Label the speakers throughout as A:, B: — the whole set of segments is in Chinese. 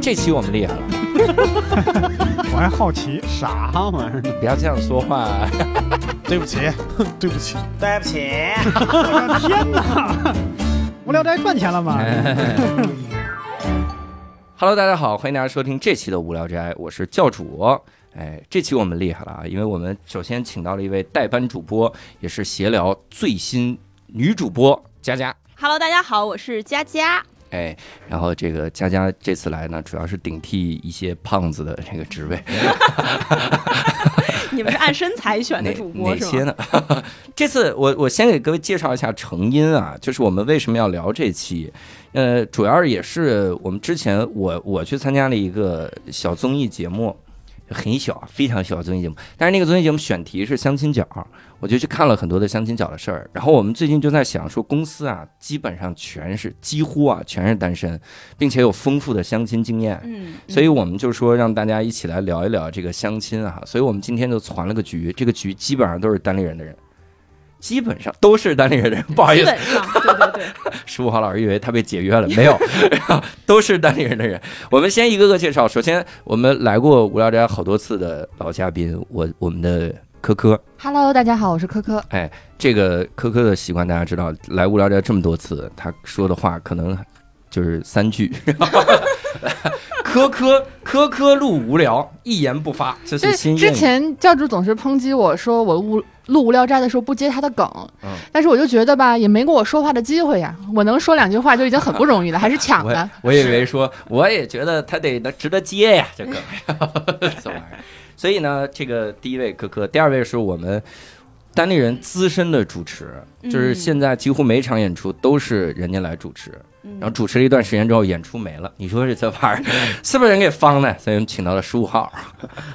A: 这期我们厉害了，
B: 我还好奇，
C: 啥玩意儿？
A: 不要这样说话、
C: 对不起，对不起，
D: 对不起，
B: 我的哎天哪！无聊斋赚钱了吗？
A: Hello，大家好，欢迎大家收听这期的无聊斋，我是教主。哎，这期我们厉害了啊，因为我们首先请到了一位代班主播，也是闲聊最新女主播佳佳。
E: Hello，大家好，我是 佳佳。
A: 哎，然后这个佳佳这次来呢，主要是顶替一些胖子的这个职位，
E: 你们是按身材选
A: 哪
E: 的主播
A: 哪
E: 是
A: 些
E: 吗？
A: 呢？ 这次我我先给各位介绍一下成因啊，就是我们为什么要聊这期，呃，主要也是我们之前我我去参加了一个小综艺节目。很小，非常小的综艺节目，但是那个综艺节目选题是相亲角，我就去看了很多的相亲角的事儿。然后我们最近就在想说，公司啊，基本上全是几乎啊全是单身，并且有丰富的相亲经验。
E: 嗯，
A: 所以我们就说让大家一起来聊一聊这个相亲啊，所以我们今天就攒了个局，这个局基本上都是单立人的人，基本上都是单立人的人，不好意
E: 基
A: 思，
E: 本上对对对，
A: 十五号老师以为他被解约了，没有，都是单立人的人。我们先一个个介绍，首先我们来过无聊斋好多次的老嘉宾，我我们的科科，
F: Hello，大家好，我是科科。
A: 这个科科的习惯大家知道，来无聊斋这么多次，他说的话可能就是三句。 科科科科录无聊，一言不发，这
F: 就是
A: 新
F: 之
A: 谚语。
F: 前教主总是抨击我说我无录无聊斋的时候不接他的梗，
A: 嗯
F: 但是我就觉得吧，也没给我说话的机会呀，我能说两句话就已经很不容易 了，还是抢
A: 我
F: 的。
A: 我以为说，我也觉得他得能值得接呀， 这个这玩意儿。所以呢，这个第一位科科，第二位是我们单立人资深的主持，就是
E: 嗯
A: 现在几乎每场演出都是人家来主持。
E: 嗯
A: 然后主持了一段时间之后，演出没了，你说这这玩意儿是不是人给方的？所以我们请到了十五号，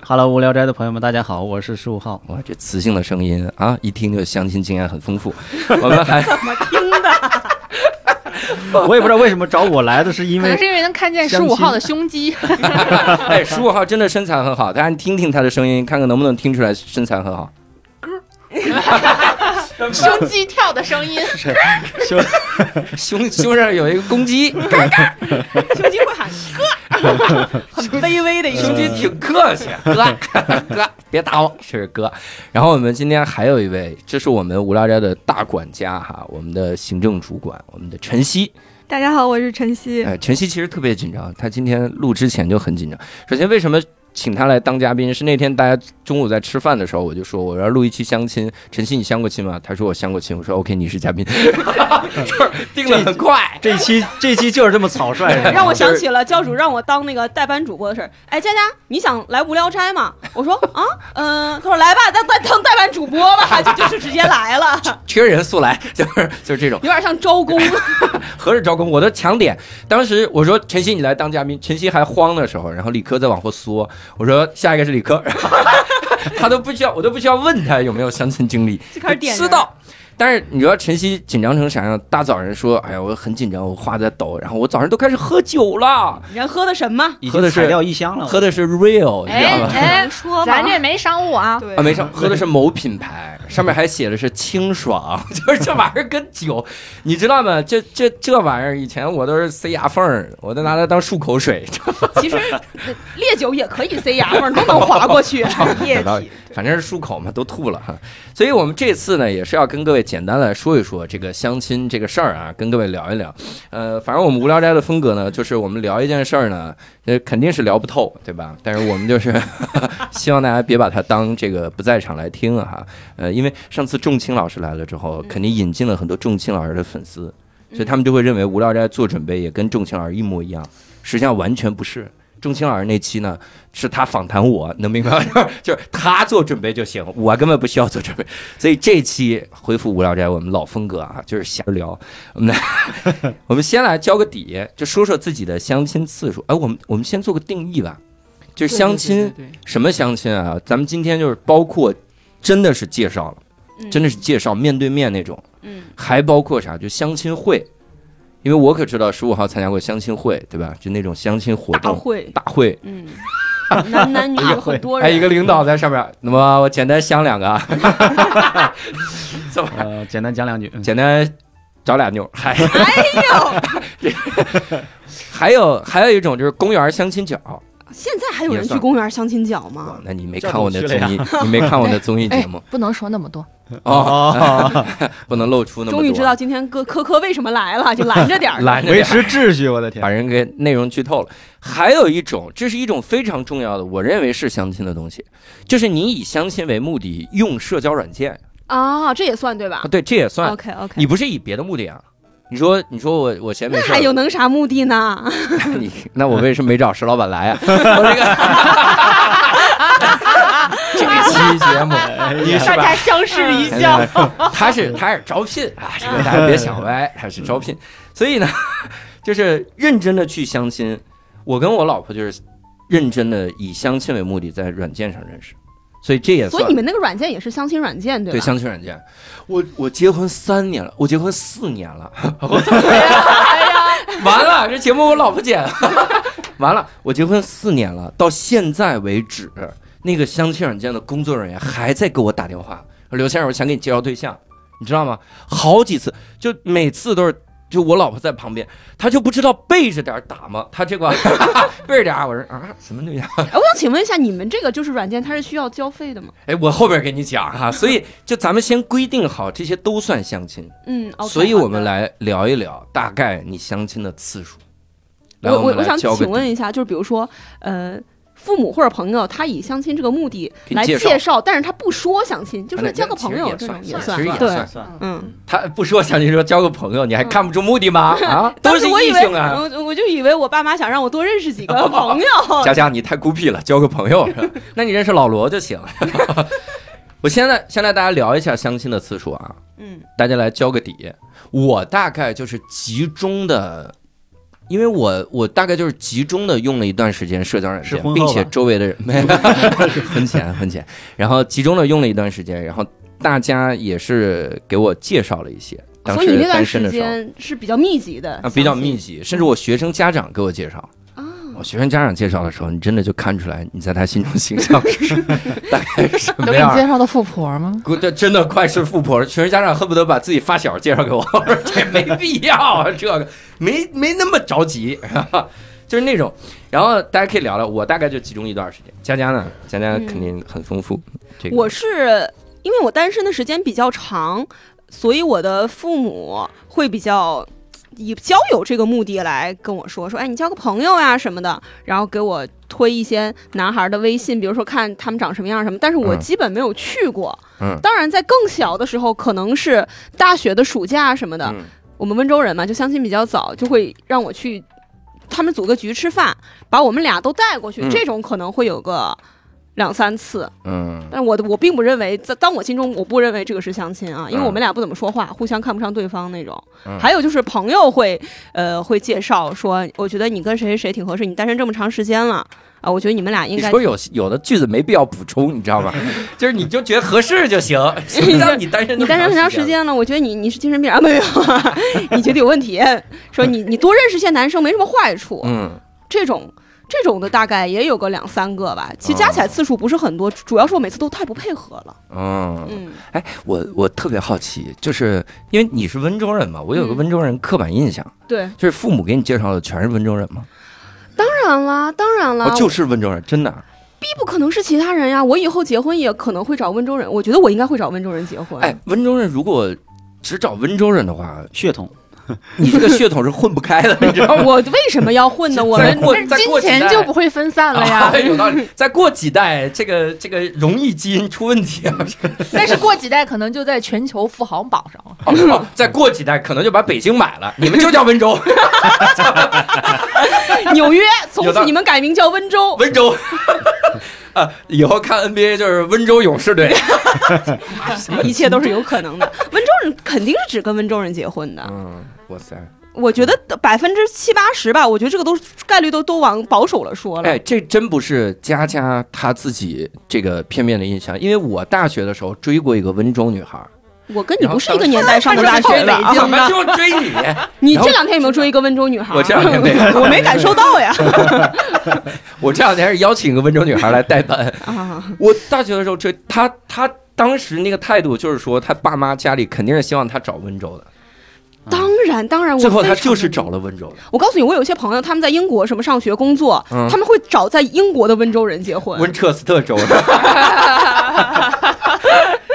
C: Hello，无聊斋的朋友们，大家好，我是十五号。
A: 哇，这磁性的声音啊，一听就相亲经验很丰富。我们还
C: 我也不知道为什么找我来的，是因
F: 可能
C: 为
F: 是因为能看见十
C: 相
F: 五
C: 亲
F: 号的 胸肌，
A: 哎，十五号真的身材很好，大家听听他的声音，看看能不能听出来身材很好。
F: 胸肌跳的声音，
A: 胸胸上有一个公鸡，
E: 胸肌会喊 哥，很卑微的一
A: 胸
E: 个。
A: 肌挺客气，哥 哥别打我，这是哥。然后我们今天还有一位，这是我们无聊斋的大管家哈，我们的行政主管，我们的晨曦。
G: 大家好，我是晨曦。
A: 哎，晨曦其实特别紧张，他今天录之前就很紧张。首先，为什么请他来当嘉宾？是那天大家中午在吃饭的时候，我就说我要录一期相亲。晨曦，你相过亲吗？他说我相过亲。我说 OK，你是嘉宾， 就是定的很快。
C: 这期这期就是这么草率，
A: 哎
C: 是 吧
E: 让我想起了教主让我当那个代班主播的事儿。哎，佳佳，你想来无聊斋吗？我说 啊，嗯、他说来吧，当当当代班主播 吧，就就是直接来了，
A: 缺人速来，就是就是这种
E: 有点像招工。
A: 何日招工，我的强点。当时我说晨曦，你来当嘉宾，晨曦还慌的时候，然后理科在往后缩，我说下一个是理科，然 后他都不需要，我都不需要问他有没有相亲经历，
E: 就开始点人
A: 知道。但是你知道晨曦紧张成啥样？大早上说：“哎呀，我很紧张，我话在抖，然后我早上都开始喝酒了，
E: 人喝的什么？
C: 已
A: 喝的
C: 经
A: 是
C: 踩掉一箱了。
A: 喝的是 real，你知道吗？
F: 哎
G: 能说
F: 咱
G: 吗？
F: 这没商务啊，
G: 对
A: 啊，没事，喝的是某品牌，上面还写的是清爽， 就是这玩意儿跟酒，你知道吗？这这这玩意儿以前我都是塞牙缝儿，我都拿它当漱口水，
E: 其实呃烈酒也可以塞牙缝儿，都能滑过 去。
G: 液
A: 道
G: 体，
A: 反正是漱口嘛，都吐了哈。所以我们这次呢，也是要跟各位简单的说一说这个相亲这个事儿啊，跟各位聊一聊。呃，反正我们无聊斋的风格呢，就是我们聊一件事儿呢，呃，肯定是聊不透，对吧？但是我们就是 希望大家别把它当这个不在场来听啊哈。呃，因为上次仲青老师来了之后，肯定引进了很多仲青老师的粉丝，所以他们就会认为无聊斋做准备也跟仲青老师一模一样，实际上完全不是。仲青老师那期呢，是他访谈我，能明白吗？ 就是他做准备就行，我根本不需要做准备。所以这期恢复无聊斋，我们老风格啊，就是闲聊。我们来， 我们先来交个底，就说说自己的相亲次数。哎，我们我们先做个定义吧，就是相亲什么相亲啊？咱们今天就是包括，真的是介绍了，真的是介绍面对面那种，
E: 嗯，
A: 还包括啥？就相亲会，因为我可知道十五号参加过相亲会，对吧？就那种相亲活
E: 大
A: 动
E: 会，
A: 大会。
E: 嗯，男男女女很多
A: 哎，
E: 人，
A: 一个领导在上面，那么 我简单相两个啊，
C: 呃，简单讲两句，嗯
A: 简单找俩妞儿，还
E: 哎呦，
A: 还有还有一种就是公园相亲角，
E: 现在还有人去公园相亲角
A: 哇
E: 吗？
A: 那你没
C: 这
A: 看我
C: 都
A: 的
C: 去
A: 综
C: 了
A: 艺，你没看我的综艺
F: 哎
A: 节 目，
F: 不能说那么多。
E: 哎
A: 哦，
C: 哦，
A: 不能露出那么多，啊
E: 终于知道今天哥科科为什么来了，就拦着点 儿。
A: 拦着
C: 哎维
A: 点儿
C: 持秩序，我的天
A: 把！人给内容剧透了。还有一种，这是一种非常重要的，我认为是相亲的东西，就是你以相亲为目的用社交软件，
E: 啊，这也算对吧
A: 啊对，这也算。
E: ？OK OK，
A: 你不是以别的目的啊？你说，你说我我闲没
E: 那
A: 事
E: 还
A: 儿，
E: 有能啥目的呢？
A: 你那我为什么没找石老板来啊？我这个这期节目。
C: 你是吧？
E: 家相视一
A: 哎对 对 他是他是招聘啊，这个大家别想 歪，他是招聘。所以呢， 就是认真的去相亲。我跟我老婆就是认真的以相亲为目的，在软件上认识，所以这也
E: 所
A: 算
E: 以你们那个软件也是相亲软件
A: 对
E: 吧？
A: 相亲软件。我我结婚三年了，我结婚四年了，我操！ 完了，这节目我老婆剪 了。完了，我结婚四年了，到现在为止，那个相亲软件的工作人员还在给我打电话，说刘先生，我想给你介绍对象，你知道吗？好几次，就每次都是。就我老婆在旁边，她就不知道背着点儿打吗？她这个 背着点儿，我说啊，什么对象？
E: 哎，我想请问一下，你们这个就是软件，它是需要交费的吗？
A: 哎，我后边给你讲哈、所以就咱们先规定好，这些都算相亲。
E: 嗯，OK，
A: 所以我
E: 好
A: 们
E: 的。
A: 来聊一聊大概你相亲的次数。来，
E: 我
A: 们
E: 我
A: 来
E: 想
A: 交个
E: 请问一下，就是比如说，呃，父母或者朋友，他以相亲这个目的
A: 给你
E: 来
A: 介绍
E: 介绍，但是他不说相亲，就
A: 啊
E: 是
A: 那
E: 交个
A: 那其实
E: 朋友
A: 也
E: 这种
A: 算
E: 也
A: 其
E: 算啊
A: 实也
E: 对
A: 算，
E: 嗯。
A: 他不说相亲，说交个朋友，你还看不出目的吗？啊，都
E: 当时
A: 是
E: 嗯我以
A: 异
E: 为
A: 性啊！
E: 我我就以为我爸妈想让我多认识 几个朋友，
A: 佳佳，你太孤僻了，交个朋 友。那你认识老罗就行。 我现在先来大家聊一下相亲的次数啊，
E: 嗯，
A: 大家来交个底。我大概就是集中的，因为我我大概就是集中的用了一段时间社交软
C: 是
A: 件
C: 婚，后
A: 并且
C: 吧
A: 周围的人没有婚前婚前，然后集中的用了一段时间，然后大家也是给我介绍了一些，当
E: 所以你
A: 时
E: 那
A: 单
E: 段
A: 身
E: 时
A: 的时候
E: 间是比较密集的
A: 啊比较密集，甚至我学生家长给我介绍。
E: 啊，
A: 我学生家长介绍的时候，你真的就看出来你在他心中形象是什么大概是什
F: 都
A: 么
F: 给
A: 样
F: 你
A: 儿。
F: 介绍的富婆吗？
A: 估这真的快是富婆，学生家长恨不得把自己发小介绍给我，我说这没必要啊，这个没没那么着急，就是那种。然后大家可以聊聊，我大概就集中一段时间。佳佳呢，佳佳肯定很丰富。这个
E: 嗯我是因为我单身的时间比较长，所以我的父母会比较以交友这个目的来跟我说说，哎，你交个朋友呀、什么的，然后给我推一些男孩的微信，比如说看他们长什么样什么，但是我
A: 嗯
E: 基本没有去过。
A: 嗯
E: 当然，在更小的时候，可能是大学的暑假什么的，
A: 嗯
E: 我们温州人嘛，就相亲比较早，就会让我去他们组个局吃饭，把我们俩都带过去，
A: 嗯
E: 这种可能会有个两三次。
A: 嗯
E: 但我的我并不认为，在当我心中我不认为这个是相亲啊，因为
A: 嗯
E: 我们俩不怎么说话，互相看不上对方那种。
A: 嗯
E: 还有就是朋友会呃会介绍说，我觉得你跟谁谁谁挺合适，你单身这么长时间了啊，我觉得你们俩应
A: 你
E: 该
A: 说有有的句子没必要补充，你知道吗？就是你就觉得合适就 行。谁让你单身那
E: 你
A: 么
E: 单身很长时
A: 了
E: 间了，我觉得你你是精神病啊，没有， 你觉得有问题。说你你多认识些男生没什么坏处，
A: 嗯
E: 这种这种的大概也有个两三个吧，其实加起来次数不是很多，主要是我每次都太不配合了。
A: 嗯，
E: 嗯，
A: 哎，我我特别好奇，就是因为你是温州人嘛，我有个
E: 嗯
A: 温州人刻板印象，
E: 对，
A: 就是父母给你介绍的全是温州人吗？
E: 当然啦，当然啦，
A: 哦，就是温州人，真的啊。
E: 必不可能是其他人呀。我以后结婚也可能会找温州人，我觉得我应该会找温州人结婚。
A: 哎，温州人如果只找温州人的 话，
C: 血统
A: 你这个血统是混不开的，你知道吗？
E: 我为什么要 混呢？我
A: 再
E: 们
A: 过
F: 但是
A: 再
F: 金
A: 过几
F: 钱
A: 代
F: 就不会分散了呀
A: 啊，。有道理。再过几代，这个这个容易基因出问题啊！
F: 但是过几代可能就在全球富豪榜上了。
A: 哦 哦再过几代，可能就把北京买了，你们就叫温州，
E: 纽约，从
A: 有道理
E: 此你们改名叫温州。
A: 温州。 啊，以后看 NBA 就是温州勇士队。
E: 啊一切都是有可能的。温州人肯定是只跟温州人结婚的，
A: 嗯，哇塞！
E: 我觉得百分之七八十吧，我觉得这个都概率都都往保守了说了。
A: 哎，这真不是佳佳她自己这个片面的印象，因为我大学的时候追过一个温州女孩儿，
E: 我跟你不是一个年代上的
A: 然
E: 大
A: 后当
E: 学
A: 时
E: 的
A: 我怎
E: 啊！
A: 么就追你？
E: 你这两天有没有追一个温州女孩？
A: 我这两天没
E: 我没感受 到呀。
A: 我这两天是邀请一个温州女孩来代 班。
E: 啊，
A: 我大学的时候追她，她当时那个态度就是说，她爸妈家里肯定是希望她找温州的。
E: 当然，当然，我
A: 最后
E: 非
A: 他
E: 常
A: 就是
E: 努力
A: 找了温州人，
E: 我告诉你，我有些朋友他们在英国什么上学工作，
A: 嗯
E: 他们会找在英国的温州人结婚。
A: 温彻斯特州的。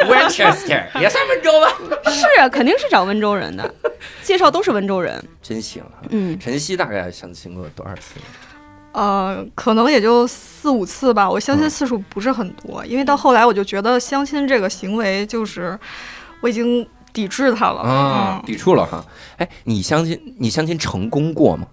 A: 温彻斯特也算温州吧，
E: 是啊，肯定是找温州人的，介绍都是温州人。
A: 真行啊！
E: 嗯，
A: 晨曦大概相亲过多少次？
G: 呃，可能也就四五次吧。我
A: 嗯
G: 相亲次数不是很多，因为到后来我就觉得相亲这个行为就是我已经抵制它了。
A: 啊，
G: 嗯，
A: 抵触了哈。哎，你相亲，你相亲成功过吗？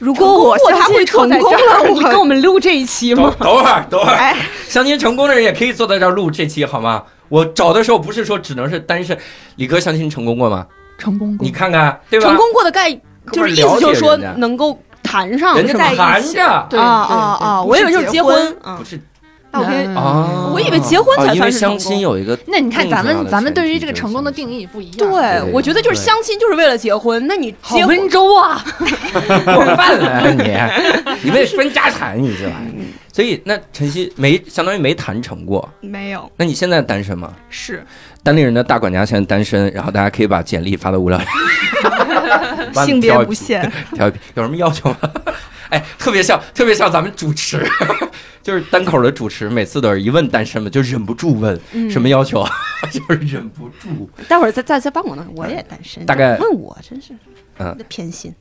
G: 如果我
E: 如果他
G: 相
E: 会
G: 亲成功
E: 坐在这
G: 了，
E: 儿你 跟
G: 我
E: 我们录这一期
A: 等
E: 吗？
A: 等会儿，等会儿，
G: 哎，
A: 相亲成功的人也可以坐在这儿录这期好吗？我找的时候不是说只能是单身，李哥相亲成功过吗？
F: 成功过
A: 你。看看，对吧？
E: 成功过的概就是意思就是说
A: 了解人家
E: 能够谈上
A: 人
E: 是
A: 家
E: 吧？
A: 含
G: 起
A: 着，
F: 对
E: 啊啊啊！
G: 对
E: 我以为就是
G: 不是
E: 结
G: 结婚嗯
E: 婚啊
A: 不。是
G: 那我可以
F: 嗯
A: 啊？
E: 我以为结婚才
A: 哦因为
E: 算是成
A: 相
E: 功
A: 亲有一个
F: 那你看咱
A: 更重要
F: 们
A: 的
F: 咱们
A: 前
F: 对于
A: 提
F: 这个
A: 就是
F: 成功的
A: 相亲
F: 定义不一样。
E: 对，
A: 对
E: 我觉得就是相亲就是为了结婚。那你
F: 好
E: 结婚
F: 温州啊！
A: 过分了，哎你你为分家产你这玩意
E: 嗯
A: 儿。所以那晨曦没相当于没谈成过，
G: 没有
A: 那你现在单身吗？
G: 是
A: 单立人的大管家现在单身，然后大家可以把简历发到无 聊完了
G: 性别
A: 挑一
G: 不限，
A: 挑一批，有什么要求吗？ 哎，特别像，特别像咱们主持， 就是单口的主持，每次都是一问单身嘛，就忍不住问、
E: 嗯
A: 什么要求啊， 就是忍不住。
E: 待会儿再再再帮我弄，我也单身。
A: 嗯大概
E: 问我真是，
A: 嗯，
E: 偏心。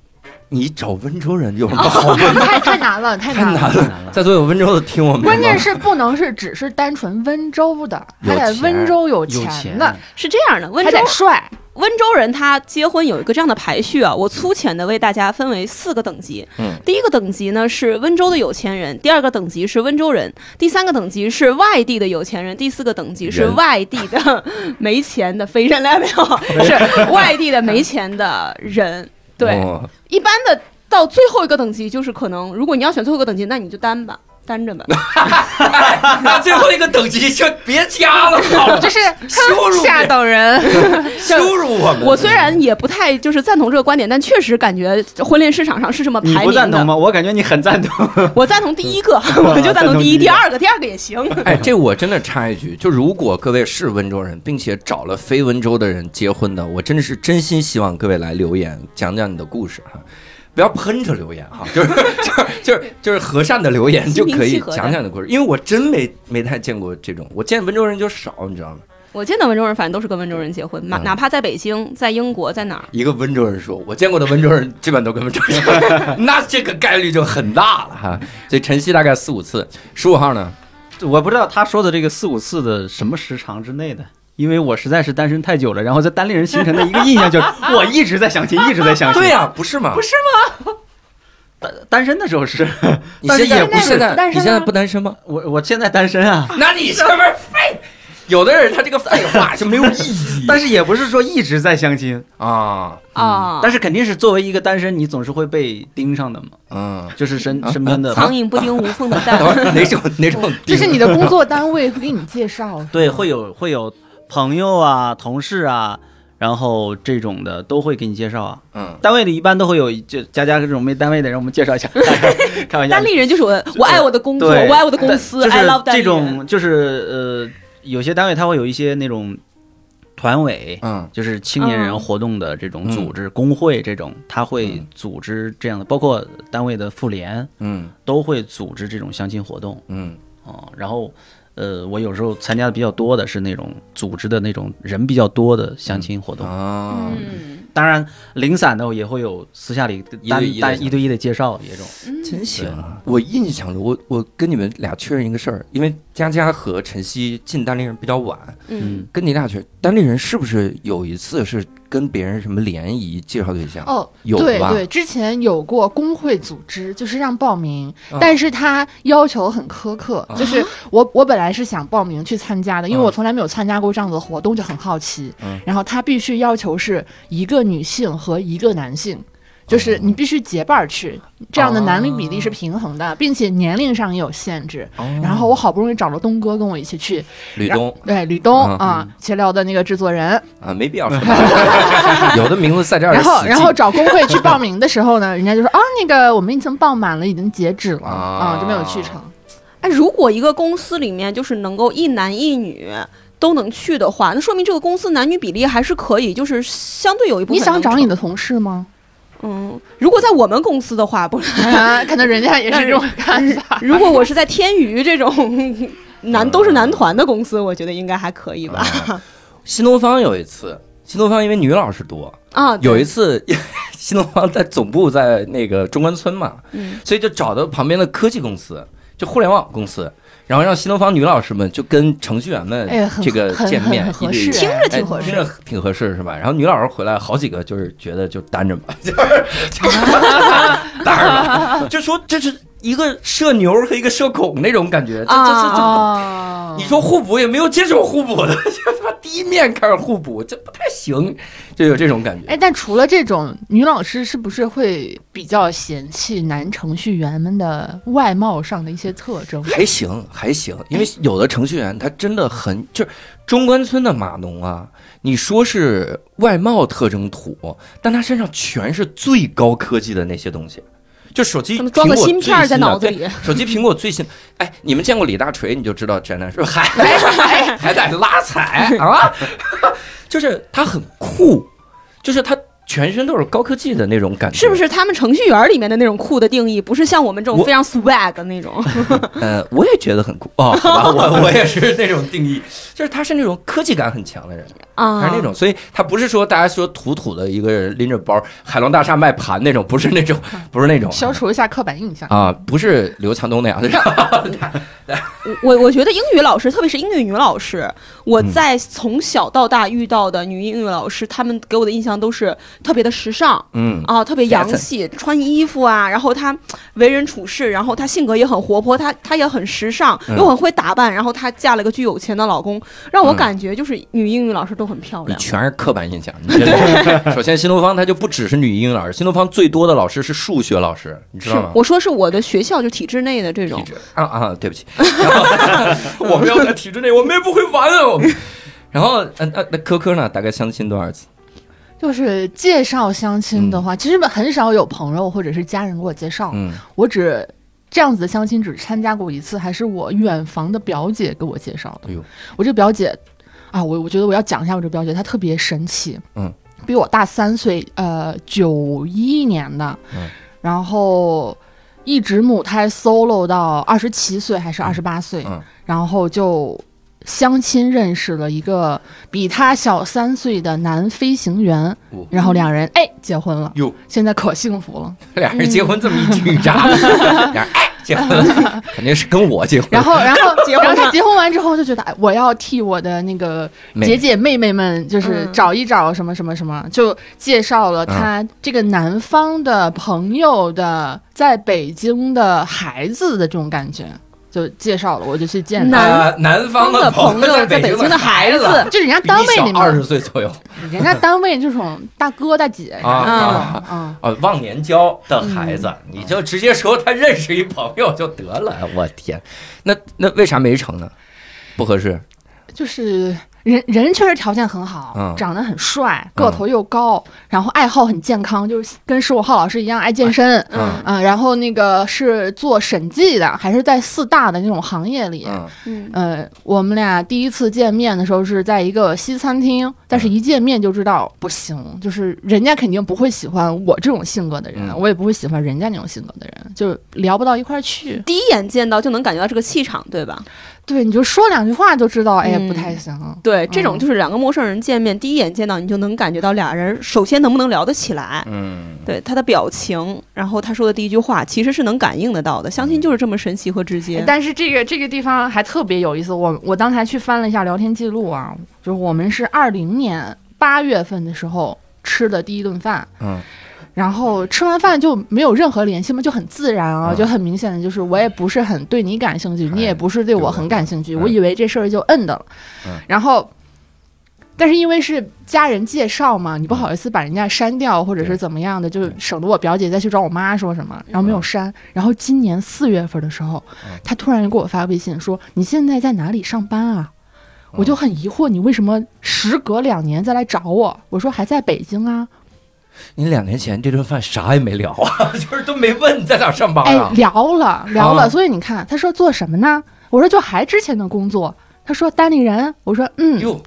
A: 你找温州人有什么好问？
F: 啊 太太难了，太
A: 哦太
F: 难
A: 难
F: 了。
A: 了，在座有温州的听我们吗，
F: 关键是不能是只是单纯温州的，还得温州有
C: 有
F: 钱
C: 钱
F: 的，
E: 是这样的，温
F: 还
E: 州
F: 得帅。
E: 温州人他结婚有一个这样的排序啊，我粗浅的为大家分为四个等级。
A: 嗯，
E: 第一个等级呢是温州的有钱人，第二个等级是温州人，第三个等级是外地的有钱人，第四个等级是
A: 人
E: 外地的没钱的非人 类没有，是外地的没钱的人。对，
A: 哦
E: 一般的到最后一个等级就是可能，如果你要选最后一个等级，那你就单吧，单着吧。
A: 那 最后一个等级就别加了，好吗
F: 这是
A: 羞辱
F: 下等人，
A: 羞辱我们。
E: 我虽然也不太就是赞同这个观点，但确实感觉婚恋市场上是这么
C: 你
E: 排
C: 不
E: 名
C: 赞
E: 的
C: 同。吗？我感觉你很赞同。
E: 我赞同第一个，我就赞同第一、
C: 赞同第
E: 第
C: 一个嗯
E: 二个，第二个也行。
A: 哎，这我真的插一句，就如果各位是温州人，并且找了非温州的人结婚的，我真的是真心希望各位来留言，讲讲你的故事哈。不要喷着留言哈， 就是就是就是 就是和善的留言就
E: 心平
A: 可以
E: 气和的
A: 讲讲你的故事，因为我真没没太见过这种，我见温州人就少，你知道吗？
E: 我见到温州人，反正都是跟温州人结婚，哪
A: 嗯
E: 哪怕在北京、在英国、在哪儿，
A: 一个温州人说，我见过的温州人基本都跟温州人， 那这个概率就很大了哈。所以晨曦大概四五次，十五号呢，
C: 我不知道他说的这个四五次的什么时长之内的，因为我实在是单身太久了，然后在单立人形成的一个印象就是我一直在相亲，一直在相亲。
A: 对呀、不是吗？不是，
C: 单身的时候是，
A: 你
C: 但是
A: 现在
C: 也不
A: 你现
C: 是
A: 在
F: 单
A: 你
F: 身
A: 现在
F: 啊
A: 不单身吗？
C: 我我现在单身啊，
A: 那你是不是废？有的人他这个废话就没有意义
C: 但是也不是说一直在相亲嗯
A: 啊，
E: 啊，
C: 但是肯定是作为一个单身，你总是会被盯上的嘛，
A: 嗯，
C: 就是身身边的
E: 苍蝇不叮无缝的
A: 等会
E: 蛋。
A: 儿哪种哪种
F: 这
A: 地
F: 是
A: 方
F: 你的工作单 位会给你介绍。
C: 对，会有会有朋友啊、同事啊，然后这种的都会给你介绍啊。
A: 嗯，
C: 单位里一般都会有就佳佳这种没单位的人，我们介 绍一下，开玩笑
E: 单。立人就是我，我爱我的工作，
C: 对
E: 我爱我的公司
C: 就
E: ，I
C: 是
E: love 单
C: 这
E: 立人。
C: 种就是呃，有些单位它会有一些那种团委，
A: 嗯
C: 就是青年人
E: 嗯
C: 活动的这种组织、工会这种，他会
A: 嗯
C: 组织这样的，包括单位的妇联
A: 嗯
C: 都会组织这种相亲活动
A: 嗯
C: 啊、然后。呃，我有时候参加的比较多的是那种组织的那种人比较多的相亲活动，
A: 啊，
E: 嗯，
C: 当然零散的也会有私下里
A: 一
C: 单
A: 对一的
C: 单
A: 相
C: 一对一的介绍也种。
A: 真行啊！我印象中，我我跟你们俩确认一个事儿，因为佳佳和晨曦进单立人比较晚，
E: 嗯，
A: 跟你俩确单立人是不是有一次是跟别人什么联谊介绍对象？
F: 哦，
A: 有
F: 对
A: 吧
F: 对，之前有过工会组织，就是让报名，
A: 嗯
F: 但是他要求很苛刻，
A: 啊
F: 就是我我本来是想报名去参加的，因为
A: 嗯
F: 我从来没有参加过这样子的活动，就很好奇。
A: 嗯
F: 然后他必须要求是一个女性和一个男性。
A: 嗯
F: 就是你必须结伴儿去，这样的男女比例是平衡
A: 啊
F: 的，并且年龄上也有限制。
A: 哦
F: 然后我好不容易找了东哥跟我一起去，
A: 吕东
F: 对吕东
A: 嗯
F: 啊，闲聊的那个制作人，
A: 啊，没必要说， 有的名字在这儿
F: 然后
A: 死，记
F: 然后找工会去报名的时候 呢，人家就说啊，那个我们已经报满了，已经截止了
A: 啊
F: 啊，就没有去成。
E: 哎，如果一个公司里面就是能够一男一女。都能去的话，那说明这个公司男女比例还是可以，就是相对有一部分
F: 你想
E: 能
F: 找你
E: 成
F: 的同事吗？
E: 嗯，如果在我们公司的话，不是，
F: 啊， 可能人家也是这种看 法。
E: 如果我是在天娱这种男都是
A: 嗯
E: 男团的公司，我觉得应该还可以吧。
A: 啊新东方有一次，新东方因为女老师多，
E: 啊，
A: 嗯
E: 对
A: 有一次 新东方在总部在那个中关村嘛，
E: 嗯
A: 所以就找到旁边的科技公司，就互联网公司，然后让新东方女老师们就跟程序员们
F: 哎，很
A: 这个
F: 很
A: 见
F: 很
A: 面
F: 很合
A: 一对
F: 适
A: 一
F: 哎，
E: 听着挺合适
A: 哎听着挺合适是吧？然后女老师回来，好几个就是觉得就单着吧，就是 就是单着吧，就说这是一个社牛和一个社恐那种感觉，这这
E: 啊
A: 这这。
F: 哦
A: 你说互补也没有接受互补的， 就他妈第一面开始互补，这不太行，就有这种感觉。
F: 哎，但除了这种，女老师是不是会比较嫌弃男程序员们的外貌上的一些特征？
A: 还行还行，因为有的程序员他真的很就是中关村的码农啊，你说是外貌特征土，但他身上全是最高科技的那些东西，就手机
E: 他们装个
A: 苹果
E: 芯片儿
A: 最
E: 在
A: 新的
E: 脑子
A: 对
E: 里，
A: 手机苹果最新，哎，你们见过李大锤，你就知道宅男是 不是还还还在拉踩啊？ 就是他很酷，就是他全身都是高科技的那种感觉，
E: 是不？是他们程序员里面的那种酷的定义，不是像我们这种
A: 我
E: 非常 swag 的那种？
A: 呃，我也觉得很酷哦，好吧， 我我也是那种定义，就是他是那种科技感很强的人，
E: 啊，
A: 他是那种，所以他不是说大家说土土的一个人拎着包海龙大厦卖盘那种，不是那 种，不是那种。
F: 消除一下刻板印象。
A: 啊，不是刘强东那样的人，
E: 我我觉得英语老师，特别是英语女老师，我
A: 嗯
E: 在从小到大遇到的女英语老师，她们给我的印象都是特别的时尚
A: 嗯，
E: 啊，特别洋
A: Yes
E: 气，穿衣服啊，然后她为人处事，然后她性格也很活泼，她她也很时尚，
A: 嗯
E: 又很会打扮，然后她嫁了个具有钱的老公，让我
A: 嗯
E: 感觉就是女英语老师都很漂
A: 你
E: 亮。
A: 全是刻板印象。你真的首先，新东方它就不只是女英语老师，新东方最多的老师是数学老师，你知
E: 是
A: 道吗？
E: 我说是我的学校就体制内的这种
A: 体，制啊啊，对不 起，然后我们要在体制内，我们也不会玩哦。然后，呃那那科科呢？大概相亲多少次？
F: 就是介绍相亲的话，其实很少有朋友或者是家人给我介
E: 哦
F: 绍，
A: 嗯，
F: 我只。这样子的相亲只参加过一次，还是我远房的表姐给我介绍的。
A: 哎呦
F: 我这表姐啊，我我觉得我要讲一下我这表姐，她特别神奇。
A: 嗯，
F: 比我大三岁，呃，九一年的，
A: 嗯
F: 然后一直母胎 solo 到二十七岁还是二十八岁，
A: 嗯
F: 然后就相亲认识了一个比她小三岁的男飞行员，
A: 哦
F: 然后两人哎结婚了，
A: 哟，
F: 现在可幸福了。
A: 俩人结婚这么一
F: 嗯
A: 句渣， 俩人哎结婚了，肯定是跟我结婚。
F: 然后，然后
E: 结婚
F: 然后
E: 了
F: 他结婚完之后就觉得，哎，我要替我的那个
A: 没
F: 姐姐妹妹们，就是
E: 嗯
F: 找一找什么什么什么，就介绍
A: 嗯
F: 了他这个南方的朋友的在北京的孩子的这种感觉，就介绍了，我就去见他。
E: 南
A: 呃南方的
E: 朋
A: 友
E: 在
A: 北
E: 北京
A: 的
E: 的孩
A: 子，
E: 子，
F: 就人家
A: 比
F: 单
A: 你
F: 位里
A: 小二十
F: 面，
A: 岁左右
F: 人家单位这种大哥大姐
A: 啊
F: 啥的
A: 啊
F: 嗯
A: 哦，忘年交的孩子，你就直接说他认识一朋友就得
F: 哎
A: 了。我天，那那为啥没成呢？不合适，
F: 就是人人确实条件很好，
A: 嗯
F: 长得很帅，个头又高，然后爱好很健康，就是跟十五号老师一样爱健身。
A: 嗯
F: 嗯，然后那个是做审计的，还是在四大的那种行业里。
A: 嗯
E: 嗯，
F: 呃，我们俩第一次见面的时候是在一个西餐厅，但
A: 嗯
F: 是一见面就知道不行，就是人家肯定不会喜欢我这种性格的人，
A: 嗯
F: 我也不会喜欢人家那种性格的人，就聊不到一块儿
A: 嗯
F: 去。
E: 第一眼见到就能感觉到这个气场，对吧？
F: 对，你就说两句话就知道，哎呀，不太
E: 嗯
F: 行。
E: 对，这种
F: 嗯
E: 就是两个陌生人见面，第一眼见到你就能感觉到俩人首先能不能聊得起来，
A: 嗯，
E: 对他的表情，然后他说的第一句话，其实是能感应得到的。相亲就是这么神奇和直接。
F: 但是这个这个地方还特别有意思，我我刚才去翻了一下聊天记录啊，就是我们是二零年八月份的时候吃的第一顿饭，
A: 嗯，
F: 然后吃完饭就没有任何联系嘛，就很自然
A: 嗯
F: 啊，
A: 哎
F: 就很明显的就是我也不是很对你感兴趣，你也不是对我很感兴趣，
A: 对我
F: 我以为这事儿就摁的了，
A: 嗯
F: 然后。但是因为是家人介绍嘛，你不好意思把人家删掉或者是怎么样的，就省得我表姐再去找我妈说什么，然后没有删。然后今年四月份的时候，他突然给我发微信说：“你现在在哪里上班啊？”我就很疑惑，你为什么时隔两年再来找我？我说还在北京啊。
A: 你两年前这顿饭啥也没聊啊， 就是都没问你在哪上班
F: 哎
A: 啊，。
F: 聊了聊了，
A: 啊
F: 所以你看，他说做什么呢？我说就还之前的工作。他说单立人，我说嗯，
A: 哟，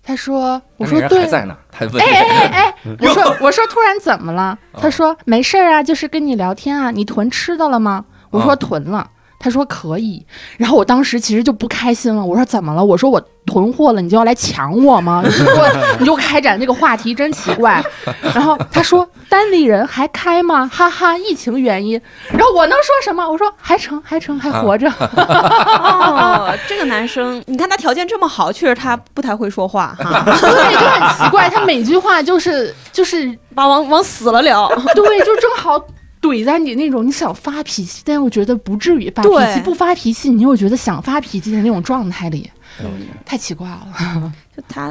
F: 他说
A: 那
F: 我说
A: 人
F: 对
A: 还，在呢，他问
F: 哎 哎哎哎，我说我说突然怎么了？
A: 哦
F: 他说没事儿啊，就是跟你聊天啊。你囤吃的了吗？我说
A: 啊
F: 囤了。他说可以，然后我当时其实就不开心了。我说怎么了？我说我囤货了，你就要来抢我 吗？你就说你就开展这个话题，真奇怪。然后他说单立人还开吗？哈哈，疫情原因。然后我能说什么？我说还成，还成，
A: 啊
F: 还活着。
E: 哦，这个男生，你看他条件这么好，确实他不太会说话哈，
F: 对，就很奇怪，他每句话就是就是
E: 把往往死了聊。
F: 对，就正好怼在你那种你想发脾气，但又觉得不至于发
E: 对
F: 脾气，不发脾气你又觉得想发脾气的那种状态里，
A: 嗯
F: 太奇怪了。
E: 就他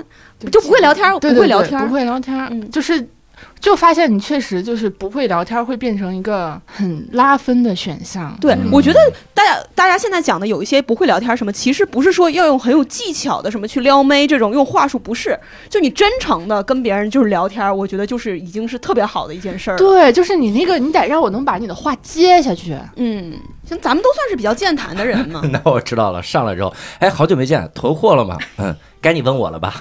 E: 就不会聊天，
F: 对
E: 不会聊
F: 对
E: 天
F: 对，不会聊天儿，
E: 嗯
F: 就是。就发现你确实就是不会聊天，会变成一个很拉分的选项。
E: 对
A: 嗯，
E: 我觉得大家大家现在讲的有一些不会聊天什么，其实不是说要用很有技巧的什么去撩妹这种用话术，不是，就你真诚的跟别人就是聊天，我觉得就是已经是特别好的一件事儿了。
F: 对，就是你那个，你得让我能把你的话接下去。
E: 嗯，像咱们都算是比较健谈的人嘛
A: ，那我知道了，上来之后，哎，好久没见，囤货 了吗？嗯，该你问我了吧？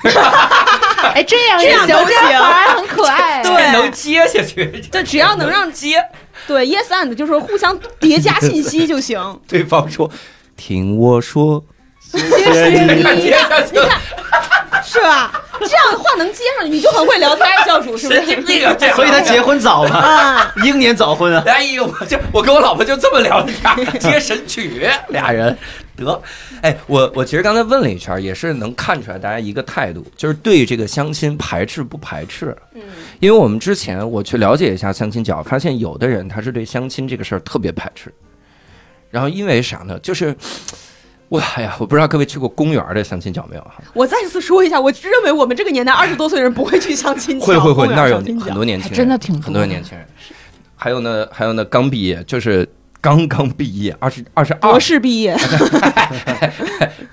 F: 哎，这样
E: 这
F: 也
E: 样
F: 行，
E: 都
F: 这
E: 行
F: 样反而很可 爱。
E: 对啊
A: 能接下去，
E: 就只要能让接，对 yes and 就是互相叠加信息 就行。
A: 对方说，听我说，
E: 其实你看，你 看，是吧？这样的话能接上，你就很会聊天，教主是不
A: 神经
E: 是？
A: 病啊！这样
C: 所以他结婚早嘛，
E: 啊，
C: 英年早婚啊。
A: 哎呦，我就我跟我老婆就这么聊天儿，接神曲，俩人得。哎，我我其实刚才问了一圈儿，也是能看出来大家一个态度，就是对这个相亲排斥不排斥。
E: 嗯，
A: 因为我们之前我去了解一下相亲角，发现有的人他是对相亲这个事儿特别排斥，然后因为啥呢？就是。我哎呀，我不知道各位去过公园儿的相亲角没有啊哈？
E: 我再次说一下，我认为我们这个年代二十多岁的人不会去相亲角，
A: 会会会，
E: 不敢
A: 那儿有
E: 相亲角
A: 很多年
F: 还
A: 轻人，
F: 真的挺
A: 很多年轻人，还有呢，还有呢，刚毕业，就是刚刚毕业， 二十二十二
E: 博，士毕业，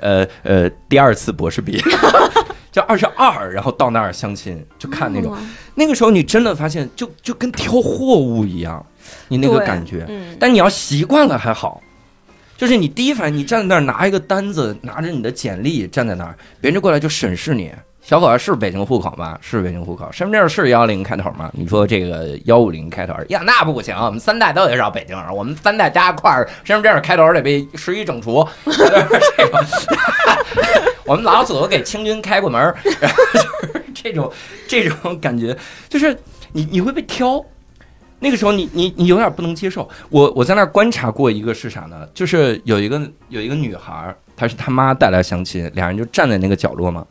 A: 呃呃，第二次博士毕业， 就二十二，然后到那儿相亲，就看那种，
E: 哦嗯
A: 那个时候你真的发现就，就跟挑货物一样，你那个
E: 对
A: 感觉，
E: 嗯，
A: 但你要习惯了还好。就是你第一反应，你站在那儿拿一个单子，拿着你的简历站在那儿，别人就过来就审视你。小伙子是北京户口吗？是北京户口，身份证是幺零开头吗？你说这个幺五零开头，呀那不行，我们三代都得绕北京人，我们三代加一块儿，身份证开头得被十一整除。 这个我们老祖宗给清军开过门儿， 然后就是这种这种感觉，就是你你会被挑，那个时候你你你有点不能接受。我我在那儿观察过一个是啥呢？就是有一个有一个女孩儿，她是她妈带来相亲，俩人就站在那个角落嘛。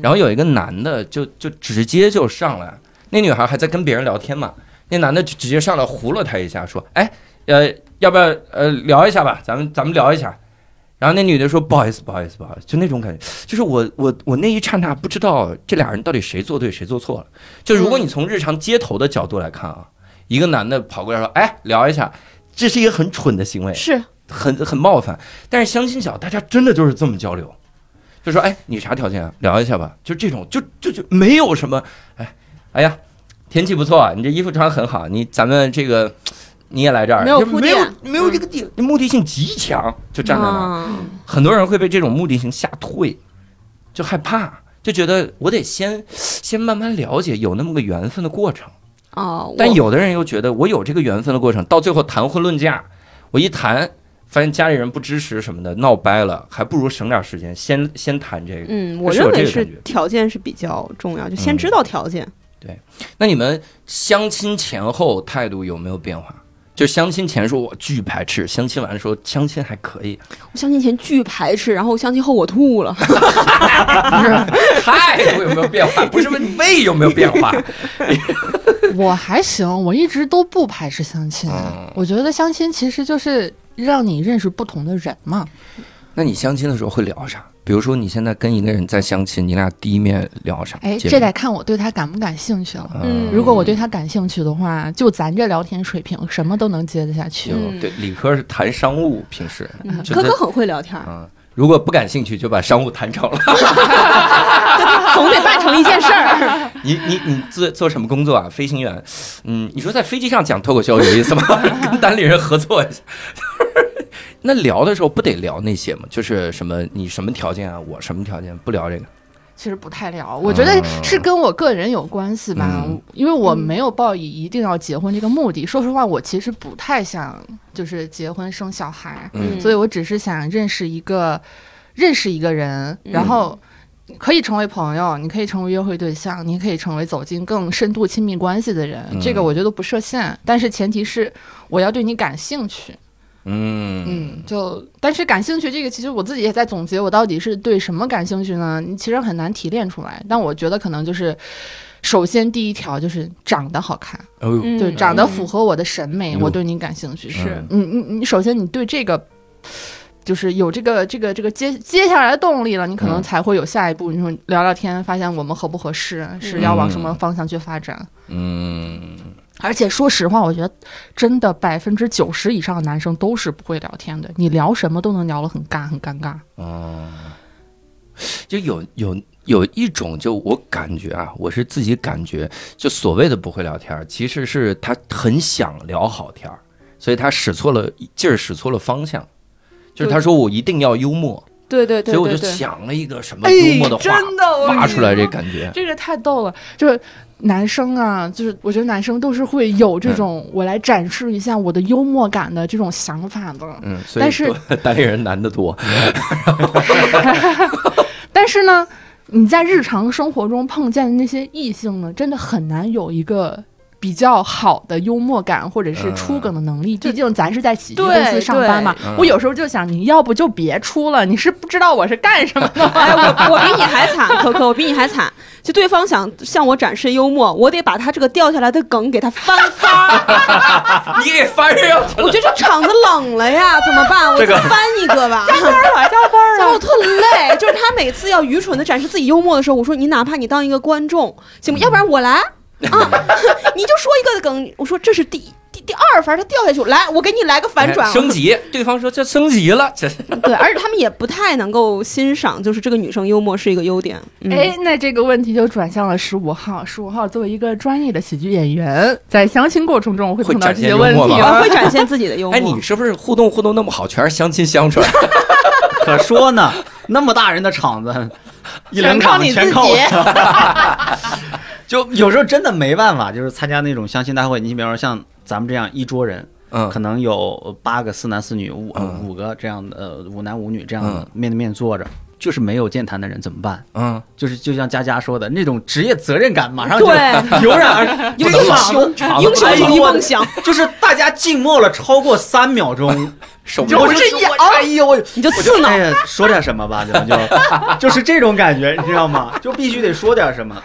A: 然后有一个男的就就直接就上来，那女孩还在跟别人聊天嘛，那男的就直接上来糊了她一下，说：“哎，呃，要不要呃聊一下吧？咱们咱们聊一下。”然后那女的说：“不好意思，不好意思，不好意思。”就那种感觉，就是我我我那一刹那不知道这俩人到底谁做对谁做错了。就如果你从日常街头的角度来看啊，一个男的跑过来说：“哎，聊一下。”这是一个很蠢的行为，
E: 是
A: 很很冒犯。但是相亲角大家真的就是这么交流，就说哎，你啥条件啊？聊一下吧，就这种，就就就没有什么，哎，哎呀，天气不错啊，你这衣服穿得很好，你咱们这个你也来这儿，
E: 没有
A: 就
E: 铺
A: 没有
E: 垫
A: 没有这个地，目的性极强，就站在那儿。
E: 嗯
A: 很多人会被这种目的性吓退，就害怕，就觉得我得先先慢慢了解有那么个缘分的过程。
E: 哦，
A: 但
E: 我
A: 有的人又觉得我有这个缘分的过程，到最后谈婚论嫁，我一谈发现家里人不支持什么的，闹掰了，还不如省点时间先先谈这个。
E: 嗯，我
A: 是有
E: 认为
A: 这个
E: 是
A: 感觉
E: 条件是比较重要，就先
A: 嗯
E: 知道条件。
A: 那你们相亲前后态度有没有变化？就相亲前说我巨排斥，相亲完说相亲还可以，
E: 我相亲前巨排斥，然后相亲后我吐了。
A: 态度有没有变化？不是问你胃有没有变 化。
F: 我还行，我一直都不排斥相亲。
A: 嗯
F: 我觉得相亲其实就是让你认识不同的人嘛。
A: 那你相亲的时候会聊啥？比如说你现在跟一个人在相亲，你俩第一面聊啥？
F: 哎，
A: 结
F: 这
A: 论
F: 得看我对他感不感兴趣了。
E: 嗯
F: 如果我对他感兴趣的话，就咱这聊天水平，什么都能接得下去。
A: 就对理科是谈商务，平时就
E: 科
A: 是
E: 科嗯很会聊天儿，
A: 嗯，如果不感兴趣，就把商务谈成 了。
E: 总得办成一件事 儿。
A: 你你你做做什么工作啊？飞行员。 嗯，你说在飞机上讲脱口秀有意思吗？跟单立人合作一下。 那聊的时候不得聊那些吗？就是什么你什么条件啊，我什么条件，不聊这个。
F: 其实不太聊，我觉得是跟我个人有关系吧，
A: 啊嗯
F: 因为我没有抱以一定要结婚这个目的。说实话，我其实不太想就是结婚生小孩，
A: 嗯
F: 所以我只是想认识一个认识一个人，
A: 嗯
F: 然后可以成为朋友，你可以成为约会对象，你可以成为走进更深度亲密关系的人，
A: 嗯
F: 这个我觉得不设限，但是前提是我要对你感兴趣。
A: 嗯
F: 嗯，就但是感兴趣这个，其实我自己也在总结，我到底是对什么感兴趣呢？你其实很难提炼出来，但我觉得可能就是。首先，第一条就是长得好看，
A: 哎呦，
E: 嗯
F: 对，长得符合我的审美，
A: 嗯
F: 我对你感兴趣。
A: 是
F: 嗯，你你你，首先你对这个，就是有这个这个这个接接下来的动力了，你可
A: 嗯
F: 能才会有下一步。你说聊聊天，发现我们合不合适，是要往什么方向去发展。
A: 嗯，
F: 而且说实话，我觉得真的百分之九十以上的男生都是不会聊天的，你聊什么都能聊得很尬，很尴尬。
A: 哦，就有有有一种，就我感觉啊，我是自己感觉，就所谓的不会聊天儿，其实是他很想聊好天儿，所以他使错了劲儿，使错了方向。就是他说我一定要幽默，
E: 对对
A: 所
E: 对
A: 以我就
E: 对对，
A: 想了一个什么幽默的话
G: 真的我
A: 发出来，这感觉。
F: 这个太逗了，就是男生啊，就是我觉得男生都是会有这种我来展示一下我的幽默感的这种想法的。
A: 嗯，所以
F: 但是
A: 多单立人男的多，
F: 但是呢，你在日常生活中碰见的那些异性呢，真的很难有一个。比较好的幽默感或者是出梗的能力，毕竟咱是在喜剧公司
E: 对
F: 上班嘛
A: 对嗯。
F: 我有时候就想，你要不就别出了，你是不知道我是干什么的。
E: 哎，我我比你还惨，可可，我比你还惨。就对方想向我展示幽默，我得把他这个掉下来的梗给他翻翻儿。
A: 你给翻上去
E: 我觉得这场子冷了呀，怎么办？我
A: 这
E: 再
A: 个
E: 翻一个 吧。 然后我特累，就是他每次要愚蠢的展示自己幽默的时候，我说你哪怕你当一个观众行吗？ 要不然我来啊，你就说一个梗，我说这是第第第二番，他掉下去，来我给你来个 反转
A: 哎，升级。对方说这升级了，这
E: 对，而且他们也不太能够欣赏，就是这个女生幽默是一个优点。嗯、
F: 哎，那这个问题就转向了十五号。十五号作为一个专业的喜剧演员，在相亲过程中会
A: 会
F: 碰到
A: 展
F: 这
A: 现
F: 些
A: 幽
F: 问
A: 默啊
F: 题啊
A: 吗
E: 我
F: 了
E: 会。展现自己的幽默。
A: 哎，你是不是互动互动那么好，全是相亲相出来？
C: 可说呢，那么大人的场子，一两场全靠我。 就有时候真的没办法，就是参加那种相亲大会，你比方说像咱们这样一桌人，
A: 嗯
C: 可能有八个四男四女，五、
A: 嗯
C: 五个这样的，呃，五男五女这样的
A: 嗯
C: 面对面坐着，就是没有健谈的人怎么办？
A: 嗯，
C: 就是就像佳佳说的那种职业责任感，马上就
E: 对
C: 油然而生，
E: 英
C: 这
E: 雄
C: 个场子
E: 英雄主义梦想，
C: 就是大家静默了超过三秒钟，
A: 手
C: 就
A: 不
C: 是一哎呦我。
E: 你就
C: 我就
E: 刺挠
C: 哎。呀，说点什么吧，咱就就是这种感觉，你知道吗？就必须得说点 什么。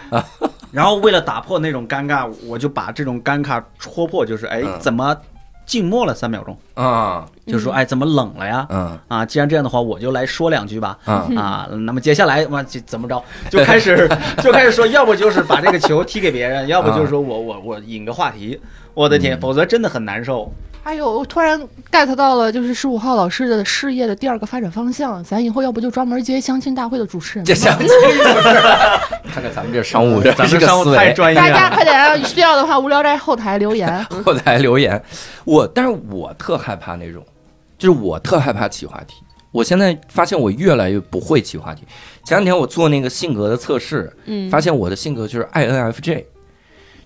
C: 然后为了打破那种尴尬，我就把这种尴尬戳破，就是哎，
A: 嗯
C: 怎么静默了三秒钟？
A: 啊
C: 就说哎，怎么冷了呀？
A: 嗯
C: 啊，既然这样的话，我就来说两句吧。
A: 嗯
C: 啊，那么接下来嘛，这怎么着就开始就开始说，要不就是把这个球踢给别人，要不就是说
A: 嗯
C: 我我我引个话题。我的天，否则真的很难受。
F: 哎呦，我突然 get 到了，就是十五号老师的事业的第二个发展方向。咱以后要不就专门接相亲大会的 主持人
A: 这
F: 吧？
A: 相亲是不是？看看咱们这商务，这
C: 咱
A: 这
C: 们
A: 个
C: 商
A: 思
C: 务太
A: 维。
C: 专业
F: 大家
C: 了。
F: 快点啊！需要的话，无聊斋后台留言。
A: 后台留言，我但是我特害怕那种，就是我特害怕起话题。我现在发现我越来越不会起话题。前两天我做那个性格的测试，
E: 嗯
A: 发现我的性格就是 INFJ，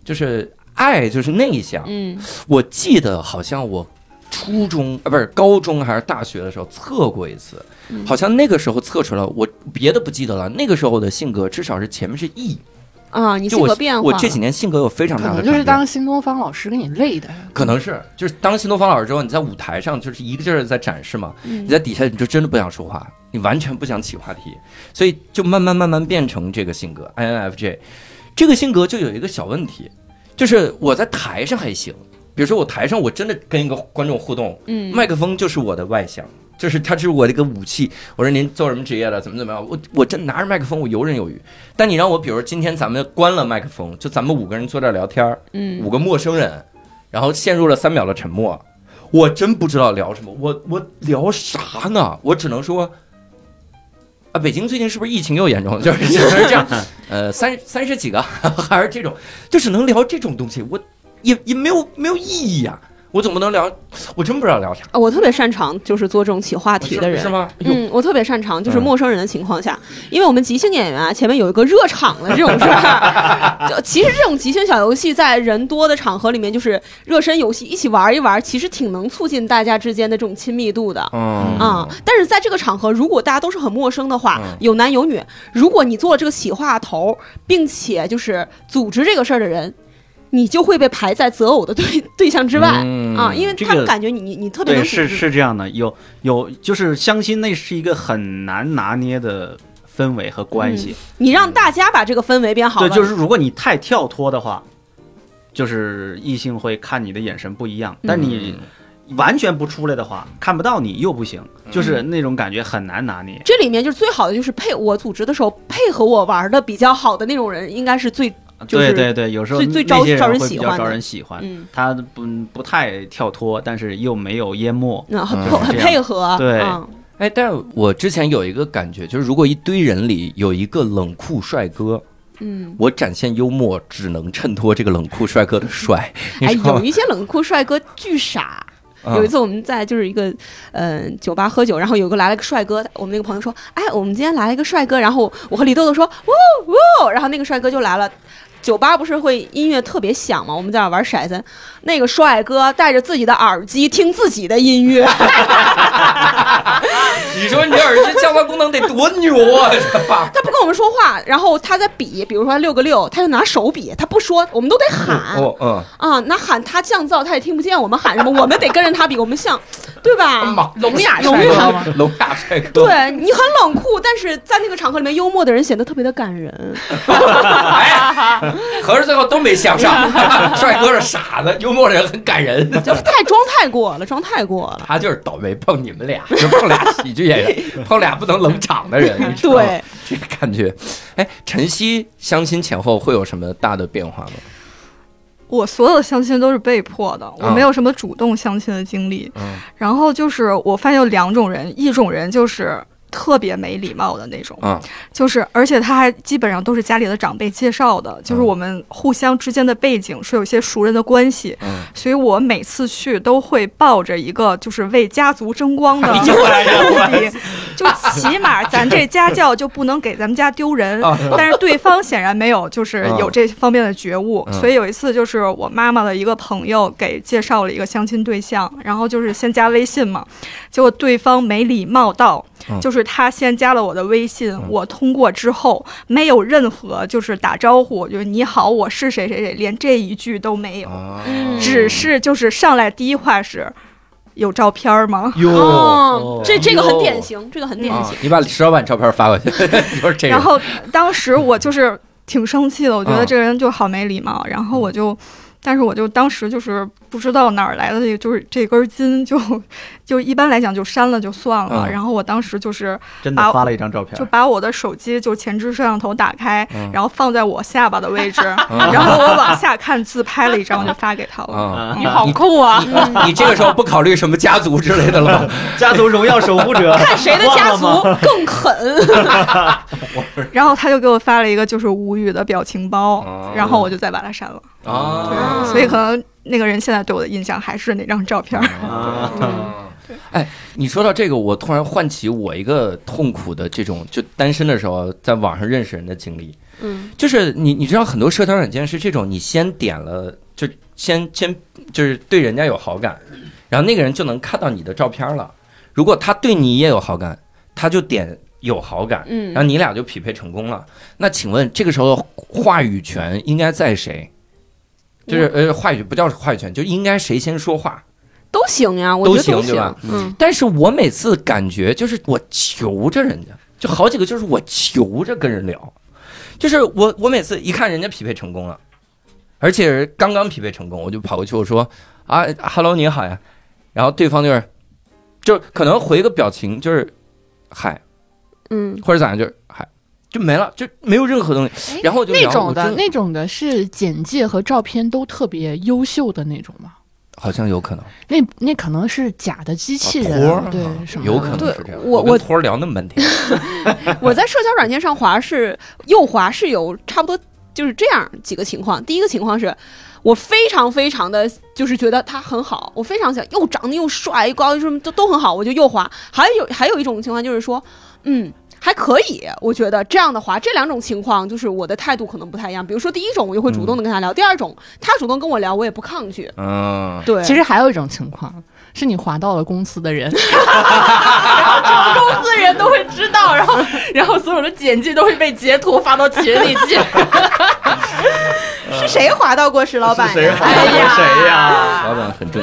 A: 就是爱就是内向。
E: 嗯，
A: 我记得好像我初中啊，不是高中还是大学的时候测过一次，
E: 嗯
A: 好像那个时候测出来，我别的不记得了。那个时候我的性格至少是前面是 E，
E: 啊，你
A: 就
E: 性
A: 我
E: 格变化
A: 我
E: 了，
A: 这几年性格有非常
F: 可
A: 大的
F: 能
A: 转
F: 就
A: 变，
F: 是当新东方老师给你累的，
A: 可能是就是当新东方老师之后，你在舞台上就是一个劲儿地在展示嘛，
E: 嗯
A: 你在底下你就真的不想说话，你完全不想起话题，所以就慢慢慢慢变成这个性格 INFJ。这个性格就有一个小问题，就是我在台上还行，比如说我台上我真的跟一个观众互动，
E: 嗯
A: 麦克风就是我的外向，就是它是我的一个武器。我说您做什么职业的，怎么怎么样，我我真拿着麦克风我游刃有余。但你让我，比如今天咱们关了麦克风，就咱们五个人坐这儿聊天儿，
E: 嗯
A: 五个陌生人，然后陷入了三秒的沉默，我真不知道聊什么，我我聊啥呢？我只能说。啊，北京最近是不是疫情又严重了？就是 就是这样，呃，三三十几个还是这种，就只能聊这种东西，我也也没有没有意义呀、啊我总不能聊，我真不知道聊啥。
E: 啊我特别擅长就是做这种企话题的人
A: 是。吗？哎呦
E: 嗯，我特别擅长，就是
A: 嗯
E: 陌生人的情况下，因为我们即兴演员啊，前面有一个热场的这种 事儿。就其实这种即兴小游戏在人多的场合里面，就是热身游戏，一起玩一玩，其实挺能促进大家之间的这种亲密度的。
A: 嗯
E: 啊、但是在这个场合，如果大家都是很陌生的话，
A: 嗯
E: 有男有女，如果你做了这个企划头，并且就是组织这个事儿的人，你就会被排在择偶的对对象之外、
A: 嗯
E: 啊，因为
C: 这
E: 他们
C: 个
E: 感觉你你你特别能
C: 对，
E: 组织
C: 是是这样的，有有就是相亲，那是一个很难拿捏的氛围和关系。
E: 你让大家把这个氛围变嗯好了，
C: 对，就是如果你太跳脱的话，就是异性会看你的眼神不
E: 嗯
C: 一样，但你完全不出来的话，看不到你又不行，就是那种感觉很难拿捏。
E: 这里面就是最好的，就是配我组织的时候配合我玩的比较好的那种人，应该是最就是
C: 对对对，有时候
E: 最最招
C: 那些
E: 招人
C: 会
E: 喜
C: 比较
E: 欢
C: 招
E: 的
C: 人喜欢，
E: 嗯，
C: 他不不太跳脱，但是又没有淹没。
E: 那啊很、
A: 嗯
E: 很
C: 这样
E: 配合，
C: 对
E: 嗯
A: 哎，但我之前有一个感觉，就是如果一堆人里有一个冷酷帅哥，
E: 嗯，
A: 我展现幽默只能衬托这个冷酷帅哥的帅。你
E: 哎，
A: 知道
E: 有
A: 吗？
E: 一些冷酷帅哥巨傻。
A: 嗯
E: 有一次我们在就是一个嗯、呃酒吧喝酒，然后有个来了个帅哥，我们那个朋友说，哎，我们今天来了一个帅哥，然后我和李豆豆说，哇哇，然后那个帅哥就来了。酒吧不是会音乐特别响吗？我们在那玩骰子，那个帅哥戴着自己的耳机听自己的音乐，
A: 你说你这耳机降噪功能得多牛啊！这把
E: 他不跟我们说话，然后他在比，比如说六个六，他就拿手比，他不说，我们都得喊、
A: 哦
E: 啊，那喊他降噪，他也听不见我们喊什么，我们得跟着他比，我们像，对吧？
A: 妈
F: 哎聋哑
E: 聋
F: 帅
E: 哑
F: 哥吗？
A: 嗯，啊聋哑帅哥。
E: 对你很冷酷，但是在那个场合里面，幽默的人显得特别的感 人。
A: 哎合着最后都没相上。帅哥是傻子，幽默的人很感人。
E: 就是太装太过了，装太过了。
A: 他就是倒霉碰你们俩， 就碰俩喜剧演 员，碰俩不能冷场的人。你知道吗，
E: 对，
A: 这个感觉。哎，晨曦相亲前后会有什么大的变化吗？
G: 我所有的相亲都是被迫的，我
A: 啊
G: 没有什么主动相亲的经历。
A: 嗯
G: 然后就是我发现有两种人，一种人就是特别没礼貌的那种，
A: 啊，
G: 就是而且他还基本上都是家里的长辈介绍的，就是
A: 嗯
G: 我们互相之间的背景是有一些熟人的关系，
A: 嗯
G: 所以我每次去都会抱着一个就是为家族争光的
A: 哎
G: 目的，就起码咱这家教就不能给咱们家丢 人。
A: 啊
G: 但是对方显然没有，就是
A: 嗯
G: 有这方面的觉悟，
A: 嗯
G: 所以有一次就是我妈妈的一个朋友给介绍了一个相亲对象，然后就是先加微信嘛，结果对方没礼貌到
A: 嗯，
G: 就是他先加了我的微信，我通过之后没有任何就是打招呼，就是你好，我是谁谁谁，连这一句都没有，
A: 啊
G: 只是就是上来第一话是有照片儿吗？
C: 哟
E: 哦，这这个很典型，这个很典
A: 啊
E: 型。！
A: 你把石老板照片发过去， 你说这个
G: 然后当时我就是挺生气的，我觉
A: 啊
G: 得这个人就好没礼貌。然后我就，但是我就当时就是不知道哪儿来的，就是这根筋就就一般来讲就删了就算了。
A: 啊
G: 然后我当时就是
C: 真
G: 把
C: 的发了一张照片
G: 就，把我的手机就前置摄像头打开，
A: 嗯
G: 然后放在我下巴的位置，然后我往下看自拍了一张就发给他了。
A: 啊，
F: 你好酷啊！
A: 你这个时候不考虑什么家族之类的了吗？
C: 家族荣耀守护者，
E: 看谁的家族
C: 忘了吗
E: 更狠，
G: 然后他就给我发了一个就是无语的表情包，
A: 哦
G: 然后我就再把它删了。
A: 啊，
G: 嗯所以可能那个人现在对我的印象还是那张照片儿。
C: 啊
A: 哎，你说到这个，我突然唤起我一个痛苦的这种就单身的时候在网上认识人的经历。
E: 嗯，
A: 就是你你知道很多社交软件是这种，你先点了就先先就是对人家有好感，然后那个人就能看到你的照片了。如果他对你也有好感，他就点有好感，
E: 嗯
A: 然后你俩就匹配成功了。那请问这个时候话语权应该在谁？就是呃，话语不叫话语权，就应该谁先说话。
E: 都行呀，我觉得
A: 都行对
E: 行
A: 吧。
E: 嗯，
A: 但是我每次感觉就是我求着人家，就好几个就是我求着跟人聊，就是我我每次一看人家匹配成功了，而且刚刚匹配成功，我就跑过去我说啊哈喽，你好呀，然后对方就是就可能回一个表情就是嗨
E: 嗯，
A: 或者咋样就是嗨就没了，就没有任何东西，然后我就
F: 哎那
A: 聊
F: 种
A: 我
F: 的
A: 真
F: 那种的是简介和照片都特别优秀的那种吗？
A: 好像有可能
F: 那那可能是假的机器人，
A: 托儿
F: 对
A: 啊，
F: 什么的
A: 有可能
E: 对
A: 是这样，
E: 我
A: 跟
E: 我
A: 托儿聊那么半天，
E: 我在社交软件上滑是右滑是有差不多就是这样几个情况。第一个情况是我非常非常的就是觉得他很好，我非常想又长得又帅又高又什么都都很好，我就又滑。还有还有一种情况就是说，嗯。还可以，我觉得这样的话，这两种情况就是我的态度可能不太一样。比如说，第一种我就会主动的跟他聊，第二种他主动跟我聊，我也不抗拒。
A: 嗯，
E: 对，
F: 其实还有一种情况，是你划到了公司的人，
D: 公司人都会知道， 然后然后所有的简介都会被截图发到群里去。
E: 是谁划到过石老哎板呀？
C: 是谁划到过谁呀
A: 老板很正。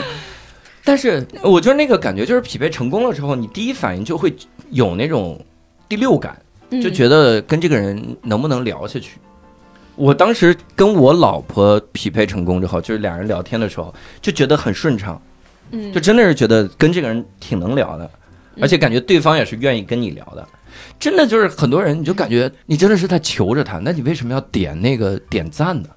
A: 但是我觉得那个感觉就是匹配成功了之后，你第一反应就会有那种第六感，
E: 嗯
A: 就觉得跟这个人能不能聊下去。我当时跟我老婆匹配成功之后，就是俩人聊天的时候，就觉得很顺畅，
E: 嗯
A: 就真的是觉得跟这个人挺能聊的，而且感觉对方也是愿意跟你聊的。真的就是很多人，你就感觉你真的是在求着他，那你为什么要点那个点赞呢？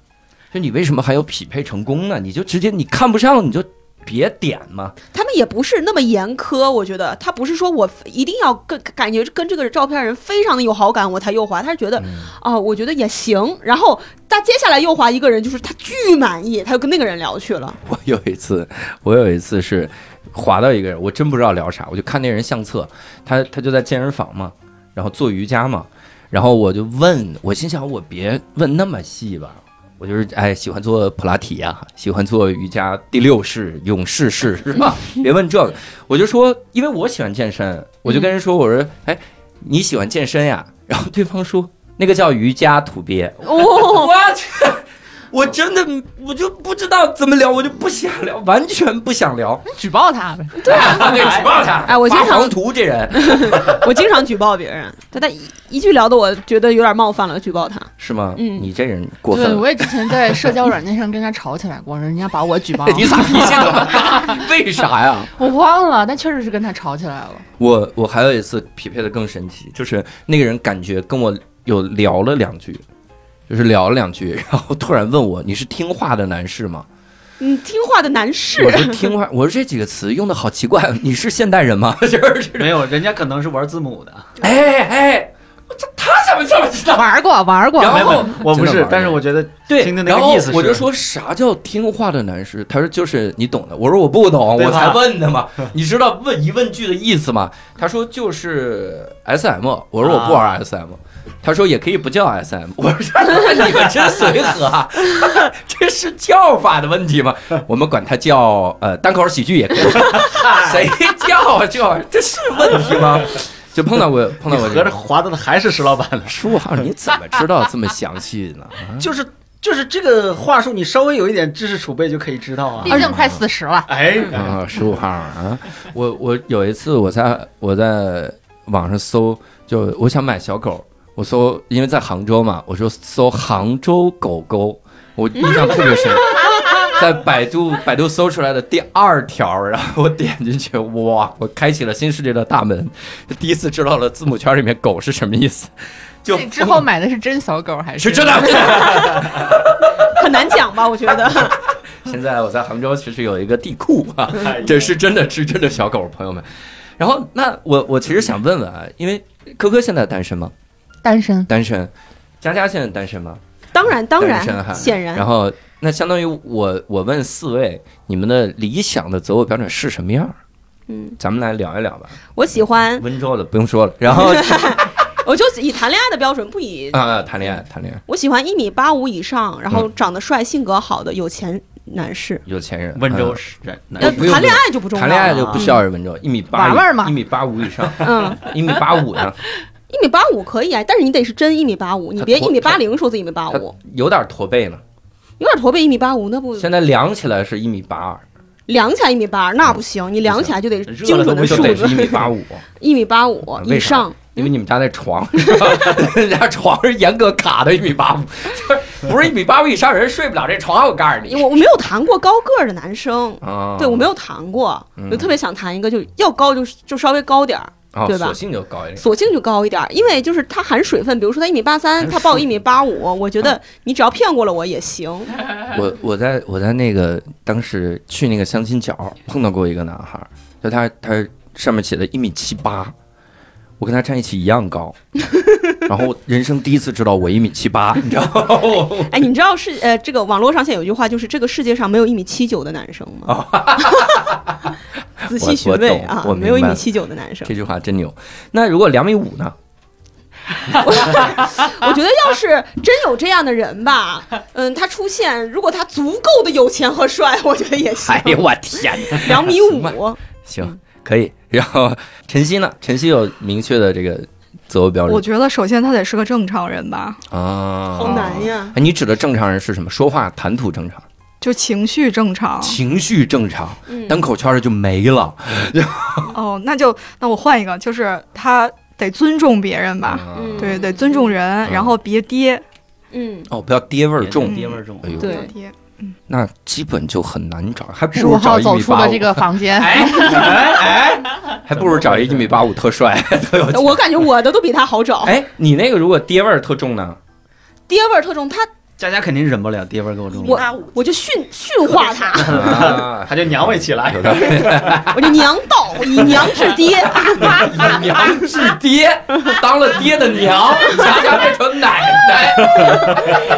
A: 就你为什么还要匹配成功呢？你就直接你看不上你就别点嘛。
E: 他们也不是那么严苛，我觉得他不是说我一定要跟感觉跟这个照片人非常的有好感我才右滑，他是觉得啊、我觉得也行。然后他接下来右滑一个人，就是他巨满意，他就跟那个人聊去 了。
A: 我有一次，我有一次是划到一个人，我真不知道聊啥，我就看那人相册，他他就在健身房嘛，然后做瑜伽嘛，然后我就问，我心想我别问那么细吧，我就是哎喜欢做普拉提呀、喜欢做瑜伽第六式、勇士式 是吧？别问这个，我就说，因为我喜欢健身，我就跟人说，我说哎你喜欢健身呀？然后对方说那个叫瑜伽土鳖，
E: 哦，
A: 我去，我真的我就不知道怎么聊，我就不想聊，完全不想聊。
F: 举报他呗。
A: 对啊，对，举 报他。
E: 哎我经
A: 发
E: 常
A: 黄图这人
E: 我经常举报别人，但他一一句聊的我觉得有点冒犯了，举报他。
A: 是吗？
E: 嗯
A: 你这人 过
F: 对，
A: 分了。
F: 我也之前在社交软件上跟人家吵起来过，人家把我举报 了，
A: 你咋脾气这么 大？为啥呀？
F: 我忘了，但确实是跟他吵起来了。
A: 我我还有一次匹配的更神奇，就是那个人感觉跟我有聊了两句，就是聊了两句， 然后突然问我你是听话的男士吗？
E: 嗯，听话的男士
A: 我，说听话， 我说这几个词用的好奇怪，你是现代人吗？就是这种，
C: 没有，人家可能是玩字母的。
A: 哎哎，我这他怎么这么知道？
F: 玩过，玩过，
A: 然
C: 没有
A: 后
C: 没有我不
A: 真的
C: 是
A: 玩，
C: 但是我觉得
A: 对，
C: 听听那
A: 然
C: 个
A: 后
C: 意思是
A: 我就说啥叫听话的男士？他说就是你懂的。我说我不懂，
C: 对
A: 我
C: 吧
A: 才问的嘛。你知道问疑问句的意思吗？他说就是 S M。我说我不玩 S M。他说也可以不叫 S M。我说你们真随和啊， 这是叫法的问题吗？我们管它叫呃单口喜剧也可 以，谁叫就这是问题吗？就碰到过碰
C: 你
A: 到过这
C: 合
A: 种
C: 着划到的还是石老板了。
A: 叔啊，你怎么知道这么详细呢？
C: 就是就是这个话术，你稍微有一点知识储备就可以知道啊
F: 毕。竟快四十 了。
C: 哎，
A: 啊，十五号啊！ 我我有一次我在我在网上搜，就我想买小狗，我搜，因为在杭州嘛，我就搜杭州狗狗，我印象特别 深，在百度百度搜出来的第二条，然后我点进去，哇，我开启了新世界的大门，第一次知道了字母圈里面狗是什么意思，就
F: 你之后买的是真小狗 还
A: 是真的。真的
E: 很难讲吧？我觉 得
A: 现在我在杭州其实有一个地库啊，
C: 哎
A: 这是真的是真的小狗，朋友们。然后那我我其实想问问啊，因为科科现在单身吗？
F: 单身？
A: 单身，佳佳现在单身吗？
E: 当然当
A: 单身哈
E: 然显然
A: 然后那相当于我我问四位，你们的理想的择偶标准是什么样儿？
E: 嗯，
A: 咱们来聊一聊吧。
E: 我喜欢，
A: 温州的不用说了，然后
E: 我就以谈恋爱的标准，不以
A: 啊，谈恋爱谈恋爱，
E: 我喜欢一米八五以上，然后长得帅、性格好的有钱男士。
A: 有钱人，
C: 温州
A: 嗯
C: 是人，
E: 呃，
A: 不用
E: 谈恋爱就不重要
A: 谈
E: 了，
A: 恋爱就不需要是温州，一米八，
F: 玩玩嘛
A: 一米八五以上，
E: 嗯，
A: 一米八五 呢，
E: 一米八五可以啊，但是你得是真一米八五，你别
A: 他
E: 一
A: 驼
E: 米八零说自己一米八
A: 他
E: 五，
A: 有点驼背呢。
E: 有点驼背一米八五，那不
A: 现在量起来是一米八二，
E: 量起来一米八
A: 嗯
E: 那不行，你量起来就得是
C: 热
E: 精
C: 了
E: 准的
C: 都不
A: 就
E: 数
A: 得
E: 字
A: 是一，米八五，
E: 一米八五
A: 啊为
E: 以
A: 啥
E: 上。
A: 因为你们家那床是吧？ 人家床是严格卡的一米八五，就是不是一米八五以上人睡不了这床，我告诉你。
E: 我我没有谈过高个儿的男生，
A: 啊，
E: 对我没有谈过，
A: 嗯
E: 我就特别想谈一个就要高就就稍微高点儿，
A: 哦，
E: 对吧
A: 索性就高一点。
E: 索性就高一点儿，因为就是他含水分，比如说他一米八三，他报一米八五，我觉
A: 嗯
E: 得你只要骗过了我也行。
A: 我我在我在那个当时去那个相亲角碰到过一个男孩儿，就他他上面写的一米七八，我跟他站一起一样 高，然后人生第一次知道我一米七八，你知道吗？
E: 哎，你知道是呃，这个网络上现在有句话，就是这个世界上没有一米七九的男生 吗？仔细询问啊
A: 我我懂我，明白
E: 没有一米七九的男生。
A: 这句话真牛。那如果两米五呢？
E: 我觉得要是真有这样的人吧，嗯，他出现，如果他足够的有钱和帅，我觉得也行
A: 哎。呦我天哪！
E: 两米
A: 行吧
E: 五，
A: 行，可以。 然后晨曦呢？晨曦有明确的这个择偶标
G: 我
A: 准
G: 觉得首先他得是个正常人吧，
A: 啊，
E: 好难呀！哦
A: 哎。你指的正常人是什么？说话谈吐正常，
G: 就情绪正常。
A: 情绪正常，
E: 嗯
A: 单口圈儿就没了。
G: 哦，那就那我换一个，就是他得尊重别人吧，
A: 啊
E: 嗯
G: 对，得尊重人，然后别爹，
E: 嗯，
A: 哦，不要爹味儿重
G: 嗯。
C: 爹味儿重。啊
A: 哎呦，
E: 对
G: 别爹。
A: 那基本就很难找，还不
F: 十
A: 如
F: 五
A: 找
F: 号
A: 一
F: 走
A: 米
F: 出
A: 八
F: 了
A: 五
F: 这，个房 间，
A: 哎哎哎，还不如找一米八五特帅。
E: 我感觉我的都比他好找，
A: 哎，你那个如果爹味儿特重 呢？
E: 爹味儿特重，他
C: 佳佳肯定忍不了爹味儿够重，啊
E: 我我就驯驯化他，
A: 啊
C: 他就娘味起来
A: 有。道理
E: 我就娘道，我以娘 治爹。
A: 以娘治爹，当了爹的娘，家家变成奶奶。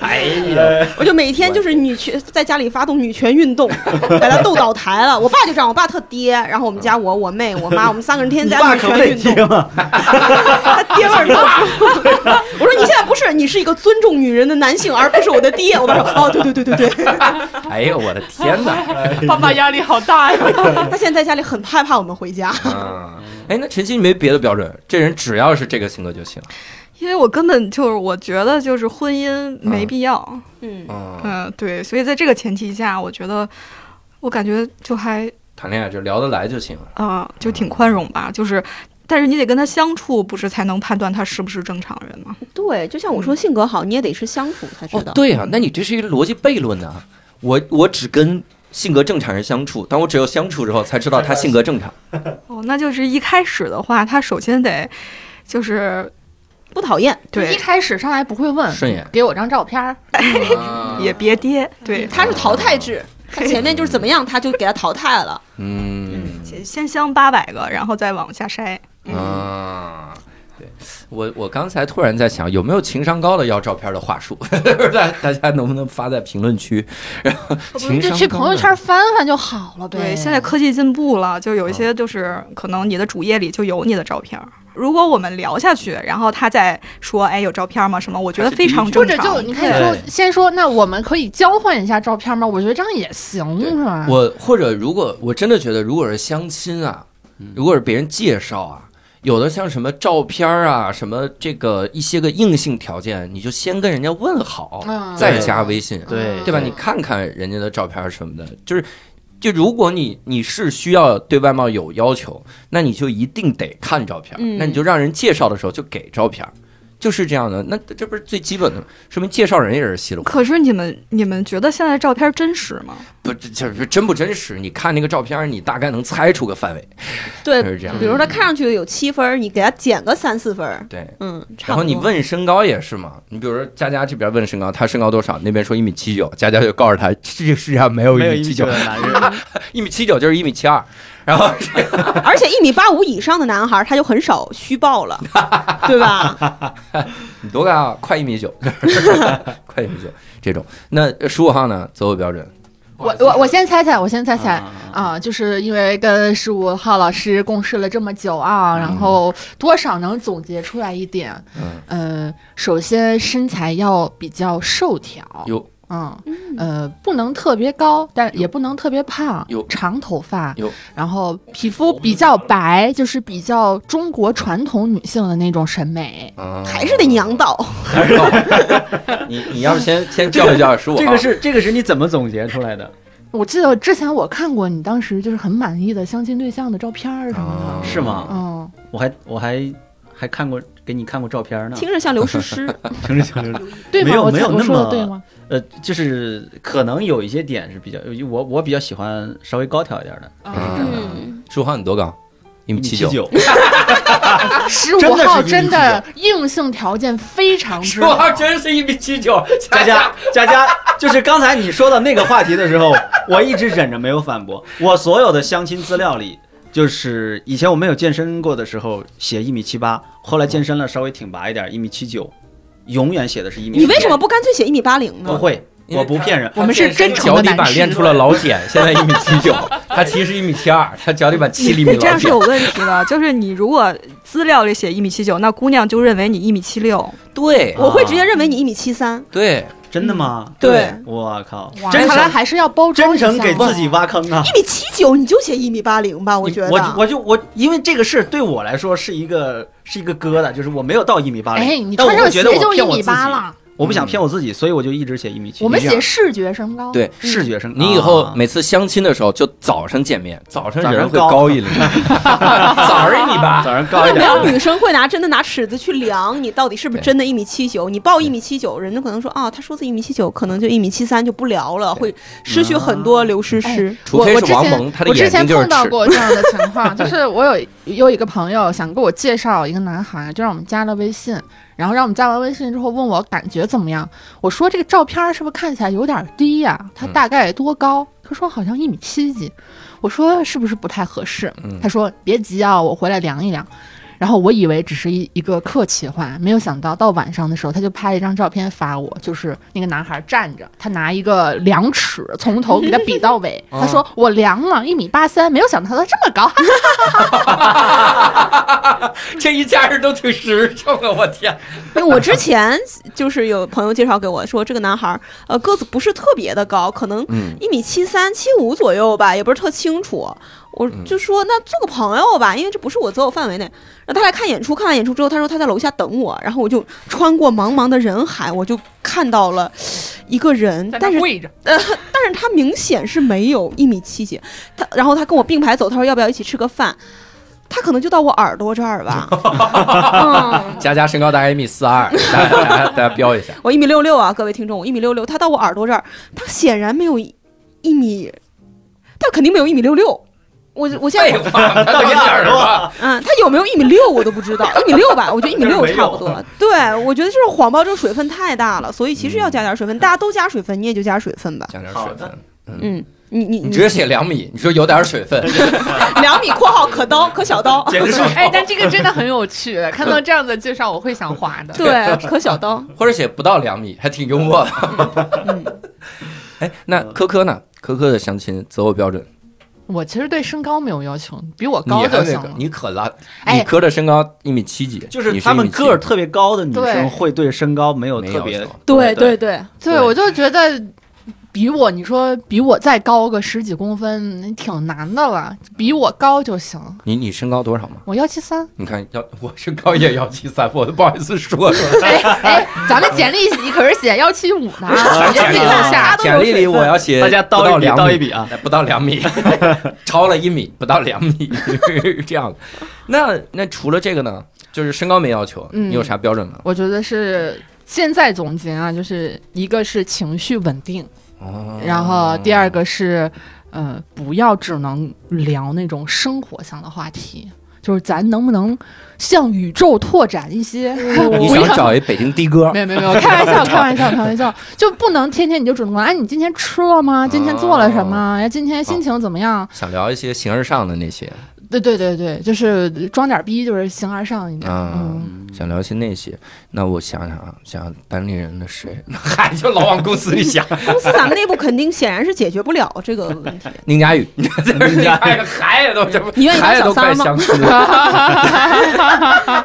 A: 哎呀，
E: 我就每天就是女权，在家里发动女权运 动，把他斗倒台了。我爸就这样，我爸特爹，然后我们家我、我妹、我妈，我们三个 人天
C: 你
E: 天在
C: 爸
E: 女
C: 可不啊
E: 权
C: 得
E: 运动。
C: 爹吗？
E: 他爹啊味儿重。 我说你现在不是，你是一个尊重女人的男性，而不是我的爹。我爸说哦，对对对对 对。
A: 哎呀，我的天哪！
D: 爸爸压力好大呀。
E: 他现在在家里很害怕我们回家。
A: 啊，哎，那晨曦没别的标准，这人只要是这个性格就行。
G: 因为我根本就是，我觉得就是婚姻没必要，
E: 嗯，
A: 嗯，
G: 嗯、对，所以在这个前提下，我觉得，我感觉就还，
A: 谈恋爱就聊得来就行了。
G: 啊，就挺宽容吧，就是，但是你得跟他相处，不是才能判断他是不是正常人嘛？
E: 对，就像我说，性格好，你也得是相处才知
A: 哦
E: 道。，
A: 对呀、那你这是一个逻辑悖论啊！我我只跟性格正常人相处，但我只有相处之后才知道他性格正常。
G: 哦，那就是一开始的话，他首先得，就是
E: 不讨厌。
F: 一
G: 对，
F: 开始上来不会问，
A: 顺眼
F: 给我张照片儿，
A: 啊
G: 也别爹，对，
E: 他是淘汰制，哦他前面就是怎么样，他就给他淘汰了。
A: 嗯
G: 先先相八百个，然后再往下筛。
F: 嗯
A: 啊，对我我刚才突然在想，有没有情商高的要照片的话术？ 大大家能不能发在评论区？然后情
F: 就
A: 商
F: 去
A: 高
F: 朋友
A: 的
F: 圈翻翻就好了呗。
G: 对，现在科技进步了，就有一
A: 嗯
G: 些就是可能你的主页里就有你的照片儿。如果我们聊下去，然后他再说，哎，有照片吗？什么？我觉得
A: 嗯
G: 非常
F: 或
G: 正
F: 者
G: 常。
F: 就你可以说，先说那我们可以交换一下照片吗？我觉得这样也行，
A: 对
F: 是吧？
A: 我或者如果我真的觉得，如果是相亲啊，如果是别人介绍啊，有的像什么照片啊，什么这个一些个硬性条件，你就先跟人家问好，
F: 嗯
A: 再加微信，
C: 对
A: 对吧？你看看人家的照片什么的，就是。就如果你你是需要对外貌有要求，那你就一定得看照片，
E: 嗯
A: 那你就让人介绍的时候就给照片，就是这样的。那这不是最基本的吗，说明介绍人也是稀里糊涂。
G: 可是你们你们觉得现在照片真实吗？
A: 不，这这真不真实？你看那个照片，你大概能猜出个范围。
E: 对，
A: 就是这样
E: 呃比如他看上去有七分儿，你给他减个三四分儿，
A: 对，
E: 嗯，差
A: 然后
E: 不多。
A: 你问身高也是嘛？你比如说佳佳这边问身高，她身高多少？那边说一米七九，佳佳就告诉他，这个世界上没有一
C: 没有
A: 米
C: 一米
A: 七
C: 九
A: 九
C: 的，男 人，
A: 一米七九就是一米七二。 然后
E: 而且一米八五以上的男孩儿他就很少虚报 了，对吧？
A: 你多高啊？快一米九， 快一米九这种。那呃十五号呢？择偶标准
F: 我我我先猜猜，我先猜猜
C: 啊啊
F: 啊，就是因为跟十五号老师共事了这么久啊，
A: 嗯
F: 然后多少能总结出来一点。嗯，首先身材要比较瘦条，
A: 哟
F: 嗯呃，不能特别高，但也不能特别胖
A: 哟，
F: 长头发
A: 哟，
F: 然后皮肤比较白，就是比较中国传统女性的那种审美。
A: 啊，
E: 嗯还是得娘道。
A: 你你要不先先教育教育十五号
C: 这个是这个是你怎么总结出来的？
F: 我记得之前我看过你当时就是很满意的相亲对象的照片儿什
A: 啊
F: 么
C: 是
F: 的，
C: 吗？
F: 嗯，
C: 我还我还还看过给你看过照片呢。
E: 听着像刘诗诗，
C: 听着听着，
F: 对
C: 没
F: 吗？
C: 有
F: 我
C: 没有
F: 我
C: 那
F: 说的
C: 么
F: 对吗？
C: 呃，就是可能有一些点是比较，我我比较喜欢稍微高挑一点的，
A: 嗯，十五号你多高？一
C: 一
A: 米
C: 米
A: 七
C: 七
A: 九。
C: 九。
F: 十
C: 真
F: 五
C: 的是
F: 号
C: 一米
F: 真
C: 七
F: 的硬性条件非常
A: 十
F: 之
A: 五
F: 好，
A: 号真是一米七九，
C: 佳佳，佳佳，就是刚才你说到那个话题的时候，我一直忍着没有反驳。我所有的相亲资料里，就是以前我没有健身过的时候写一米七八，后来健身了稍微挺拔一点，一米七九，永远写的是一米。
E: 你为什么不干脆写一米八零
C: 不
E: 呢？
C: 会？
A: 因为
C: 我不
A: 他
C: 骗人，
F: 我们是真诚
A: 脚
F: 的
A: 底
F: 男
A: 板练
F: 士。
A: 出了 老茧，现在一米七九，他其实一米七二，他脚底板 七厘米
G: 你这
A: 老
G: 样是
A: 茧
G: 有。问题的，就是你如果资料里写一米七九，那姑娘就认为你一米七六。
A: 对
E: 我会直接认为你一米七三。
A: 对，
C: 真的吗？
A: 对，
C: 我靠，
F: 哇
C: 真
F: 看来
C: 诚
F: 还是要包装
C: 真
F: 一下
C: 诚给自己挖坑啊！
E: 一米七九你就写一米八零吧，我
C: 你
E: 觉得。
C: 我我就我，因为这个事对我来说是一个是一个疙瘩，就是我没有到一米八
F: 哎，
C: 零，
F: 你
C: 但我
F: 穿上
C: 觉
F: 鞋
C: 得
F: 就
C: 我
F: 一
C: 骗我
F: 米
C: 自己
F: 八，了，
C: 我不
A: 嗯
C: 想骗我自己，所以我就一直写一米七。
F: 我们
C: 一定
F: 写
C: 要
F: 视觉身高。
A: 对
C: 视觉上，
A: 你以后
C: 啊
A: 每次相亲的时候就早上见面，早上人会
C: 早上高
A: 高一厘米， 早上一米八，
C: 早 上
E: 因
C: 高
E: 为
C: 一
E: 没
C: 点，
E: 有女生会拿真的拿尺子去量你到底是不是真的一米七九，你报一米七九，人家可能说啊，他说是一米七九，可能就一米七三就不聊了，会失去很多流失师。
A: 除非
F: 我
A: 是
F: 之
A: 王
F: 前
A: 蒙，他的
F: 我之
A: 眼睛
F: 前
A: 就是
F: 碰到
A: 尺。
F: 过这样的情 况，就是我有有一个朋友想给我介绍一个男孩，就让我们加了微信，然后让我们加完微信之后问我感觉怎么样，我说这个照片是不是看起来有点低呀、
A: 嗯
F: 他大概多高？他说好像一米七几，我说是不是不太合适？
A: 嗯
F: 他说别急啊，我回来量一量。然后我以为只是一一个客气话，没有想到到晚上的时候，他就拍了一张照片发我，就是那个男孩站着，他拿一个量尺从头给他比 到尾，
A: 嗯
F: 他说我量了一米八三，没有想到他这么高，
A: 这一家人都挺实诚啊！我天，
E: 因为我之前就是有朋友介绍给我说，这个男孩儿呃个子不是特别的高，可能
A: 嗯，
E: 一米七三、七五左右吧，也不是特清楚。我就说那做个朋友吧，因为这不是我择偶范围内。然后他来看演出，看完演出之后，他说他在楼下等我，然后我就穿过茫茫的人海，我就看到了一个人，但是呃
F: 跪着，
E: 但是他明显是没有一米七几，他然后他跟我并排走，他说要不要一起吃个饭？他可能就到我耳朵这儿 吧，嗯，
A: 佳佳身高大概一米四二，大家大家大家标一下，
E: 我一米六六啊，各位听众，我一米六六，他到我耳朵这儿，他显然没有一一米，他肯定没有一米六六。我我现在
A: 废话， 他都一耳朵，
E: 嗯，他有没有一米六我都不知 道，一米六吧，我觉得一米六
C: 就是没有
E: 差不多。对，我觉得就是谎报这个水分太大了，所以其实要加点
A: 嗯
E: 水分，大家都加水分，你也就加水分吧。
A: 讲点
C: 好
A: 水
C: 的
A: 分。
E: 嗯，你你
A: 你直接写两米，你说有点水 分，
E: 两米（括号可刀可 小刀
C: 简直是
F: 哎，但这个真的很有趣，看到这样的介绍我会想滑）， 的。
E: 对，可小刀。
A: 或者写不到两米，还挺幽默的。
E: 嗯，
A: 哎，那科科呢？科科的相亲择偶标准，
F: 我其实对身高没有要求，比我
A: 你
F: 高
A: 还
F: 就
A: 那
F: 行
A: 个
F: 了，。
A: 你可拉，
F: 哎
A: 你科的身高一米七几，
C: 就是
A: 你
C: 他们
A: 1.7
C: 个儿特别高的女
F: 对
C: 生会对身高没有
A: 没
C: 特别
A: 要求
E: 对对对，
F: 对，
C: 对
F: 我就觉得比我你说比我再高个十几公分挺难的了，比我高就行。
A: 你你身高多少吗？
F: 我幺七三，
A: 你看，要我身高也幺七三，我都不好意思说了。
F: 哎 哎，咱们简历你可是写幺七五 呢，直接自己往下。
A: 简历里我要写
C: 大家
A: 不到
C: 刀一笔
A: 两
C: 刀
A: 米
C: 一笔啊！
A: 哎不到两米， 超了一米，不到两米， 这样的。那那除了这个呢，就是身高没要求，
F: 嗯
A: 你有啥标准吗？
F: 我觉得是现在总结啊，就是一个是情绪稳定，
A: 哦
F: 然后第二，个是，呃，不要只能聊那种生活上的话题。就是咱能不能向宇宙拓展一些？
A: 嗯 你
F: 不
A: 想
F: 要
A: 找一北京的哥
F: 没有没有没有，开玩笑，开玩笑，开玩笑，就不能天天你就主动问，哎，你今天吃了吗？今天做了什
A: 哦
F: 么？哎，今天心情怎么样？
A: 想聊一些形而上的那些，
F: 对对对对，就是装点逼，就是形而上一点。
A: 啊
F: 嗯，
A: 想聊一些那些。那我想想啊，想单立人的谁？ 嗨，就老往公司里 想，
E: 公司咱们内部肯定显然是解决不了这个问题。
A: 宁佳宇，宁佳宇，孩子都这 不，
E: 你愿意当
A: 孩子
E: 小
A: 都快
E: 三吗？
A: 相出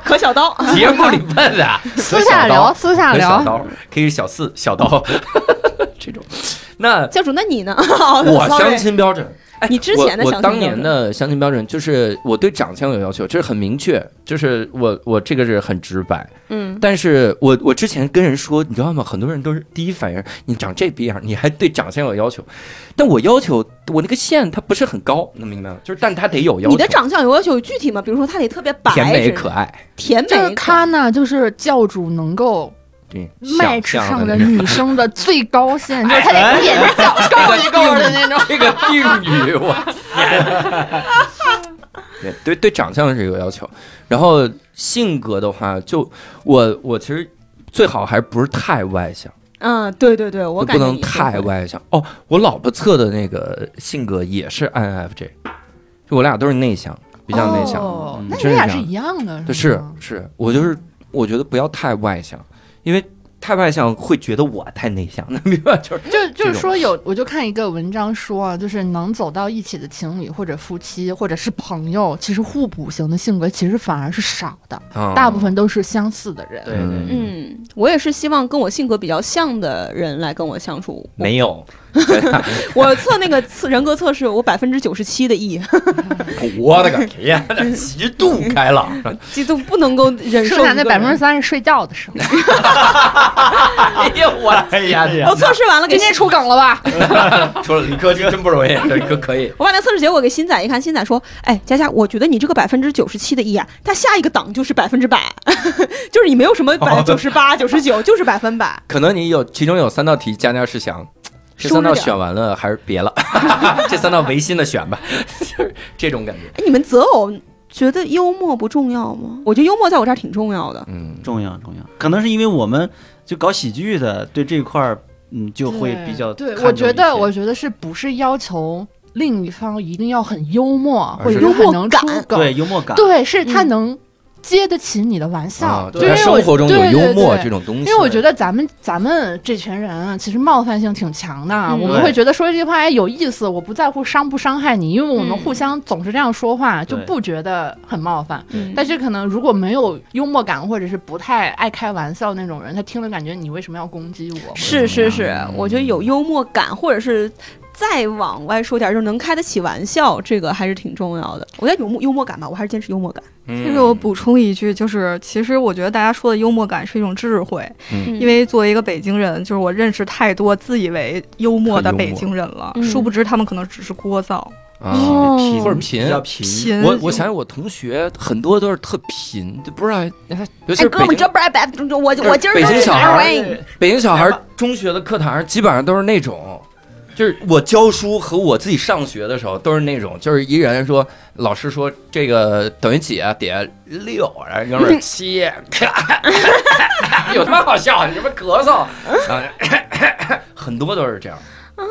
E: 可小刀，
A: 节目里问的，
F: 私下聊，私下
A: 和小
F: 聊。
A: 刀，可以小四、小刀 这种。那
E: 教主，那你呢？哦
A: 我
E: sorry
A: 相亲标准，哎
E: 你之前的
A: 我我
E: 相亲标准
A: 当年的相亲标准就是我对长相有要求，这是很明确，就是我我这个是很直白。
E: 嗯，
A: 但是我我之前跟人说，你知道吗？很多人都是第一反应，你长这逼样，你还对长相有要求。但我要求我那个线它不是很高，能明白吗？就是，但它得有要求。
E: 你的长相有要求有具体吗？比如说他得特别白，
A: 甜美
E: 是
A: 可爱，
E: 甜
F: 这个
E: 美可爱。
F: 咖呢，就是教主能够
A: 对，想
F: match
A: 象
F: 上
A: 的
F: 的
A: 那种。
F: 女生的最高 线，哎就是她得眼睛小高一勾的那种。
A: 这个定语，我天！对对对，长相是有要求，然后性格的话，就我我其实最好还不是太外向，
E: 嗯，对对对，我
A: 就不
E: 感觉
A: 能
E: 你是
A: 太。外向。哦，我老婆测的那个性格也是 INFJ，就我俩都是内向，比较内向。
F: 哦嗯
C: 嗯
F: 那你
A: 真是
F: 俩
A: 这
F: 是
A: 样
F: 一样的，
A: 对，是
F: 吗
A: 是，我就是我觉得不要太外向，因为太外向会觉得我太内向， 那明白就是
F: 就就
A: 这
F: 是
A: 种
F: 说有，我就看一个文章说啊，就是能走到一起的情侣或者夫妻或者是朋友，其实互补型的性格其实反而是少的，
A: 啊
F: 大部分都是相似的人。
C: 对对对，
E: 嗯，我也是希望跟我性格比较像的人来跟我相处。我
A: 没有，
E: 我测那个测人格测试，我百分之九十七的 E，
A: 我 的个天呐，极度开朗，
E: 这都不能够忍受
F: 剩
E: 一
F: 下
E: 个人。
F: 那百分之三是睡觉的时候，
A: 哎呀，我哎呀，这
E: 我测试完了，给
F: 今天出梗了吧？
A: 除了理科真真不容易，理科可以。
E: 我把那测试结果给新仔一看，新仔说：“哎，佳佳，我觉得你这个百分之九十七的 E 啊，它下一个档就是百分之百， 就是你没有什么百九十八、九十九，就是百分百。
A: 可能你有其中有三道题，佳佳是想这
E: 收
A: 三
E: 着
A: 道
E: 点儿
A: 选完了还是别了， 这三道违心的选吧， 就是这种感觉。
E: 哎，你们择偶觉得幽默不重要吗？我觉得幽默在我这儿挺重要的。
A: 嗯，
C: 重要重要，可能是因为我们就搞喜剧的，对这块儿嗯就会
F: 对
C: 比较
F: 对，
C: 看
F: 我
C: 重
F: 觉
C: 一
F: 得
C: 些
F: 我觉得是不是要求另一方一定要很幽默，
A: 而
F: 或
A: 是
F: 者是很能出梗？
C: 对幽默感，
F: 对，是他
E: 嗯
F: 能接得起你的玩笑
A: 啊，
F: 就因
A: 在
F: 为我
A: 生活中有
F: 对对
A: 幽默
F: 对
A: 这种东西，
F: 因为我觉得咱们咱们这群人啊其实冒犯性挺强的，
E: 嗯
F: 我们会觉得说这句话哎有意思，我不在乎伤不伤害你，因为我
E: 嗯
F: 们互相总是这样说话，就
C: 对
F: 不觉得很冒犯。
E: 嗯
F: 但是可能如果没有幽默感或者是不太爱开玩笑那种人，他听了感觉你为什么要攻击我？
E: 是是是，我觉得有幽默感，或者是再往外说点，就是能开得起玩笑，这个还是挺重要的。我觉得幽默幽默感吧，我还是坚持幽默感。
A: 嗯
G: 这个我补充一句，就是其实我觉得大家说的幽默感是一种智慧，
E: 因
G: 因为作为一个北京人，就是我认识太多自以为幽默的
A: 很幽默
G: 北京人了，
E: 嗯
G: 殊不知他们可能只是聒噪、
E: 哦
A: 啊，
C: 贫
A: 或者贫
C: 比较贫，
G: 贫。
A: 我我想想，我同学很多都是特贫，就不知道，尤其
E: 哎，
A: 是
E: 哥
A: 北
E: 们，
A: 京
E: 这不是白白，我我今儿
A: 北京
E: 真是
A: 小
E: 白
A: 孩儿
E: 喂
A: 北京小孩儿中学的课堂上基本上都是那种。就是我教书和我自己上学的时候都是那种，就是一人说老师说这个等于几啊，点六，然后哥们儿七， 有他妈好笑，你这不咳嗽，啊 很多都是这样，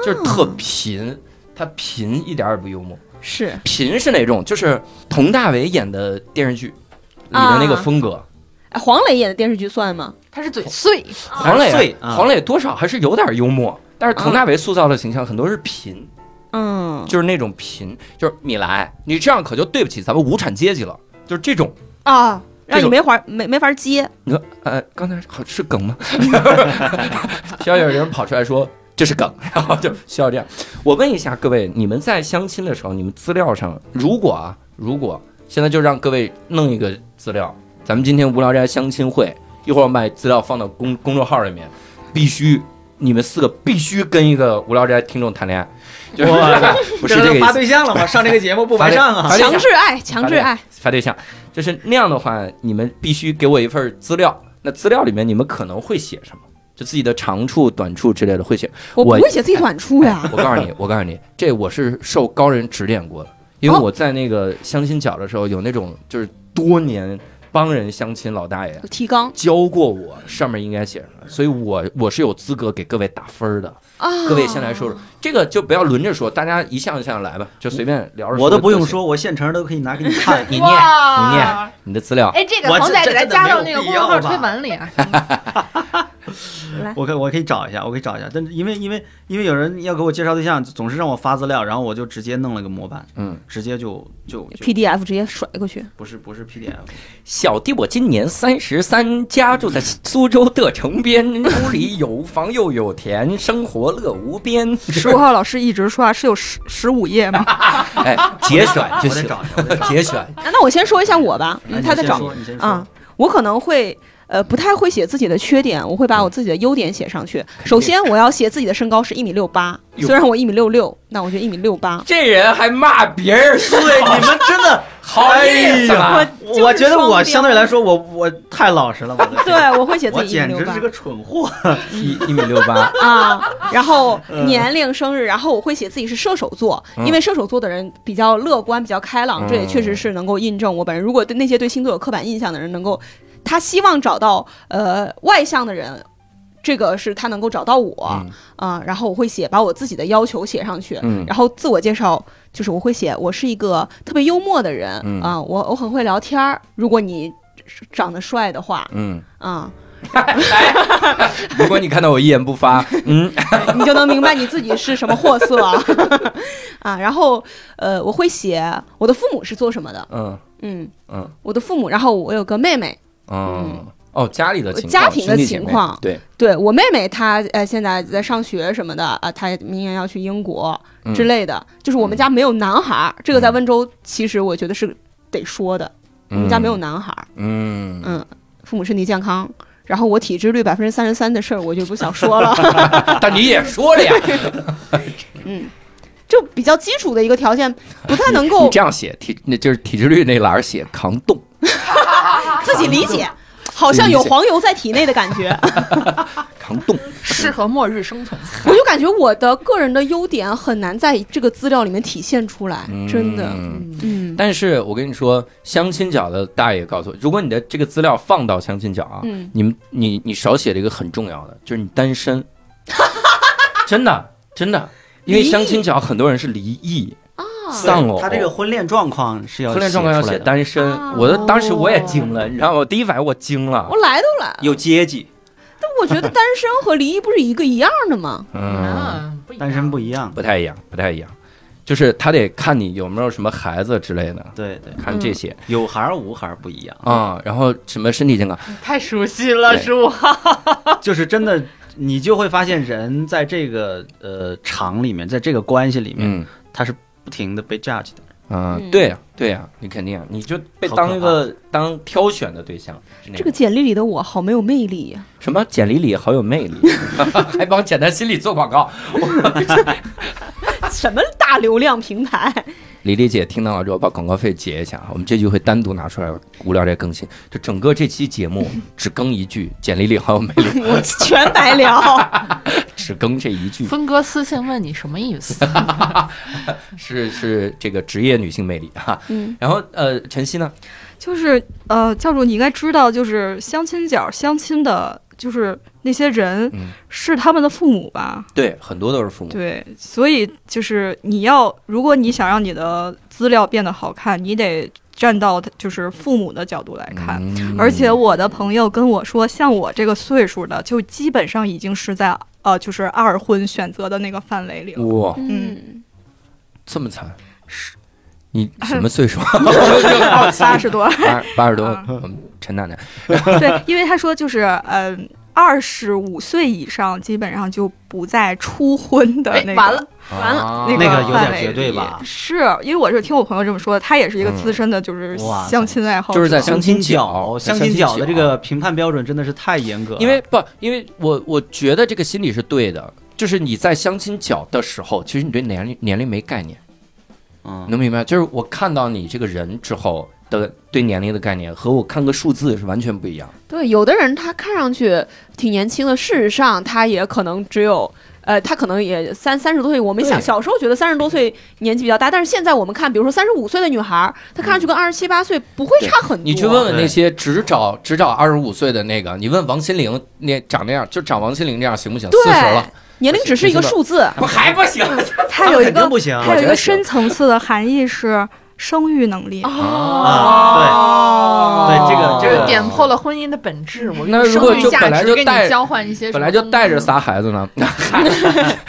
A: 就是特
E: 哦
A: 贫，他贫一点儿也不幽默。
E: 是
A: 贫是哪呃种？就是佟大为演的电视剧里的那个风格。
E: 哎黄磊演的电视剧算吗？
F: 他是嘴碎，
A: 黄磊
C: 碎，啊
A: 黄磊多少还是有点幽默，但是佟大为塑造的形象很多是贫，
E: 嗯，
A: 就是那种贫，就是你来，你这样可就对不起咱们无产阶级了，就是这种。
E: 啊，让
A: 这
E: 你
A: 种
E: 没法没没法接。
A: 你说，呃，刚才好是梗吗？ 需要有人跑出来说这是梗， 然后就需要这样。我问一下各位，你们在相亲的时候，你们资料上如果啊，如果现在就让各位弄一个资料，咱们今天无聊斋相亲会，一会儿我们把资料放到公 公众号里面，必须你们四个必须跟一个无聊斋听众谈恋爱， 就是
C: 哇
A: 不是这个意
C: 发
A: 思，
C: 对象 了吗？上这个节目不白上啊？
A: 发对象
E: 强制爱，强制爱，
A: 发对象，就是那样的话，你们必须给我一份资料，那资料里面你们可能会写什么？就自己的长处、短处之类的会写。
E: 我不
A: 我
E: 会写自己短处 呀。
A: 我告诉你，我告诉你，这我是受高人指点过的，因为我在那个相亲角的时候，有那种就是多年帮人相亲老大爷
E: 提纲
A: 教过我上面应该写什么，所以我我是有资格给各位打分儿的。
E: 啊，
A: 各位先来说说这个，就不要轮着说，大家一项一项来吧，就随便聊着
C: 我都不用
A: 就行，。
C: 说，我现成都可以拿给 你看
A: 你念
F: 哇
A: 你念你的资料。
F: 哎，这个
C: 我
F: 鹏
C: 这
F: 仔给
C: 这
F: 他
C: 真的
F: 加
C: 没
F: 到
C: 有
F: 那个
C: 必
F: 公众
C: 要
F: 号
C: 吧
F: 推文里啊，
C: 我可我可以找一下，我可以找一下，但是因为因为因为有人要给我介绍对象，总是让我发资料，然后我就直接弄了个模板，
A: 嗯，
C: 直接就就就
E: PDF 直接甩过去。
C: 不是不是 PDF，
A: 小弟我今年三十三，家住在苏州的城 边，屋里有房又有田，生活乐无边。
G: 十五号老师一直说啊，是有十十五页吗？
A: 哎，节选
C: 我
A: 就
C: 得
A: 行，
C: 找一下，我得找一 下。
A: 节选。
E: 啊那我先说一下我
A: 啊
E: 吧，嗯
C: 哎
E: 他在找
C: 你先说，你先说
E: 啊，，我可能会呃不太会写自己的缺点，我会把我自己的优点写上去。首先，我要写自己的身高是一米六八，
A: 哟
E: 虽然我一米六六，那我就一米六八。
A: 这人还骂别人
C: 对，你们 真的
A: 好意思啊
C: 哎呀
E: 就是
C: 我觉得
E: 双
C: 我
E: 标
C: 相对来说，我我太老实了，我的
E: 对，我会写
C: 天，
E: 自
C: 我
E: 己一
C: 简
E: 米六
C: 直是
E: 八
C: 个蠢货。
A: 一一米六八，
E: 啊，然后年龄、生日，然后我会写自己是射手座，因为射手座的人比较乐观、比较开朗，这也确实是能够印证我本人。如果对那些对星座有刻板印象的人，能够他希望找到呃外向的人。这个是他能够找到我啊、
A: 嗯
E: 然后我会写把我自己的要求写上去，
A: 嗯
E: 然后自我介绍就是我会写我是一个特别幽默的人啊、
A: 嗯
E: 我我很会聊天儿，如果你长得帅的话
A: 嗯，
E: 啊、
A: 如果你看到我一言不发，嗯，
E: 你就能明白你自己是什么货色 啊。然后呃，我会写我的父母是做什么的，
A: 嗯
E: 嗯
A: 嗯
E: 我的父母，然后我有个妹妹，
A: 嗯，哦，家里的情况，
E: 家庭的
A: 兄弟姐
E: 情
A: 妹
E: 况
A: 对，
E: 对我妹妹她呃现在在上学什么的啊、她明年要去英国
A: 嗯
E: 之类的，就是我们家没有男孩儿，这个在温州其实我觉得是得说的，我们家没有男孩儿，
A: 嗯，嗯，
E: 嗯，父母身体健康。然后我体脂率百分之三十三的事儿，我就不想说了。
A: 但你也说了呀，
E: 嗯，就比较基础的一个条件，不太能够
A: 你这样写体，那就是体脂率那栏儿写扛冻，
E: 自己理解，好像有黄油在体内的感觉。
A: 扛冻，
F: 适合末日生存。
E: 我就感觉我的个人的优点很难在这个资料里面体现出来，真的。
A: 嗯
E: 嗯
A: 但是我跟你说，相亲角的大爷告诉我，如果你的这个资料放到相亲角啊，
E: 嗯
A: 你们你你少写了一个很重要的，就是你单身， 真的真的，因为
E: 离异
A: 相亲角很多人是离异、
E: 哦
A: 丧偶，
C: 他这个婚恋状况是要
A: 婚恋状况要
C: 出来
A: 写
C: 的
A: 单身，
E: 啊
A: 我的当时我也惊了，你知道吗？我第一反应我惊了
E: 我，来都来了，
C: 有阶级，
E: 但我觉得单身和离异不是一个一样的吗？啊
A: 嗯，
F: 啊不一样
C: 单身不一样。
A: 不太一样，不太一样，就是他得看你有没有什么孩子之类的，
C: 对对，
A: 看这些
C: 有孩儿无孩儿不一样，
E: 嗯
A: 啊、然后什么身体健康，
F: 太熟悉了，
A: 对
F: 是我。
C: 就是真的，你就会发现人在这个呃场里面，在这个关系里面，
A: 嗯。
C: 他是不停的被 judge 的。
A: 啊
E: 嗯，
A: 对呀，对呀，你肯定，啊你就被
C: 好
A: 当
C: 可
A: 一个当挑选的对象，是 那
E: 这个
A: 种
E: 简历里的我好没有魅力啊呀、
A: 什么简历里好有魅 力，还帮简单心理做广告。
E: 什么大流量平台？
A: 李丽姐听到了之后，把广告费结一下啊，我们这句会单独拿出来无聊再更新。就整个这期节目只更一句，简历里好有魅力，
E: 我全白聊。
A: 只更这一 句，
F: 峰哥私信问你什么意思？
A: 哦是是这个职业女性魅力哈。
E: 嗯
A: 然后呃，晨曦呢？
G: 就是呃，教主，你应该知道，就是相亲角相亲的，就是那些人、
A: 嗯
G: 是他们的父母吧？
A: 对，很多都是父母，
G: 对，所以就是你要，如果你想让你的资料变得好看，你得站到他就是父母的角度来看。
A: 嗯
G: 而且我的朋友跟我说，像我这个岁数的，就基本上已经是在呃，就是二婚选择的那个范围里了。
A: 哇，
E: 嗯，
A: 这么惨
G: 是。
A: 你什么岁 数？
G: 八 十多，
A: 八八十多
G: 啊，
A: 我们陈奶奶。
G: 对，因为他说就是呃，二十五岁以上基本上就不再初婚的
E: 哎
G: 那个。
E: 完了，
A: 完了
G: 那
C: 啊那个有
G: 范
C: 点
G: 围
C: 绝对
G: 里
C: 吧？
G: 是因为我是听我朋友这么说的，他也是一个资深的，就是
C: 嗯哇塞
G: 相亲爱好者，
A: 就是在相
C: 相
A: 亲
C: 亲
A: 角
C: 相亲角的这个评判标准真的是太严格了，
A: 因为不，因为我我觉得这个心理是对的，就是你在相亲角的时候，其实你对年龄年龄没概念，
C: 嗯，
A: 能明白？就是我看到你这个人之后的对年龄的概念，和我看个数字是完全不一样。
E: 对，有的人他看上去挺年轻的，事实上他也可能只有。呃，他可能也三三十多岁，我们想
A: 对
E: 小时候觉得三十多岁年纪比较大，但是现在我们看，比如说三十五岁的女孩儿，她看上去跟二十七八岁不会
A: 嗯对
E: 差很多。
A: 你去问问
C: 对
A: 那些只找只找二十五岁的那个，你问王心凌那长那样，就长王心凌这样行不行？
E: 对
A: 四十了，
E: 年龄只是一个数字，
A: 不还不行？
G: 他有一
C: 肯定
G: 个
C: 不行
A: 我
G: 他有一
A: 觉得
G: 个
A: 是
G: 深层次的含义是生育能
C: 嗯
G: 力。
E: 哦
C: 啊，对对，这个
F: 就
C: 这
F: 是
C: 个
F: 点破了婚姻的本质。我
A: 那如果
F: 生育
A: 就本
F: 价
A: 来
F: 值
A: 就
F: 跟
A: 带
F: 你交换一些什么
A: 本
F: 东西，
A: 来就带着仨孩子呢，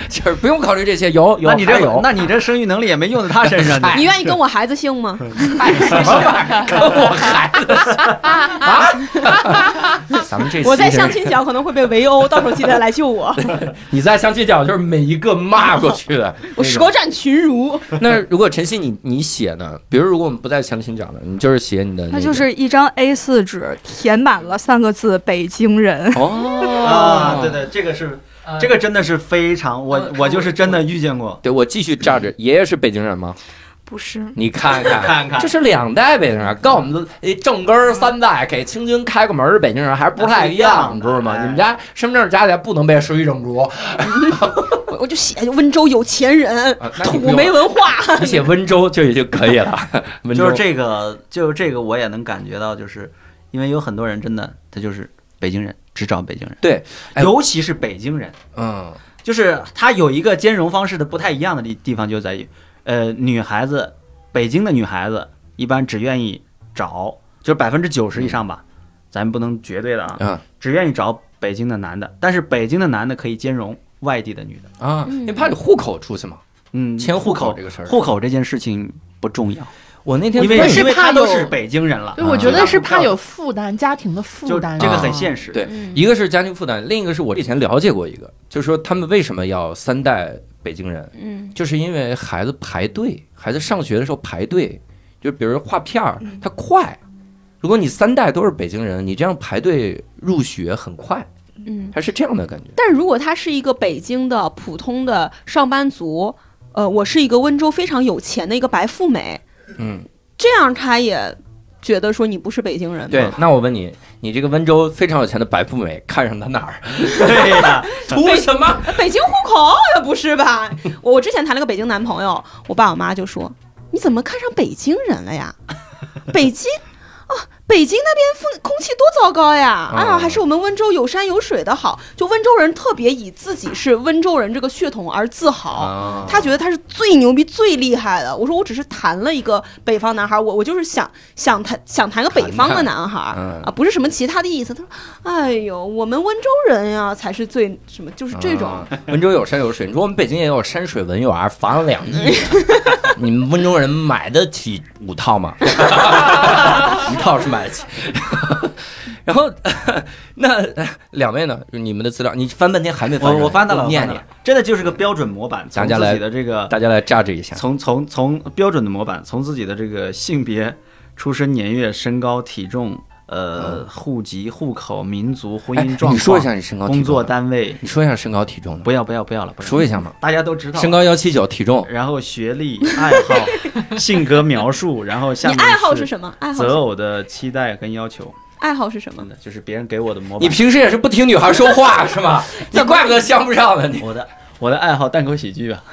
A: 就是不用考虑这些，有有
C: 那你
A: 还
C: 这
A: 有
C: 那你这生育能力也没用在他 身上，
E: 你愿意跟我孩子姓吗？
A: 哎跟我孩子啊！咱们这
E: 我在相，亲角可能会被围殴，到时候记得来 救我，。
A: 你在相亲角就是每一个骂过去的
E: 我舌战群儒。
A: 那如果晨曦你你写呢？比如如果我们不在相亲角呢，你就是写你的个，
G: 那就是一张 A 4纸填满了三个字“北京人
A: 哦
C: 啊，对。对，这个是
F: 呃
C: 这个真的是非常，我我就是真的遇见过，
A: 对，我继续炸着。爷爷是北京人吗？”，
G: 不是
A: 你看看，
C: 看看
A: 这是两代北京人，跟我们的诶正根儿三代给清军开过门儿的北京人还是不太一样，啊你知道吗？
C: 哎
A: 你们家身份证加起来不能被税证住，
E: 我我就写温州有钱人
A: 啊， 那你
E: 土
A: 不用
E: 没文化。
A: 你写温州 就已经可以了。温州
C: 就是这个，就是这个，我也能感觉到，就是因为有很多人真的他就是北京人，只找北京人，
A: 对，哎
C: 尤其是北京人，
A: 嗯，
C: 就是他有一个兼容方式的不太一样的地地方就在于，呃，女孩子，北京的女孩子一般只愿意找，就是百分之九十以上吧，咱不能绝对的啊，
A: 啊
C: 只愿意找北京的男的，但是北京的男的可以兼容外地的女的，
A: 啊，
E: 嗯
A: 你怕你户口出去嘛？
C: 嗯，
A: 迁
C: 户口
A: 这个事儿，
C: 户口这件事情不重要，
A: 我那天
C: 因为
A: 问
F: 不是
C: 因为
F: 怕
C: 他都
F: 有
C: 是北京人了，啊
F: 对，我
A: 嗯
F: 觉得是怕
C: 就
F: 有负担，家庭的负
C: 就
F: 担，
C: 这个
A: 啊
C: 很现实，
A: 对
E: 嗯
A: 一个是家庭负担，另一个是我以前了解过一个，就是说他们为什么要三代北京人，
E: 嗯
A: 就是因为孩子排队，孩子上学的时候排队，就比如说画片儿，它快。如果你三代都是北京人，你这样排队入学很快，
E: 嗯。
A: 它是这样的感觉。
E: 但如果他是一个北京的普通的上班族，呃，我是一个温州非常有钱的一个白富美，
A: 嗯，
E: 这样他也觉得说你不是北京人嘛
A: 对。那我问你，你这个温州非常有钱的白富美看上他哪儿？
C: 对 呀，
A: 图什么？
E: 呃北京户口也不是吧？ 我我之前谈了个北京男朋友，我爸我妈就说：“你怎么看上北京人了呀？北京啊，北京那边风空气多糟糕呀！哎呀，还是我们温州有山有水的好。就温州人特别以自己是温州人这个血统而自豪。
A: 啊
E: 他觉得他是最牛逼、最厉害的。我说我只是谈了一个北方男孩，我我就是想想谈想谈个北方的男孩
A: 嗯
E: 啊，不是什么其他的意思。他说：“哎呦，我们温州人呀、才是最什么，就是这种。
A: 啊温州有山有水，你说我们北京也有山水文园，罚了两亿 啊。你们温州人买得起五套 吗？一套是买得起。 然后那两位呢？你们的资料你翻半天还没翻
C: 我
A: 出来，
C: 我翻到了，我
A: 念
C: 翻到
A: 念
C: 了，，真的就是个标准模板，
A: 咱
C: 从
A: 家来
C: 自己的这个
A: 大家来榨制一下。
C: 从从从标准的模板，从自己的这个性别、出生年月、身高、体重、呃，户籍、户口、民族、婚姻状况，
A: 嗯哎你说一下你身高体重
C: 工作单位，
A: 你说一下身高体重呢？
C: 不要不要不要了，不要
A: 说一下嘛，
C: 大家都知道
A: 身，高幺七九，体重
C: 然后学历、爱 好、性格描述，然后下
E: 你
C: 面
E: 爱好是什么？爱好
C: 择
E: 是
C: 偶的期待跟要求，
E: 爱好是什么
C: 真？的就是别人给我的模
A: 你
C: 板。
A: 平时也是不听女孩说话是吗？你怪不得相不上呢。你
C: 我的我的爱好单口喜剧啊，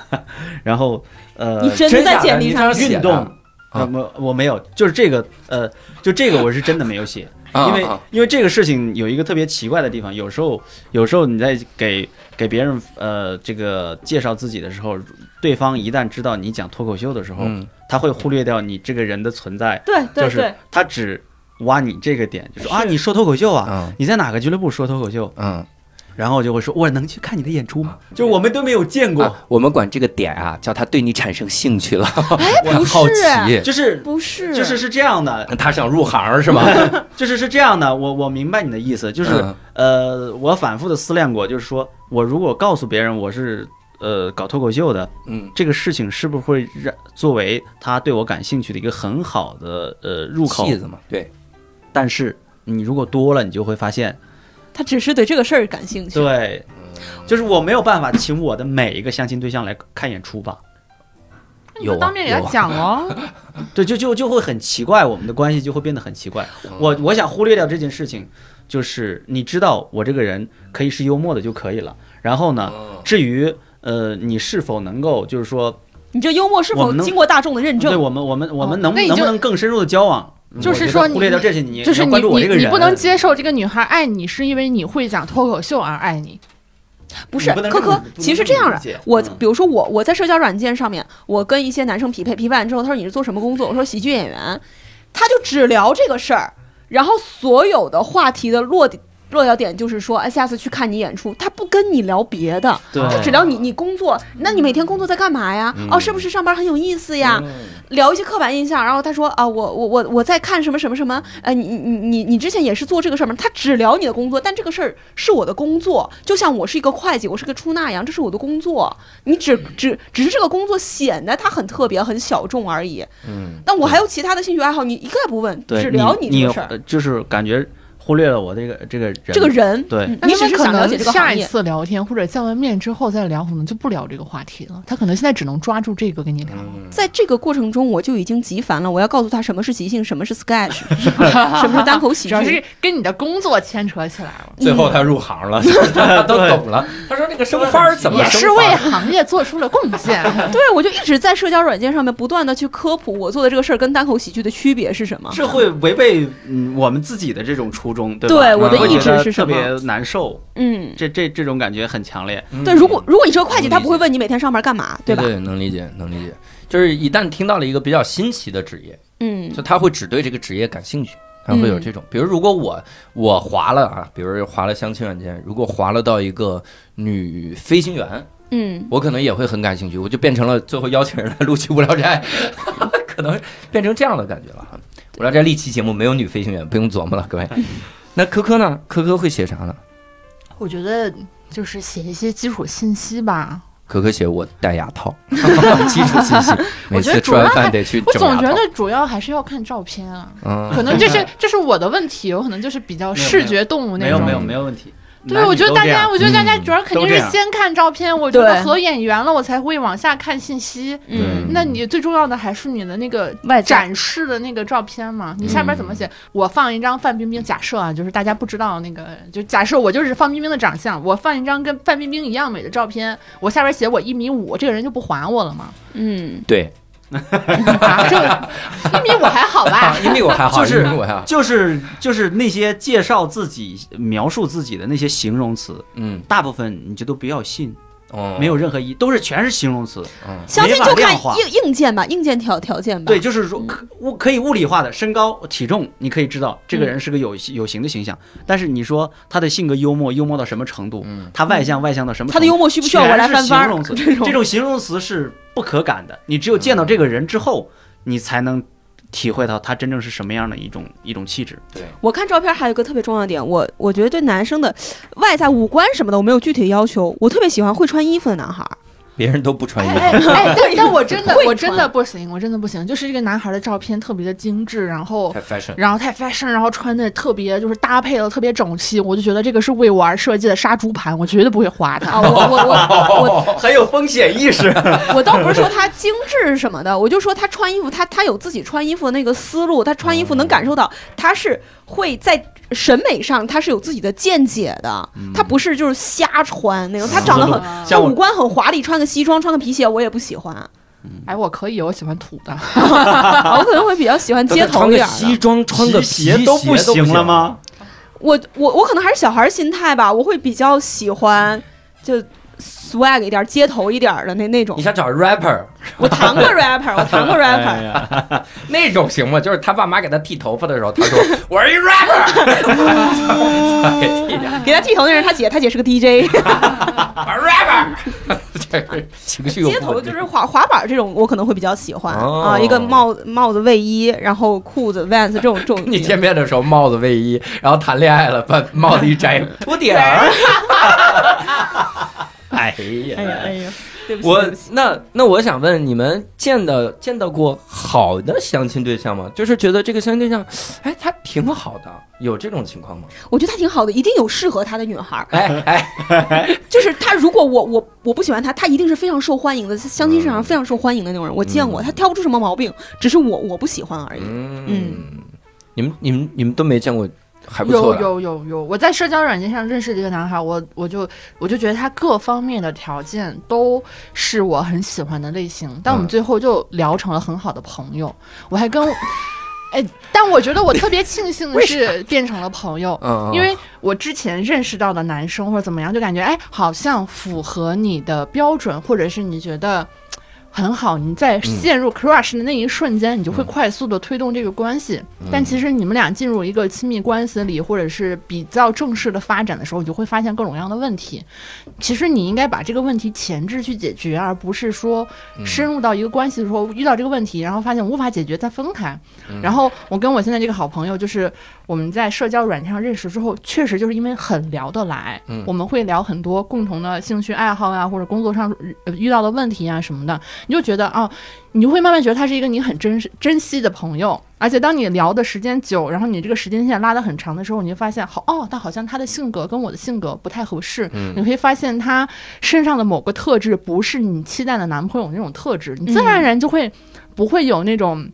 C: 然后呃，
E: 你真的在简
A: 真假的
E: 历上
A: 你这样写
C: 运
A: 的
C: 动。
A: 啊
C: 呃我我没有，就是这个，呃，就这个我是真的没有写，
A: 啊
C: 因为
A: 啊啊
C: 因为这个事情有一个特别奇怪的地方，有时候有时候你在给给别人呃这个介绍自己的时候，对方一旦知道你讲脱口秀的时候，
A: 嗯
C: 他会忽略掉你这个人的存在，
E: 对对
C: 就是
E: 对，
C: 他只挖你这个点，就说啊你说脱口秀啊，
A: 嗯
C: 你在哪个俱乐部说脱口秀？
A: 嗯。
C: 然后就会说我能去看你的演出吗？啊就是我们都没有见过，
A: 啊，我们管这个点啊，叫他对你产生兴趣了，
E: 哎，不
A: 好
E: 是，
A: 奇，
C: 就是
E: 不是，
C: 就是是这样的，
A: 他想入行是吧？
C: 就是是这样的，我我明白你的意思，就是、
A: 嗯
C: 呃，我反复的思量过，就是说我如果告诉别人我是呃搞脱口秀的，
A: 嗯，
C: 这个事情是不是会让作为他对我感兴趣的一个很好的呃入口？
A: 戏子嘛，对，
C: 但是你如果多了，你就会发现，
E: 他只是对这个事儿感兴趣。
C: 对，
A: 嗯
C: 就是我没有办法请我的每一个相亲对象来看演出吧？
A: 有啊
F: 当面给他
A: 有啊
F: 讲哦，
C: 对，就就就会很奇怪，我们的关系就会变得很奇怪。我我想忽略掉这件事情，就是你知道我这个人可以是幽默的就可以了。然后呢，至于呃你是否能够就是说，
E: 你这幽默是
C: 我
E: 否
C: 们能
E: 经过大众的认
C: 对
E: 证？
C: 我们我们
E: 哦
C: 我们能
F: 那你就
C: 能不能更深入的交往？
F: 就是
C: 我觉得
F: 说你
C: 忽略掉这些，你
F: 就是
C: 你
F: 你
C: 要关注我
F: 你
C: 这个
F: 你
C: 人，啊
F: 不能接受这个女孩爱你，是因为你会讲脱口秀而爱你。
E: 不是，
C: 你不能
E: 科
C: 这么
E: 科
C: 不，能
E: 其实
C: 这
E: 这
C: 么
E: 样
C: 理解
E: 的，我
C: 嗯
E: 比如说我我在社交软件上面，我跟一些男生匹配，匹配完之后，他说你是做什么工作？我说喜剧演员，他就只聊这个事儿，然后所有的话题的落地落脚点就是说，哎，下次去看你演出，他不跟你聊别的，
C: 对
E: 就只聊你你工作，那你每天工作在干嘛呀？哦，是不是上班很有意思呀？聊一些刻板印象，然后他说啊，我我我我在看什么什么什么，呃，你你你你你之前也是做这个事儿吗？他只聊你的工作，但这个事儿是我的工作，就像我是一个会计，我是个出纳一样，这是我的工作。你
C: 嗯
E: 只只只是这个工作显得它很特别、很小众而已。
A: 嗯，
E: 那我还有其他的兴趣爱好，你一概不问，
C: 对
E: 只聊
C: 你
E: 这个
C: 你
E: 事儿，
C: 呃就是感觉忽略了我这个这个人
E: 这个人，
C: 对
E: 嗯
F: 那
E: 你只
F: 他们
E: 是
F: 可
E: 想了解
F: 能
E: 这个
F: 下
E: 行
F: 一
E: 业。
F: 次聊天或者见完面之后再聊，可能就不聊这个话题了。他可能现在只能抓住这个跟你聊。
C: 嗯
E: 在这个过程中，我就已经极烦了。我要告诉他什么是即兴，什么是 sketch，什么是单口喜
F: 主要
E: 剧
F: 是。跟你的工作牵扯起来了。
E: 最 后
A: 他入行了，他都懂了。他说：“你那个升番儿怎么
F: 也
A: 升
F: 是
A: 番
F: 为
A: 儿
F: 行业做出了贡献。
E: 对，我就一直在社交软件上面不断的去科普我做的这个事儿跟单口喜剧的区别是什么。
C: 这会违背嗯我们自己的这种初衷，对吧？
E: 对我
A: 的
C: 会
A: 意
C: 觉
E: 志
C: 得
E: 是
C: 特
E: 什么
C: 别难受，
E: 嗯，
C: 这这这种感觉很强烈。
E: 对，如果如果你是个会计，他不会问你每天上班干嘛，
A: 嗯对
E: 吧？
A: 对，能理解，能理解。就是一旦听到了一个比较新奇的职业，
E: 嗯
A: 就他会只对这个职业感兴趣，他会有这种。比如，如果我我划了啊，比如划了相亲软件，如果划了到一个女飞行员，
E: 嗯，
A: 我可能也会很感兴趣，我就变成了最后邀请人来录取无聊斋， 可能变成这样的感觉了哈。无聊斋历期节目没有女飞行员，不用琢磨了，各
F: 嗯
A: 位。那科科呢？科科会写啥呢？
F: 我觉得就是写一些基础信息吧。
A: 可可写我戴牙 套，基础信息，每
F: 我觉得
A: 次吃
F: 主要
A: 完饭
F: 还
A: 得去
F: 我
A: 整
F: 总
A: 牙
F: 觉
A: 套
F: 得。主要还是要看照片啊，
A: 嗯，
F: 可能这 是这是我的问题，我可能就是比较视觉动物
C: 没
F: 那
C: 有
F: 种。
C: 没有没有问题。
F: 对，我觉得大家，我觉得大家
A: 嗯
F: 主要肯定
C: 都这
F: 是
C: 样
F: 先看照片，我觉得
E: 对
F: 合眼缘了，我才会往下看信息。
A: 嗯
F: 那你最重要的还是你的那个
E: 外在
F: 展示的那个照片嘛？你下边怎么写？我放一张范冰冰，假设啊，就是大家不知道那个，就假设我就是范冰冰的长相，我放一张跟范冰冰一样美的照片，我下边写我一米五，这个人就不还我了吗？
E: 嗯，
A: 对，
F: 啊，就一米五还好吧？
A: 啊因为我还好，
C: 就是
A: 因为我还好，
C: 就是就是那些介绍自己、描述自己的那些形容词，
A: 嗯，
C: 大部分你就都不要信，
A: 哦，
C: 没有任何意义，都是全是形容词。
E: 相亲
C: 没法
E: 就看
C: 量化
E: 硬硬件吧，硬件条条件吧。
C: 对，，就是说可物可以物理化的身高、体重，你可以知道这个人是个有有形的形象。但是你说他的性格幽默，幽默到什么程度？嗯他外向，外向到什么程度？
E: 他的幽默需不需要我来
C: 全是
E: 翻番儿
C: 形容？词
E: 这种
C: 这种形容词是不可感的，你只有见到这个人之后，你才能体会到他真正是什么样的一种一种气质。
E: 我看照片还有一个特别重要的点，我我觉得对男生的外在五官什么的，我没有具体的要求，我特别喜欢会穿衣服的男孩儿。
A: 别人都不穿
F: 哎
A: 衣
F: 哎
A: 服，
F: 哎！但但我真的
E: 会
F: 我真的
E: 穿
F: 不行，我真的不行。就是这个男孩的照片特别的精致，然后
A: 太 fashion。
F: 然后太 fashion，然后穿的特别就是搭配的特别整齐，我就觉得这个是为我而设计的杀猪盘，我绝对不会划它。
E: 啊，我我我我
C: 哦很有风险意识，
E: 我倒不是说他精致什么的，我就说他穿衣服，他他有自己穿衣服的那个思路，他穿衣服能感受到他是会在审美上他是有自己的见解的，
A: 嗯
E: 他不是就是瞎穿那种。他长得很，他
C: 像
E: 五
C: 我
E: 官很华丽，穿个西装，穿个皮鞋，我也不喜欢。啊
F: 哎，我可以，我喜欢土的。
E: 我可能会比较喜欢街头
A: 穿
E: 一
A: 个
E: 点儿
A: 西
E: 的。
A: 装，穿个皮
C: 鞋都
A: 不
C: 不行啊了？吗？
E: 我我我可能还是小孩儿心态吧，我会比较喜欢就 swag 一点儿、街头一点儿的那那种
A: 你。想找 rapper
E: 我谈过 rapper，我谈过 rapper。
A: 哎那种行吗？就是他爸妈给他剃头发的时候，他 说我是一 rapper，给剃掉，
E: 给他剃头那人是他姐，他姐是个 DJ。
A: 我是 rapper，这个情绪又
E: 街
A: 不
E: 头
A: 稳
E: 就
A: 定
E: 是滑滑板这种，我可能会比较喜欢
A: 哦
E: 啊，一个帽子、帽子、卫衣，然后裤子、Vans 这种这种。
A: 你见面的时候帽子卫衣，然后谈恋爱了把帽子一 摘，秃顶儿。 哎呀，
E: 哎呀哎呀，对不起，
A: 我
E: 对不起
A: 那那我想问你们见到见到过好的相亲对象吗？就是觉得这个相亲对象，哎，他挺好的，有这种情况 吗？
E: 我觉得他挺好的，一定有适合他的女孩儿。
A: 哎哎，
E: 就是他，如果我我我不喜欢他，他一定是非常受欢迎的，在相亲市场
A: 嗯
E: 上非常受欢迎的那种人。我见过，他挑不出什么毛病，只是我我不喜欢而已。
A: 嗯，你们你们你们都没见过，还不错啊
F: 有
A: 的。
F: 有有有，我在社交软件上认识这个男孩，我我就我就觉得他各方面的条件都是我很喜欢的类型，但我们
A: 嗯
F: 最后就聊成了很好的朋友。我还跟，哎，但我觉得我特别庆幸的是变成了朋友。
A: 嗯，嗯
F: 因为我之前认识到的男生或者怎么样，就感觉哎，好像符合你的标准，或者是你觉得很好。你
A: 嗯
F: 在陷入 crush 的那一瞬间，你就会快速的推动这个关系。
A: 嗯
F: 但其实你们俩进入一个亲密关系里，或者是比较正式的发展的时候，你就会发现各种各样的问题。其实你应该把这个问题前置去解决，而不是说
A: 嗯
F: 深入到一个关系的时候遇到这个问题，然后发现无法解决再分开。
A: 嗯
F: 然后我跟我现在这个好朋友，就是我们在社交软件上认识之后，确实就是因为很聊得来，
A: 嗯
F: 我们会聊很多共同的兴趣爱好啊，或者工作上呃遇到的问题啊什么的，你就觉得啊，你就会慢慢觉得他是一个你很珍视珍惜的朋友。而且当你聊的时间久，然后你这个时间线拉得很长的时候，你就发现好哦，他好像他的性格跟我的性格不太合适，
A: 嗯
E: 嗯
F: 你会发现他身上的某个特质不是你期待的男朋友那种特质，
E: 嗯
F: 你自然而然就会不会有那种。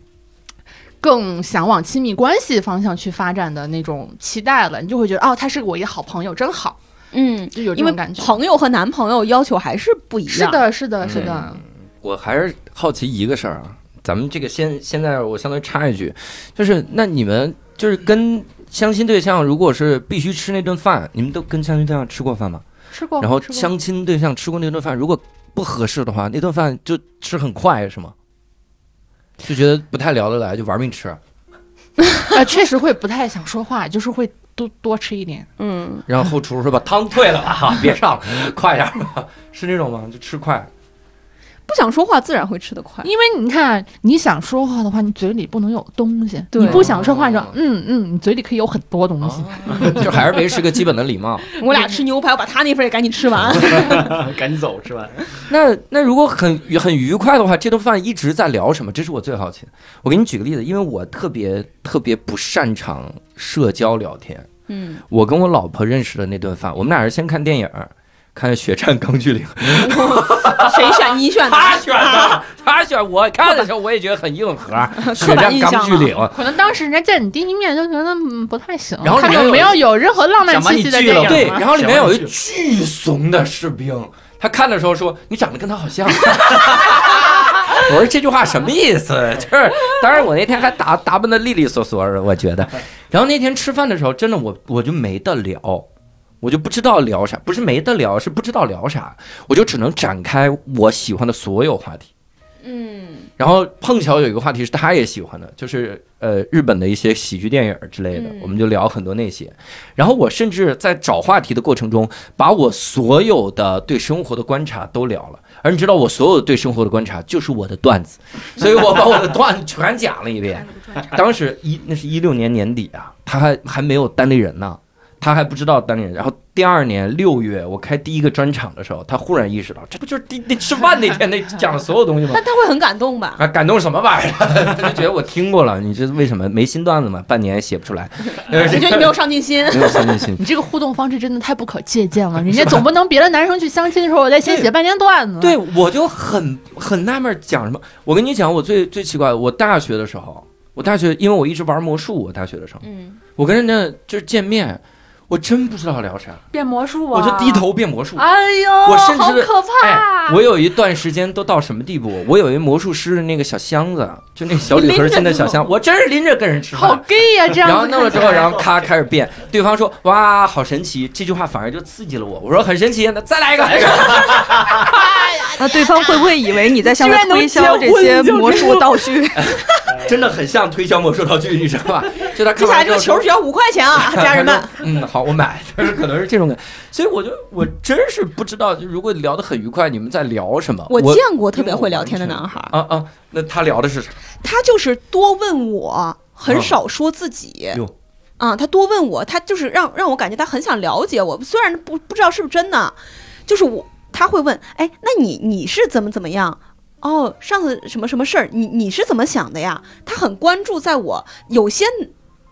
F: 更想往亲密关系方向去发展的那种期待了，你就会觉得哦，他是我一个好朋友，真好。
E: 嗯，
F: 就有这
E: 因为
F: 种感觉。
E: 朋友和嗯男朋友要求还是不一样。
F: 是，的，是的，是的，
A: 我还是好奇一个事儿啊，咱们这个现现在我相当于插一句，就是那你们就是跟相亲对象，如果是必须吃那顿饭，你们都跟相亲对象吃过饭吗？
F: 吃过。
A: 然后
F: 哦吃过
A: 相亲对象吃过那顿饭，如果不合适的话，那顿饭就吃很快是吗？就觉得不太聊得来，就玩命吃，
F: 呃，确实会不太想说话， 就是会多多吃一点。
E: 嗯，
A: 然后后厨说把汤退 了吧，嗯哈啊别上了，快点儿吧，是那种吗？就吃快，
E: 不想说话自然会吃得快。
F: 因为你看，你想说话的话，你嘴里不能有东西；
E: 对
F: 你不想说话，你说
A: 哦
F: 嗯嗯，你嘴里可以有很多东西。
A: 嗯 就还是维持个基本的礼貌。
E: 我俩吃牛排，我把他那份也赶紧吃完。
C: 啊赶紧走吃完。
A: 那那如果很愉很愉快的话，这顿饭一直在聊什么？这是我最好奇的。我给你举个例子，因为我特别特别不擅长社交聊天。
E: 嗯，
A: 我跟我老婆认识的那顿饭，我们俩是先看电影儿，看《血战钢 锯岭》，
E: 谁选你选的？
A: 她选的，她选我看的时候我也觉得很硬核，《血
E: 刻板
A: 战
E: 印象啊
A: 钢锯岭》。
F: 可能当时人家见你第一面就觉得嗯不太行，
A: 然后
F: 看
A: 里面
F: 着
A: 有
F: 没有有任何浪漫
C: 想把
F: 气
C: 你
F: 息的
C: 拒
F: 电
C: 了
F: 影
A: 对，
F: 吗
A: 然后里面有一
C: 小玩具
A: 巨怂的士兵，他看的时候说：“你长得跟他好像。” 我说这句话什么意思？ 就是，当然我那天还答答问的利利索索的，我觉 得。然后那天吃饭的时候，真的我我就没得聊，我就不知道聊啥，不是没得聊，是不知道聊啥，我就只能展开我喜欢的所有话题。
E: 嗯
A: 然后碰巧有一个话题是他也喜欢的，就是呃日本的一些喜剧电影之类的
E: 嗯，
A: 我们就聊很多那些。然后我甚至在找话题的过程中，把我所有的对生活的观察都聊了。而你知道，我所有对生活的观察就是我的段子，所以我把我的段子全讲了一遍。当时一那是一六年年底啊，他还还没有单立人呢，他还不知道单立人。然后第二年六月，我开第一个专场的时候，他忽然意识到，这不就是第那吃饭那天那讲的所有东西吗？
E: 但他会很感动吧？
A: 啊，感动什么玩意儿？ 他就觉得我听过了，你这为什么没新段子吗？半年写不出来，
E: 我觉得你没有上进心。
A: 没有上进心。
F: 你这个互动方式真的太不可借 鉴了，人家总不能别的男生去相亲的时候，我再先
A: 对
F: 写半天段子。
A: 对，我就很很纳闷，讲什么？我跟你讲，我最最奇怪的，我大学的时候，我大学因为我一直玩魔术，我大学的时候，
E: 嗯，
A: 我跟人家就是见面，我真不知道聊啥，
F: 变魔术
A: 我
F: 啊！
A: 就低。头变魔术。
F: 哎呦，
A: 我甚至
F: 好可怕！
A: 哎，我有一段时间都到什么地步？我有一魔术师的那个小箱子，就那小礼盒进的小箱，我真是拎着跟人吃饭
F: 好。gay 呀、这样 子
A: 然后弄了之
F: 看
A: 后，
F: 起来
A: 然后咔开始变，对方说哇好神奇，这句话反而就刺激了我。我说很神奇，那再来一个。
G: 那啊对方会不会以为你在向他推销这些魔术道 具？
A: 真的很像推销魔术道具，你知道吧？就他
E: 接
A: 看
E: 下来
A: 完
E: 这
A: 之
E: 个
A: 后
E: 球
A: 说，
E: 只要五块钱 啊，家人们。
A: 嗯，好，我买，就是可能是这种感觉。所以我就我真是不知道，就如果聊得很愉快，你们在聊什么？
E: 我
A: 我
E: 见过特别会聊天的男孩儿，
A: 啊啊，那他聊的是啥？
E: 他就是多问我，很少说自己
A: 啊哟。
E: 啊，他多问我，他就是让让我感觉他很想了解我，虽然不不知道是不是真的，就是我他会问，哎，那你你是怎么怎么样？哦，上次什么什么事儿，你你是怎么想的呀？他很关注在我，有些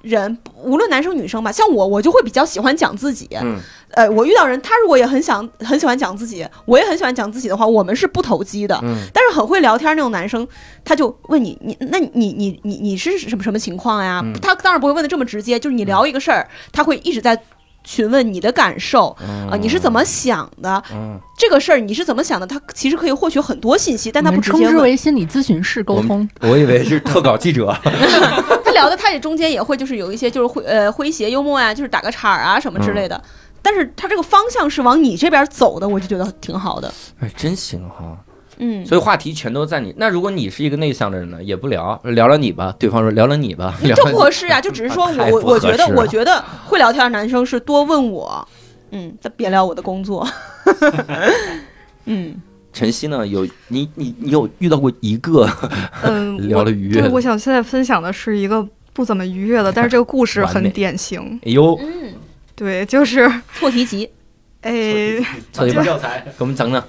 E: 人无论男生女生吧，像我，我就会比较喜欢讲自己。
A: 嗯，
E: 呃，我遇到人，他如果也很想很喜欢讲自己，我也很喜欢讲自己的话，我们是不投机的。
A: 嗯
E: 但是很会聊天那种男生，他就问你，你那你你你你你是什么什么情况呀？
A: 嗯
E: 他当然不会问的这么直接，就是你聊一个事儿，他会一直在询问你的感受啊、你是怎么想的？
A: 嗯，
E: 这个事儿你是怎么想的？他其实可以获取很多信息，但他
F: 我
E: 不
F: 们
E: 直
F: 称
E: 接
F: 之
E: 问。
F: 为心理咨询室沟通。
A: 嗯我以为是特稿记者。
E: 他聊的他也中间也会就是有一些就是诙呃诙谐幽默啊，就是打个岔儿啊什么之类的。但是他这个方向是往你这边走的，我就觉得挺好的。
A: 哎，真行哈！
E: 嗯，
A: 所以话题全都在你。那如果你是一个内向的人呢，也不聊，聊聊你吧。对方说聊聊你吧， 聊
E: 这
A: 聊
E: 不
A: 你
E: 合适啊，就只是说我
A: 太不
E: 我我觉
A: 合
E: 得
A: 适了
E: 我觉得会聊天的男生是多问我，嗯，但别聊我的工作。 嗯，
A: 晨曦呢？有你你你有遇到过一个
G: 嗯，我
A: 聊了愉悦
G: 对，
A: 的？
G: 我想现在分享的是一个不怎么愉悦的，但是这个故事
A: 完美
G: 很典型。
A: 哎呦，
E: 嗯，
G: 对，就是
E: 错题集，
C: 呃
G: 诶，
A: 所以吧，
C: 教 材
A: 给我们讲讲。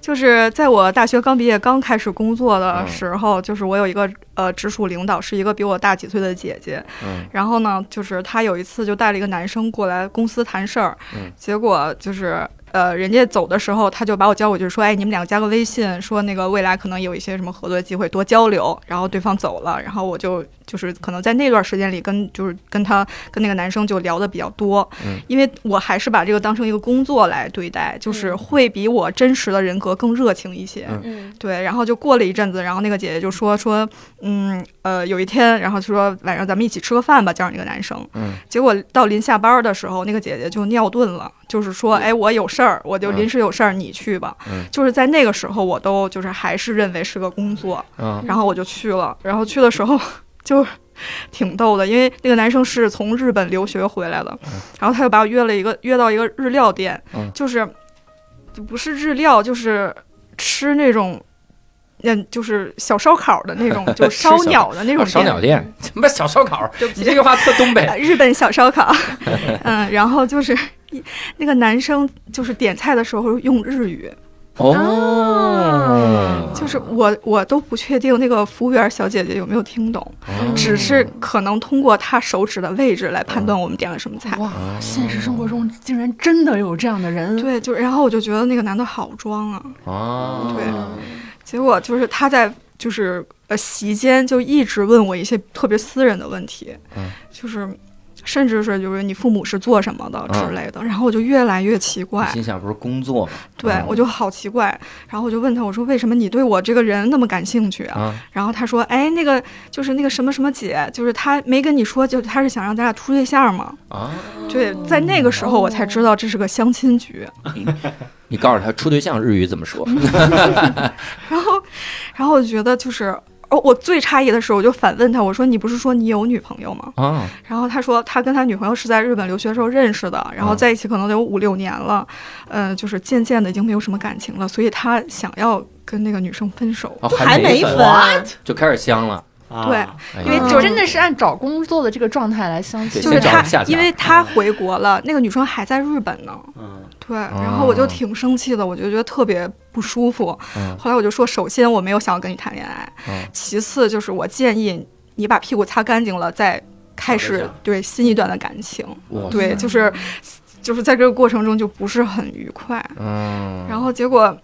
G: 就是在我大学刚毕业、刚开始工作
A: 嗯
G: 的时候，就是我有一个呃直属领导，是一个比我大几岁的姐姐。
A: 嗯
G: 然后呢，就是她有一次就带了一个男生过来公司谈事儿，
A: 嗯
G: 结果就是。呃，人家走的时候，她就把我叫过去说：“哎，你们俩加个微信，说那个未来可能有一些什么合作机会，多交流。”然后对方走了，然后我就就是可能在那段时间里跟就是跟他跟那个男生就聊的比较多，
A: 嗯
G: 因为我还是把这个当成一个工作来对待，就是会比我真实的人格更热情一些。
A: 嗯
E: 嗯
G: 对，然后就过了一阵子，然后那个姐姐就说说，嗯呃，有一天，然后就说晚上咱们一起吃个饭吧，叫上那个男生。
A: 嗯，
G: 结果到临下班儿的时候，那个姐姐就尿遁了，就是说，哎，我有事儿，我就临时有事儿，你去吧。
A: 嗯
G: 就是在那个时候，我都就是还是认为是个工作，
A: 嗯
G: 然后我就去了，然后去的时候 就挺逗的，因为那个男生是从日本留学回来的，然后他就把我约了一个约到一个日料店，
A: 嗯
G: 就是就不是日料，就是吃那种。嗯，就是小烧烤的那种， 就
A: 吃小
G: 烧鸟的那种
A: 啊烧
G: 店
A: 鸟店，什么小烧烤，
G: 对不
A: 你
G: 起
A: 这个话特东北
G: 呃日本小烧烤， 嗯，然后就是一那个男生就是点菜的时候用日语，
A: 哦，
G: 就是我我都不确定那个服务员小姐姐有没有听懂，
A: 哦
G: 只是可能通过她手指的位置来判
A: 哦
G: 断我们点了什么菜。
F: 哇，现实生活中竟然真的有这样的人，
G: 对，就然后我就觉得那个男的好装啊，
A: 哦，
G: 对结果就是他在就是呃席间就一直问我一些特别私人的问题，
A: 嗯
G: 就是甚至是就是你父母是做什么的之类的，然后我就越来越奇怪
A: 嗯你，心想不是工作吗？
G: 对
A: 嗯
G: 我就好奇怪，然后我就问他，我说为什么你对我这个人那么感兴趣啊？
A: 啊，
G: 然后他说，哎，那个就是那个什么什么姐，就是她没跟你说，就她是想让咱俩处对象吗？
A: 啊，
G: 对，在那个时候我才知道这是个相亲局。
A: 你告诉他处对象日语怎么说？
G: 嗯然后，然后我觉得就是，哦，我最诧异的是，我就反问他，我说你不是说你有女朋友吗？
A: 啊，
G: 然后他说他跟他女朋友是在日本留学时候认识的，然
A: 啊
G: 后在一起可能得有五六年了，呃，就是渐渐的已经没有什么感情了，所以他想要跟那个女生分手。
A: 哦
E: 还没
A: 分
E: 分，
A: 就开始香了，
C: 啊
G: 对，
A: 哎呀
G: 因为
F: 嗯
G: 就是
F: 真的是按找工作的这个状态来相
A: 对
F: 亲，
G: 就是
A: 先找
G: 他
A: 下，家嗯
G: 因为他回国了，那个女生还在日本呢。
C: 嗯，
G: 对，
A: 哦
G: 然后我就挺生气的，我就觉得特别不舒服。
A: 嗯
G: 后来我就说，首先我没有想要跟你谈恋爱，
A: 嗯
G: 其次就是我建议你把屁股擦干净了再开
C: 找对
G: 始
C: 象
G: 对新一段的感情。
A: 哇
G: 对，就是就是在这个过程中就不是很愉快。
A: 嗯，
G: 然后结果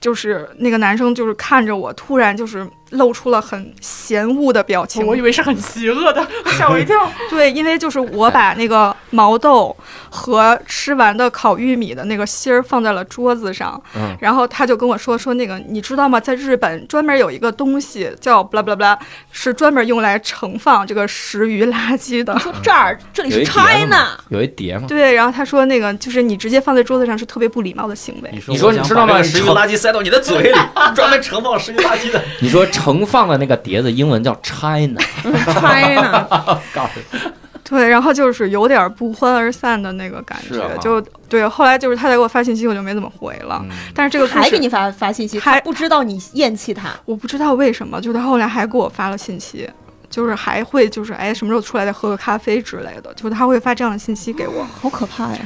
G: 就是那个男生就是看着我，突然就是露出了很嫌恶的表情。
F: 我以为是很邪恶的，吓我一跳。
G: 对，因为就是我把那个毛豆和吃完的烤玉米的那个芯儿放在了桌子上，
A: 嗯
G: 然后他就跟我说说那个你知道吗？在日本专门有一个东西叫巴拉巴拉巴拉，是专门用来盛放这个食鱼垃圾的。
E: 说这儿这里
A: 有一
E: 是
A: 碟子嘛
E: China，
A: 有一碟吗？
G: 对，然后他说那个就是你直接放在桌子上是特别不礼貌的行为。
A: 你说你知道吗
C: 食用垃圾塞到你的嘴里，专门盛放食用垃圾的。
A: 你说盛放的那个碟子英文叫 China，啊
E: ，China，
G: 对，然后就是有点不欢而散的那个感
A: 是
G: 觉，
A: 啊嗯
G: 就对。后来就是他再给我发信息，我就没怎么回了。但是这个故
E: 还给
G: 事
E: 你发发信息，
G: 还
E: 他不知道你厌弃他，
G: 我不知道为什么，就他后来还给我发了信息，就是还会就是哎什么时候出来再喝个咖啡之类的，就是他会发这样的信息给我。
E: 好可怕呀！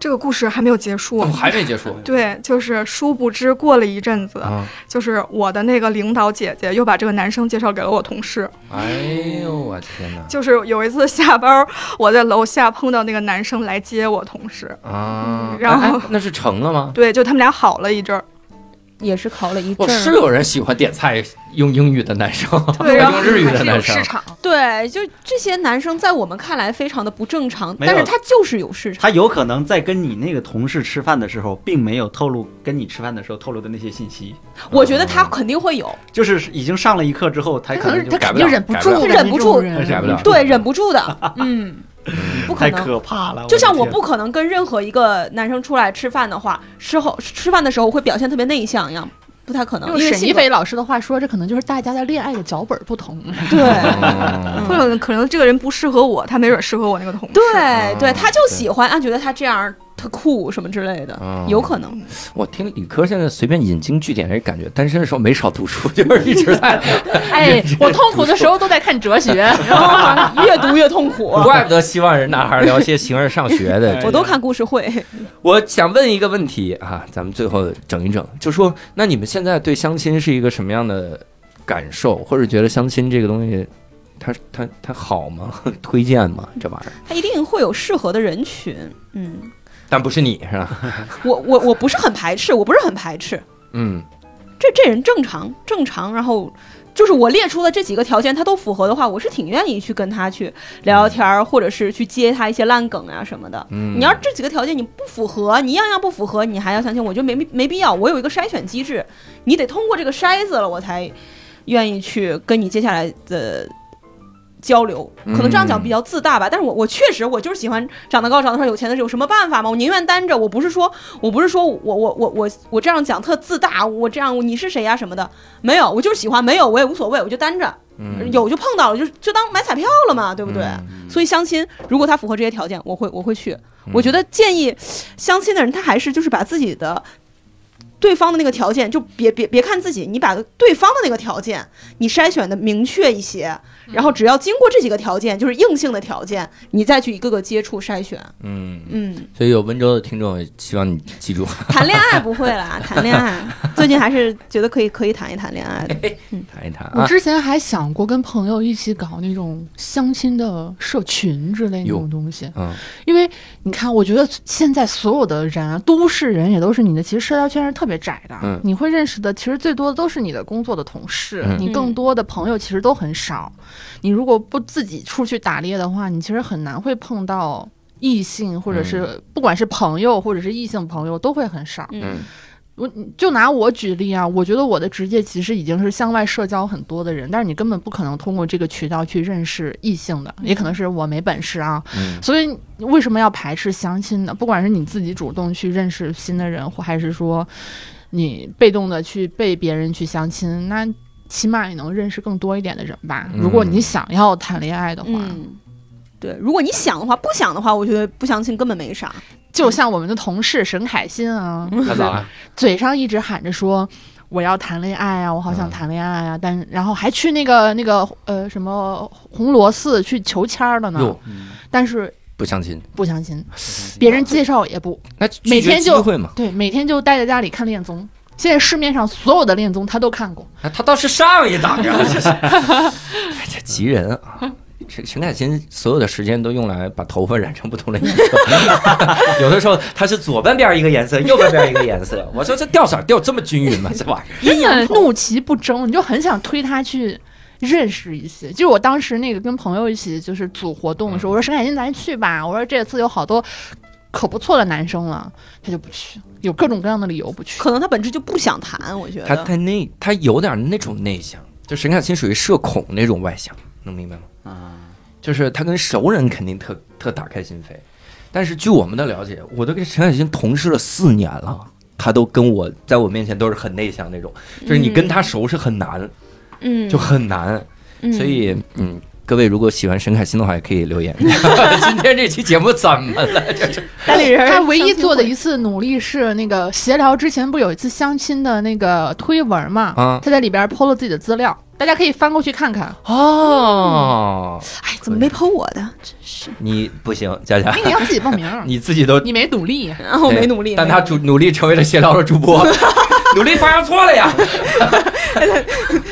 G: 这个故事还没有结束
A: 我。还没结束
G: 对，就是殊不知过了一阵子，
A: 啊！
G: 就是我的那个领导姐姐又把这个男生介绍给了我同事。
A: 哎呦我天哪
G: 就是有一次下班儿，我在楼下碰到那个男生来接我同事，
E: 嗯
A: 啊！
G: 然后
A: 哎哎那是成了吗？
G: 对，就他们俩好了一阵儿。
E: 也是考了一
A: 我
E: 阵
A: 是
E: 儿，
A: 有人喜欢点菜用英语的男生，
G: 对然后
A: 用日语的男生嗯
F: 市，场，
E: 对，就这些男生在我们看来非常的不正常，
C: 没有
E: 但是他就是有市场，
C: 他有可能在跟你那个同事吃饭的时候，并没有透露跟你吃饭的时候透露的那些信息，
E: 我觉得他肯定会有，
C: 就是已经上了一课之后，他
F: 他
C: 可
F: 可
C: 能
F: 能
C: 就
A: 改
F: 他肯
A: 不了
F: 定忍不
A: 改不
F: 住
A: 了
F: 的
E: 忍不
F: 那
E: 住
F: 种人，
A: 改不了
E: 对，忍不住的，嗯，不可
C: 太
E: 能。
C: 可怕
A: 啊
C: 了。
E: 就像我
C: 的
E: 不可能跟任何一个男生出来吃饭的话，事后吃饭的时候会表现特别内向一样，不太可能。
F: 用
E: 因为
F: 沈
E: 性
F: 一
E: 格
F: 菲老师的话说，这可能就是大家的恋爱的脚本不 同。
E: 对。
A: 嗯
G: 或者可能这个人不适合我，他没准儿适合我那个同事。
E: 对
A: 啊
E: 对，他就
A: 对
E: 喜欢，啊，觉得他这样特酷什么之类的，
A: 啊
E: 有可能。
A: 我听理科现在随便引经据典，这感觉单身的时候没少读书， 就是一直 在，
F: 哎，我痛苦的时候都在看哲学，
E: 然后好像越读越痛苦。
A: 怪不得希望人男孩聊些形而上学的。
E: 我都看故事会，
A: 我想问一个问题啊，咱们最后整一整，就说那你们现在对相亲是一个什么样的感受，或者觉得相亲这个东西，它它它好吗？ 推荐吗？这玩意儿？
E: 他一定会有适合的人群。嗯，
A: 但不是你是吧？
E: 我我我不是很排斥，我不是很排斥，
A: 嗯，
E: 这这人正常正常，然后就是我列出的这几个条件，他都符合的话，我是挺愿意去跟他去聊聊天儿，或者是去接他一些烂梗啊什么的。
A: 嗯
E: 你要这几个条件你不符合，你样样不符合，你还要相亲，我觉得没没必要。我有一个筛选机制，你得通过这个筛子了，我才愿意去跟你接下来的交流。可能这样
A: 嗯
E: 讲比较自大吧，但是我我确实我就是喜欢长得高、长得帅、有钱的人，有什么办法吗？我宁愿单着，我不是说我不是说我我我我我这样讲特自大，我这样你是谁呀、什么的，没有，我就是喜欢，没有我也无所谓，我就单着，
A: 嗯
E: 有就碰到了，就就当买彩票了嘛，对不对？
A: 嗯
E: 所以相亲，如果他符合这些条件，我会我会去。我觉得建议相亲的人，他还是就是把自己的对方的那个条件，就别别别看自己，你把对方的那个条件，你筛选的明确一些，
A: 嗯
E: 然后只要经过这几个条件，就是硬性的条件，你再去一个个接触筛选。
A: 嗯，
E: 嗯，
A: 所以有温州的听众，希望你记住，
E: 谈恋爱不会 啦，谈恋爱最近还是觉得可以可以谈一谈恋爱的。
A: 谈一谈
F: 我
A: 啊。
F: 之前还想过跟朋友一起搞那种相亲的社群之类那
A: 哟
F: 种东西，
A: 嗯，
F: 因为你看，我觉得现在所有的人啊，都市人也都是你的，其实社交圈是特别窄的。
A: 嗯
F: 你会认识的，其实最多的都是你的工作的同事，
A: 嗯
F: 你更多的朋友其实都很少。你如果不自己出去打猎的话，你其实很难会碰到异性，或者是不管是朋友或者是异性朋友都会很少。
A: 嗯
F: 我就拿我举例啊，我觉得我的职业其实已经是向外社交很多的人，但是你根本不可能通过这个渠道去认识异性的，也可能是我没本事啊。
A: 嗯
F: 所以为什么要排斥相亲呢？不管是你自己主动去认识新的人，或还是说你被动的去被别人去相亲，那起码也能认识更多一点的人吧。
A: 嗯
F: 如果你想要谈恋爱的话，
E: 嗯，对，如果你想的话，不想的话，我觉得不相亲根本没啥。
F: 就像我们的同事沈凯欣啊，
A: 他咋了？
F: 嘴上一直喊着说。我要谈恋爱啊！我好想
A: 嗯
F: 谈恋爱啊！但然后还去那个那个呃什么红螺寺去求签儿了呢
A: 哟，，
F: 但是
A: 嗯不相亲，
F: 不相亲，别人介绍也不
A: 那拒
F: 每
A: 绝
F: 天
A: 机
F: 就
A: 会嘛。
F: 对，每天就待在家里看恋综。现在市面上所有的恋综他都看过，
A: 啊他倒是上一档啊呀，这是 哎这急人啊！陈陈凯欣所有的时间都用来把头发染成不同的颜色， 有的时候他是左半边一个颜色，右半边一个颜色。我说这掉色儿掉这么均匀吗？这玩意儿，
F: 真的怒其不争，你就很想推他去认识一些。就是我当时那个跟朋友一起就是组活动的时候，我说沈凯欣咱去吧，我说这次有好多可不错的男生了，他就不去，有各种各样的理由不去。
E: 可能他本质就不想谈，我觉
A: 他
E: 得。
A: 他内他有点那种内向，就陈凯欣属于社恐那种外向，能明白吗？
C: 啊，
A: 就是他跟熟人肯定特特打开心扉，但是据我们的了解，我都跟陈凯欣同事了四年
E: 哦
A: 了，他都跟我在我面前都是很内向那种，就是你跟他熟是很难，
E: 嗯，
A: 就很难。
E: 嗯
A: 所以，嗯，各位如果喜欢沈凯欣的话，也可以 留言。今天这期节目怎么了？这是
E: 代理人
F: 他唯一做的
E: 相亲
F: 一次努力是那个闲聊之前不有一次相亲的那个推文嘛，
A: 啊
F: 他在里边 PO 了自己的资料，大家可以翻过去看看。
A: 哦，
E: 会，哎，怎么没剖我的？真是，
A: 你不行，佳佳
F: 那，你要自己报名，
A: 你自己都
F: 你没努力。
E: 然后我没
A: 对
E: 努力，
A: 哎但
E: 没
A: 他
E: 努力
A: 主努力成为了闲聊的主 播，努力方向错了呀！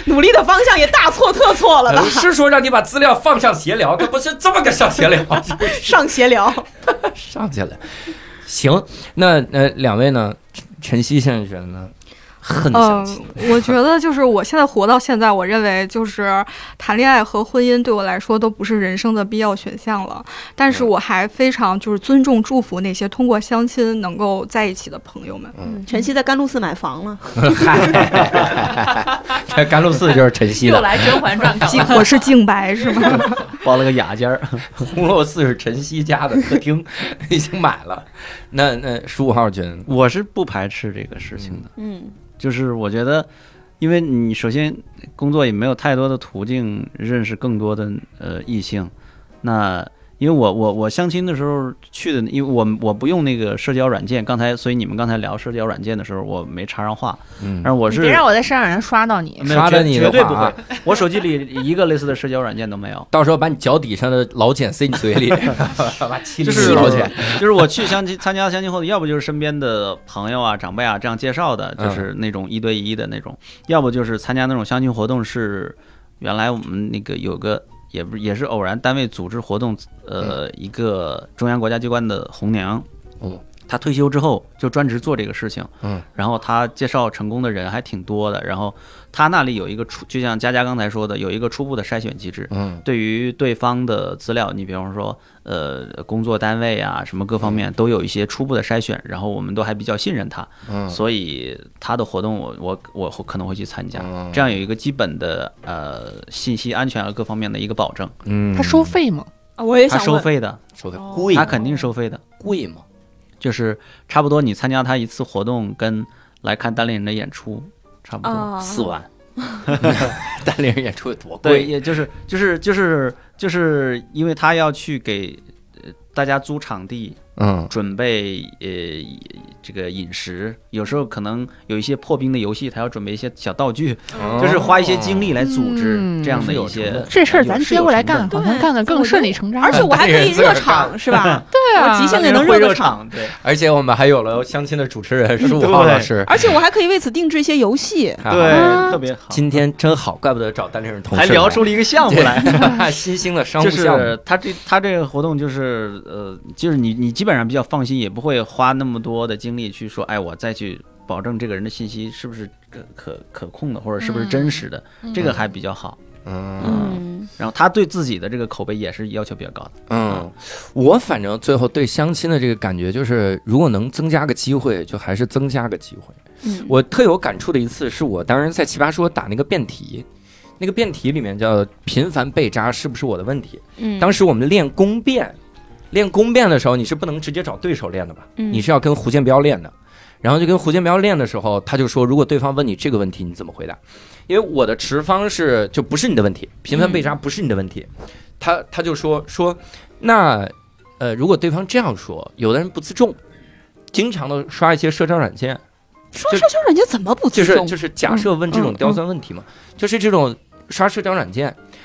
E: 努力的方向也大错特错了吧？
A: 是说让你把资料放上闲聊，可不是这么个上 闲聊，
E: 上闲聊，
A: 上去了。行，那呃，两位呢？陈晨曦先生觉得呢？很
G: 嗯
A: 相亲，，
G: 我觉得就是我现在活到现在，我认为就是谈恋爱和婚姻对我来说都不是人生的必要选项了。但
A: 嗯
G: 是我还非常就是尊重、祝福那些通过相亲能够在一起的朋友
A: 嗯
G: 们。
E: 晨嗯曦在甘露寺买房了，
A: 甘露寺就是晨曦
D: 嗯 又
A: 的，
D: 来《甄嬛传》
G: 净 我是净白是吗？
C: 包了个雅间儿，
A: 红螺寺是晨曦家的客 厅，已经买了。那那十五号觉得呢？
C: 我是不排斥这个事情的，
E: 嗯
C: 就是我觉得。因为你首先工作也没有太多的途径认识更多的呃异性，那因为我我我相亲的时候去的，因为我我不用那个社交软件，刚才所以你们刚才聊社交软件的时候我没插上话，
A: 嗯
C: 但是我
F: 你
C: 是嗯
F: 别让我在身上人刷到你。
C: 没有
A: 刷着
C: 绝
A: 你的
C: 绝对
A: 话
C: 不
A: 啊
C: 会，我手机里一个类似的社交软件都没有。
A: 到时候把你脚底上的老茧塞你嘴 里，把七
C: 就
A: 零
C: 是
A: 一老茧。
C: 就是我去相亲参加相亲后，要不就是身边的朋友啊、长辈啊这样介绍的，
A: 嗯
C: 就是那种一对一的那种；要不就是参加那种相亲活动，是原来我们那个有个也不是也是偶然单位组织活动，呃，一个中央国家机关的红娘
A: 嗯哦，
C: 他退休之后就专职做这个事情，
A: 嗯，
C: 然后他介绍成功的人还挺多的，然后他那里有一个初，就像佳佳刚才说的，有一个初步的筛选机制，
A: 嗯
C: 对于对方的资料，你比方说呃工作单位啊什么各方面都有一些初步的筛选，然后我们都还比较信任他，
A: 嗯
C: 所以他的活动我我我可能会去参加，
A: 嗯
C: 这样有一个基本的呃信息安全啊各方面的一个保证。
A: 嗯
F: 他收费吗？
E: 啊我也
C: 他
E: 想
C: 收
E: 问，
C: 费的，
A: 收费贵
C: 他
A: 吗
C: 肯定收费的，
A: 贵吗？
C: 就是差不多你参加他一次活动跟来看单立人的演出差不多。
E: 哦
D: 啊，
A: 四万，单立人演出有多
C: 对，
A: 贵？
C: 也就是就是就是就是因为他要去给呃大家租场地，
A: 嗯
C: 准备呃这个饮食，有时候可能有一些破冰的游戏，他要准备一些小道具，
A: 哦
C: 就是花一些精力来组织
F: 嗯
C: 这样的
A: 是有
C: 一些
A: 成。本
F: 这事儿咱
C: 有
F: 接过来。
C: 是有
F: 干，
C: 成本的
F: 好像干得更顺理成章。
E: 而且我还可 以热场是吧？
F: 对啊，
E: 我极限
C: 那
E: 也能
C: 会
E: 热
C: 热
E: 个场，
C: 对，
A: 而且我们还有了相亲的主持人十五号
C: 对
A: 老师，
E: 而且我还可以为此定制一些游戏。
A: 太好了
F: 啊
C: 对，特别好，
A: 啊今天真好，怪不得找单立人同事
C: 还
A: 来
C: 聊出了一个项目来。
A: 对新兴的商务
C: 就
A: 项目。
C: 是他这他这个活动就是呃，就是你你基本上比较放心，也不会花那么多的精力去说，哎，我再去保证这个人的信息是不是可可可控的，或者是不是真实的，这
F: 嗯
C: 个还比较好。
A: 嗯
E: 嗯，
C: 然后他对自己的这个口碑也是要求比较高的。
A: 嗯，我反正最后对相亲的这个感觉就是，如果能增加个机会，就还是增加个机会。
E: 嗯
A: 我特有感触的一次是我当时在奇葩说打那个辩题，那个辩题里面叫“频繁被扎是不是我的问题”。
E: 嗯
A: 当时我们练攻辩，练攻辩的时候你是不能直接找对手练的吧？
E: 嗯
A: 你是要跟胡建彪练的。然后就跟胡建彪练的时候，他就说，如果对方问你这个问题，你怎么回答？因为我的持方是就不是你的问题，频繁被扎不是你的问题。
E: 嗯
A: 他他就说说那呃，如果对方这样说，有的人不自重，经常的刷一些社交软件，
E: 刷社交软件怎么不
A: 就
E: 自
A: 是
E: 重？嗯
A: 就是假设问这种刁钻问题嘛，就是这种刷社交软件，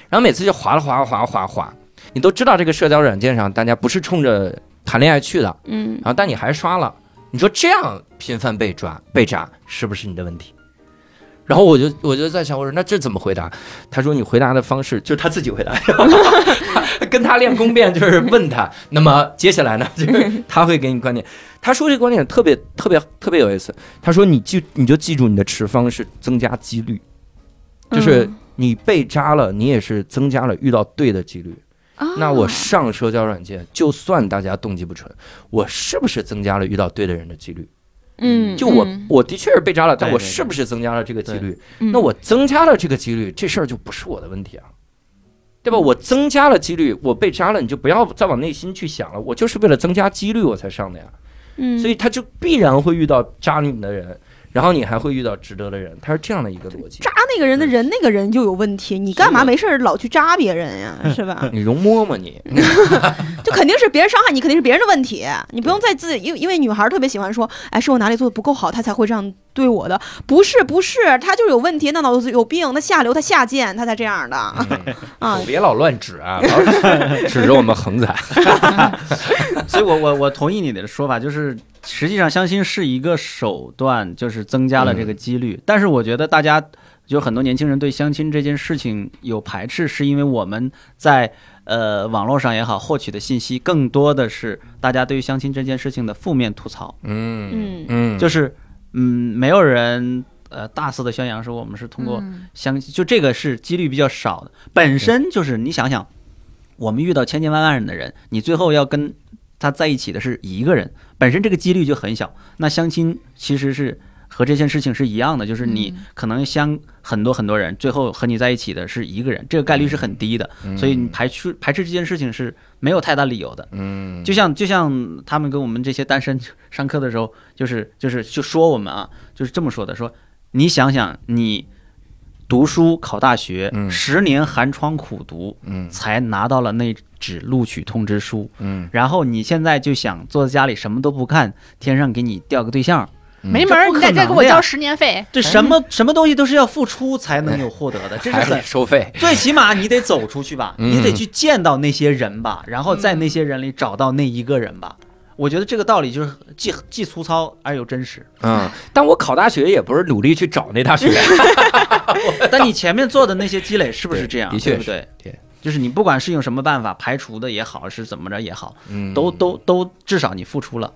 A: 然后每次就划了划了划了划了划，你都知道这个社交软件上大家不是冲着谈恋爱去的，
E: 嗯
A: 然后但你还刷了，你说这样频繁被抓被炸是不是你的问题？然后我就我就在想，我说那这怎么回答？他说你回答的方式就是他自己回答， 跟他练功辩就是问他，那么接下来呢， 就是他会给你观点。他说这个观点特别特别特别有意思。他说你记你就记住你的持方是增加几率，就是
E: 嗯
A: 你被扎了，你也是增加了遇到对的几率。
E: 啊
A: 那我上社交软件，就算大家动机不纯，我是不是增加了遇到对的人的几率？
E: 嗯，
A: 就我
F: 嗯
A: 我的确是被扎了，但
C: 对
A: 我
C: 对对
A: 是不是增加了这个几率？
E: 嗯
A: 那我增加了这个几率，这事儿就不是我的问题啊，对
E: 嗯
A: 吧？我增加了几率，我被扎了，你就不要再往内心去想了，我就是为了增加几率我才上的呀。
E: 嗯
A: 所以他就必然会遇到扎你的人，然后你还会遇到值得的人，他是这样的一个逻辑
E: 扎。那个人的人那个人就有问题，你干嘛没事儿老去扎别人呀？是吧？
A: 你容嬷嬷 你，
E: 嗯就肯定是别人伤害你，肯定是别人的问题，你不用再自己，因为因为女孩儿特别喜欢说，哎，是我哪里做的不够好，她才会这样对我的，不是不是，她就是有问题，那脑子有病，那下流，她下贱，她才这样的啊。
A: 我别老乱指啊， 老指着我们恒仔。
C: 所以我我我同意你的说法，就是实际上相亲是一个手段，就是增加了这个几率。但是我觉得大家有很多年轻人对相亲这件事情有排斥，是因为我们在呃网络上也好获取的信息更多的是大家对于相亲这件事情的负面吐槽，
A: 嗯
E: 嗯
A: 嗯，
C: 就是嗯没有人。呃，大肆的宣扬说我们是通过
F: 嗯
C: 相，就这个是几率比较少的，本身就是你想想，我们遇到千千万万人的人，你最后要跟他在一起的是一个人，本身这个几率就很小。那相亲其实是和这件事情是一样的，就是你可能相很多很多人，最后和你在一起的是一个人，这个概率是很低的。所以你排斥排斥这件事情是没有太大理由的。
A: 嗯，
C: 就像就像他们跟我们这些单身上课的时候，就是就是就说我们啊，就是这么说的，说你想想你读书考大学，
A: 嗯
C: 十年寒窗苦读，
A: 嗯
C: 才拿到了那纸录取通知书，
A: 嗯
C: 然后你现在就想坐在家里什么都不看，天上给你调个对象，
F: 没门儿，你得再给我交十年费。
C: 这什么什么东西都是要付出才能有 获得的，这是
A: 还得
C: 很
A: 收费。
C: 最起码你得走出去吧，
A: 嗯
C: 你得去见到那些人吧，然后在那些人里找到那一个人吧。我觉得这个道理就是既既粗糙而又真实。
A: 嗯，但我考大学也不是努力去找那大学，
C: 但你前面做的那些积累是不是这样？
A: 对的确
C: 对不对？就是你不管是用什么办法排除的也好，是怎么着也好，
A: 嗯
C: 都都都至少你付出了。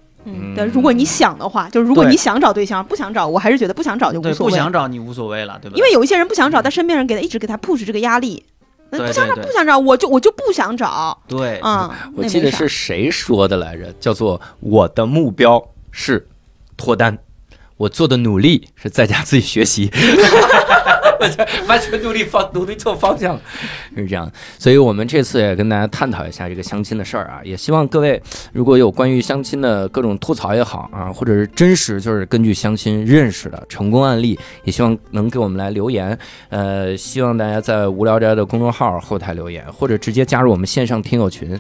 A: 嗯，
E: 嗯 对，如果你想的话，就是如果
C: 对
E: 你想找对象，不想找，我还是觉得不想找就无
C: 对，
E: 所
C: 不
E: 谓。
C: 想找你无所谓啊了，对吧？
E: 因为有一些人不想找，但身边人给他一直给他 push 这个压力，那
C: 对
E: 不想
C: 对
E: 找
C: 对
E: 不想找，我就我就不想找，
C: 对，
E: 嗯，
A: 我
E: 那
A: 记
E: 没
A: 得
E: 啥
A: 是谁说的来着？叫做我的目标是脱单，我做的努力是在家自己学 习，完全努力方努力错方向了，是这样。所以我们这次也跟大家探讨一下这个相亲的事儿啊，也希望各位如果有关于相亲的各种吐槽也好啊，或者是真实就是根据相亲认识的成功案例，也希望能给我们来留言。呃，希望大家在无聊斋的公众号后台留言，或者直接加入我们线上听友群。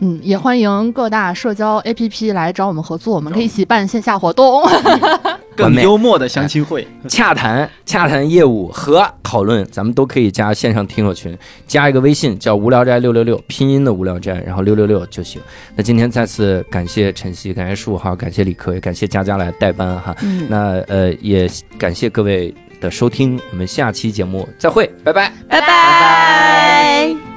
F: 嗯，也欢迎各大社交 APP 来找我们合作，我们可以一起办线下活动。
A: 完
C: 更
A: 美哎
C: 幽默的相亲会，
A: 洽谈、洽谈业务和讨论，咱们都可以加线上听友群，加一个微信叫“无聊斋六六六”，拼音的无聊斋，然后六六六就行。那今天再次感谢晨曦，感谢十五号，感谢李科，也感谢佳佳来代班哈。
F: 嗯，
A: 那呃，也感谢 各位的收听，我们下期节目再会，拜拜。
D: 拜拜。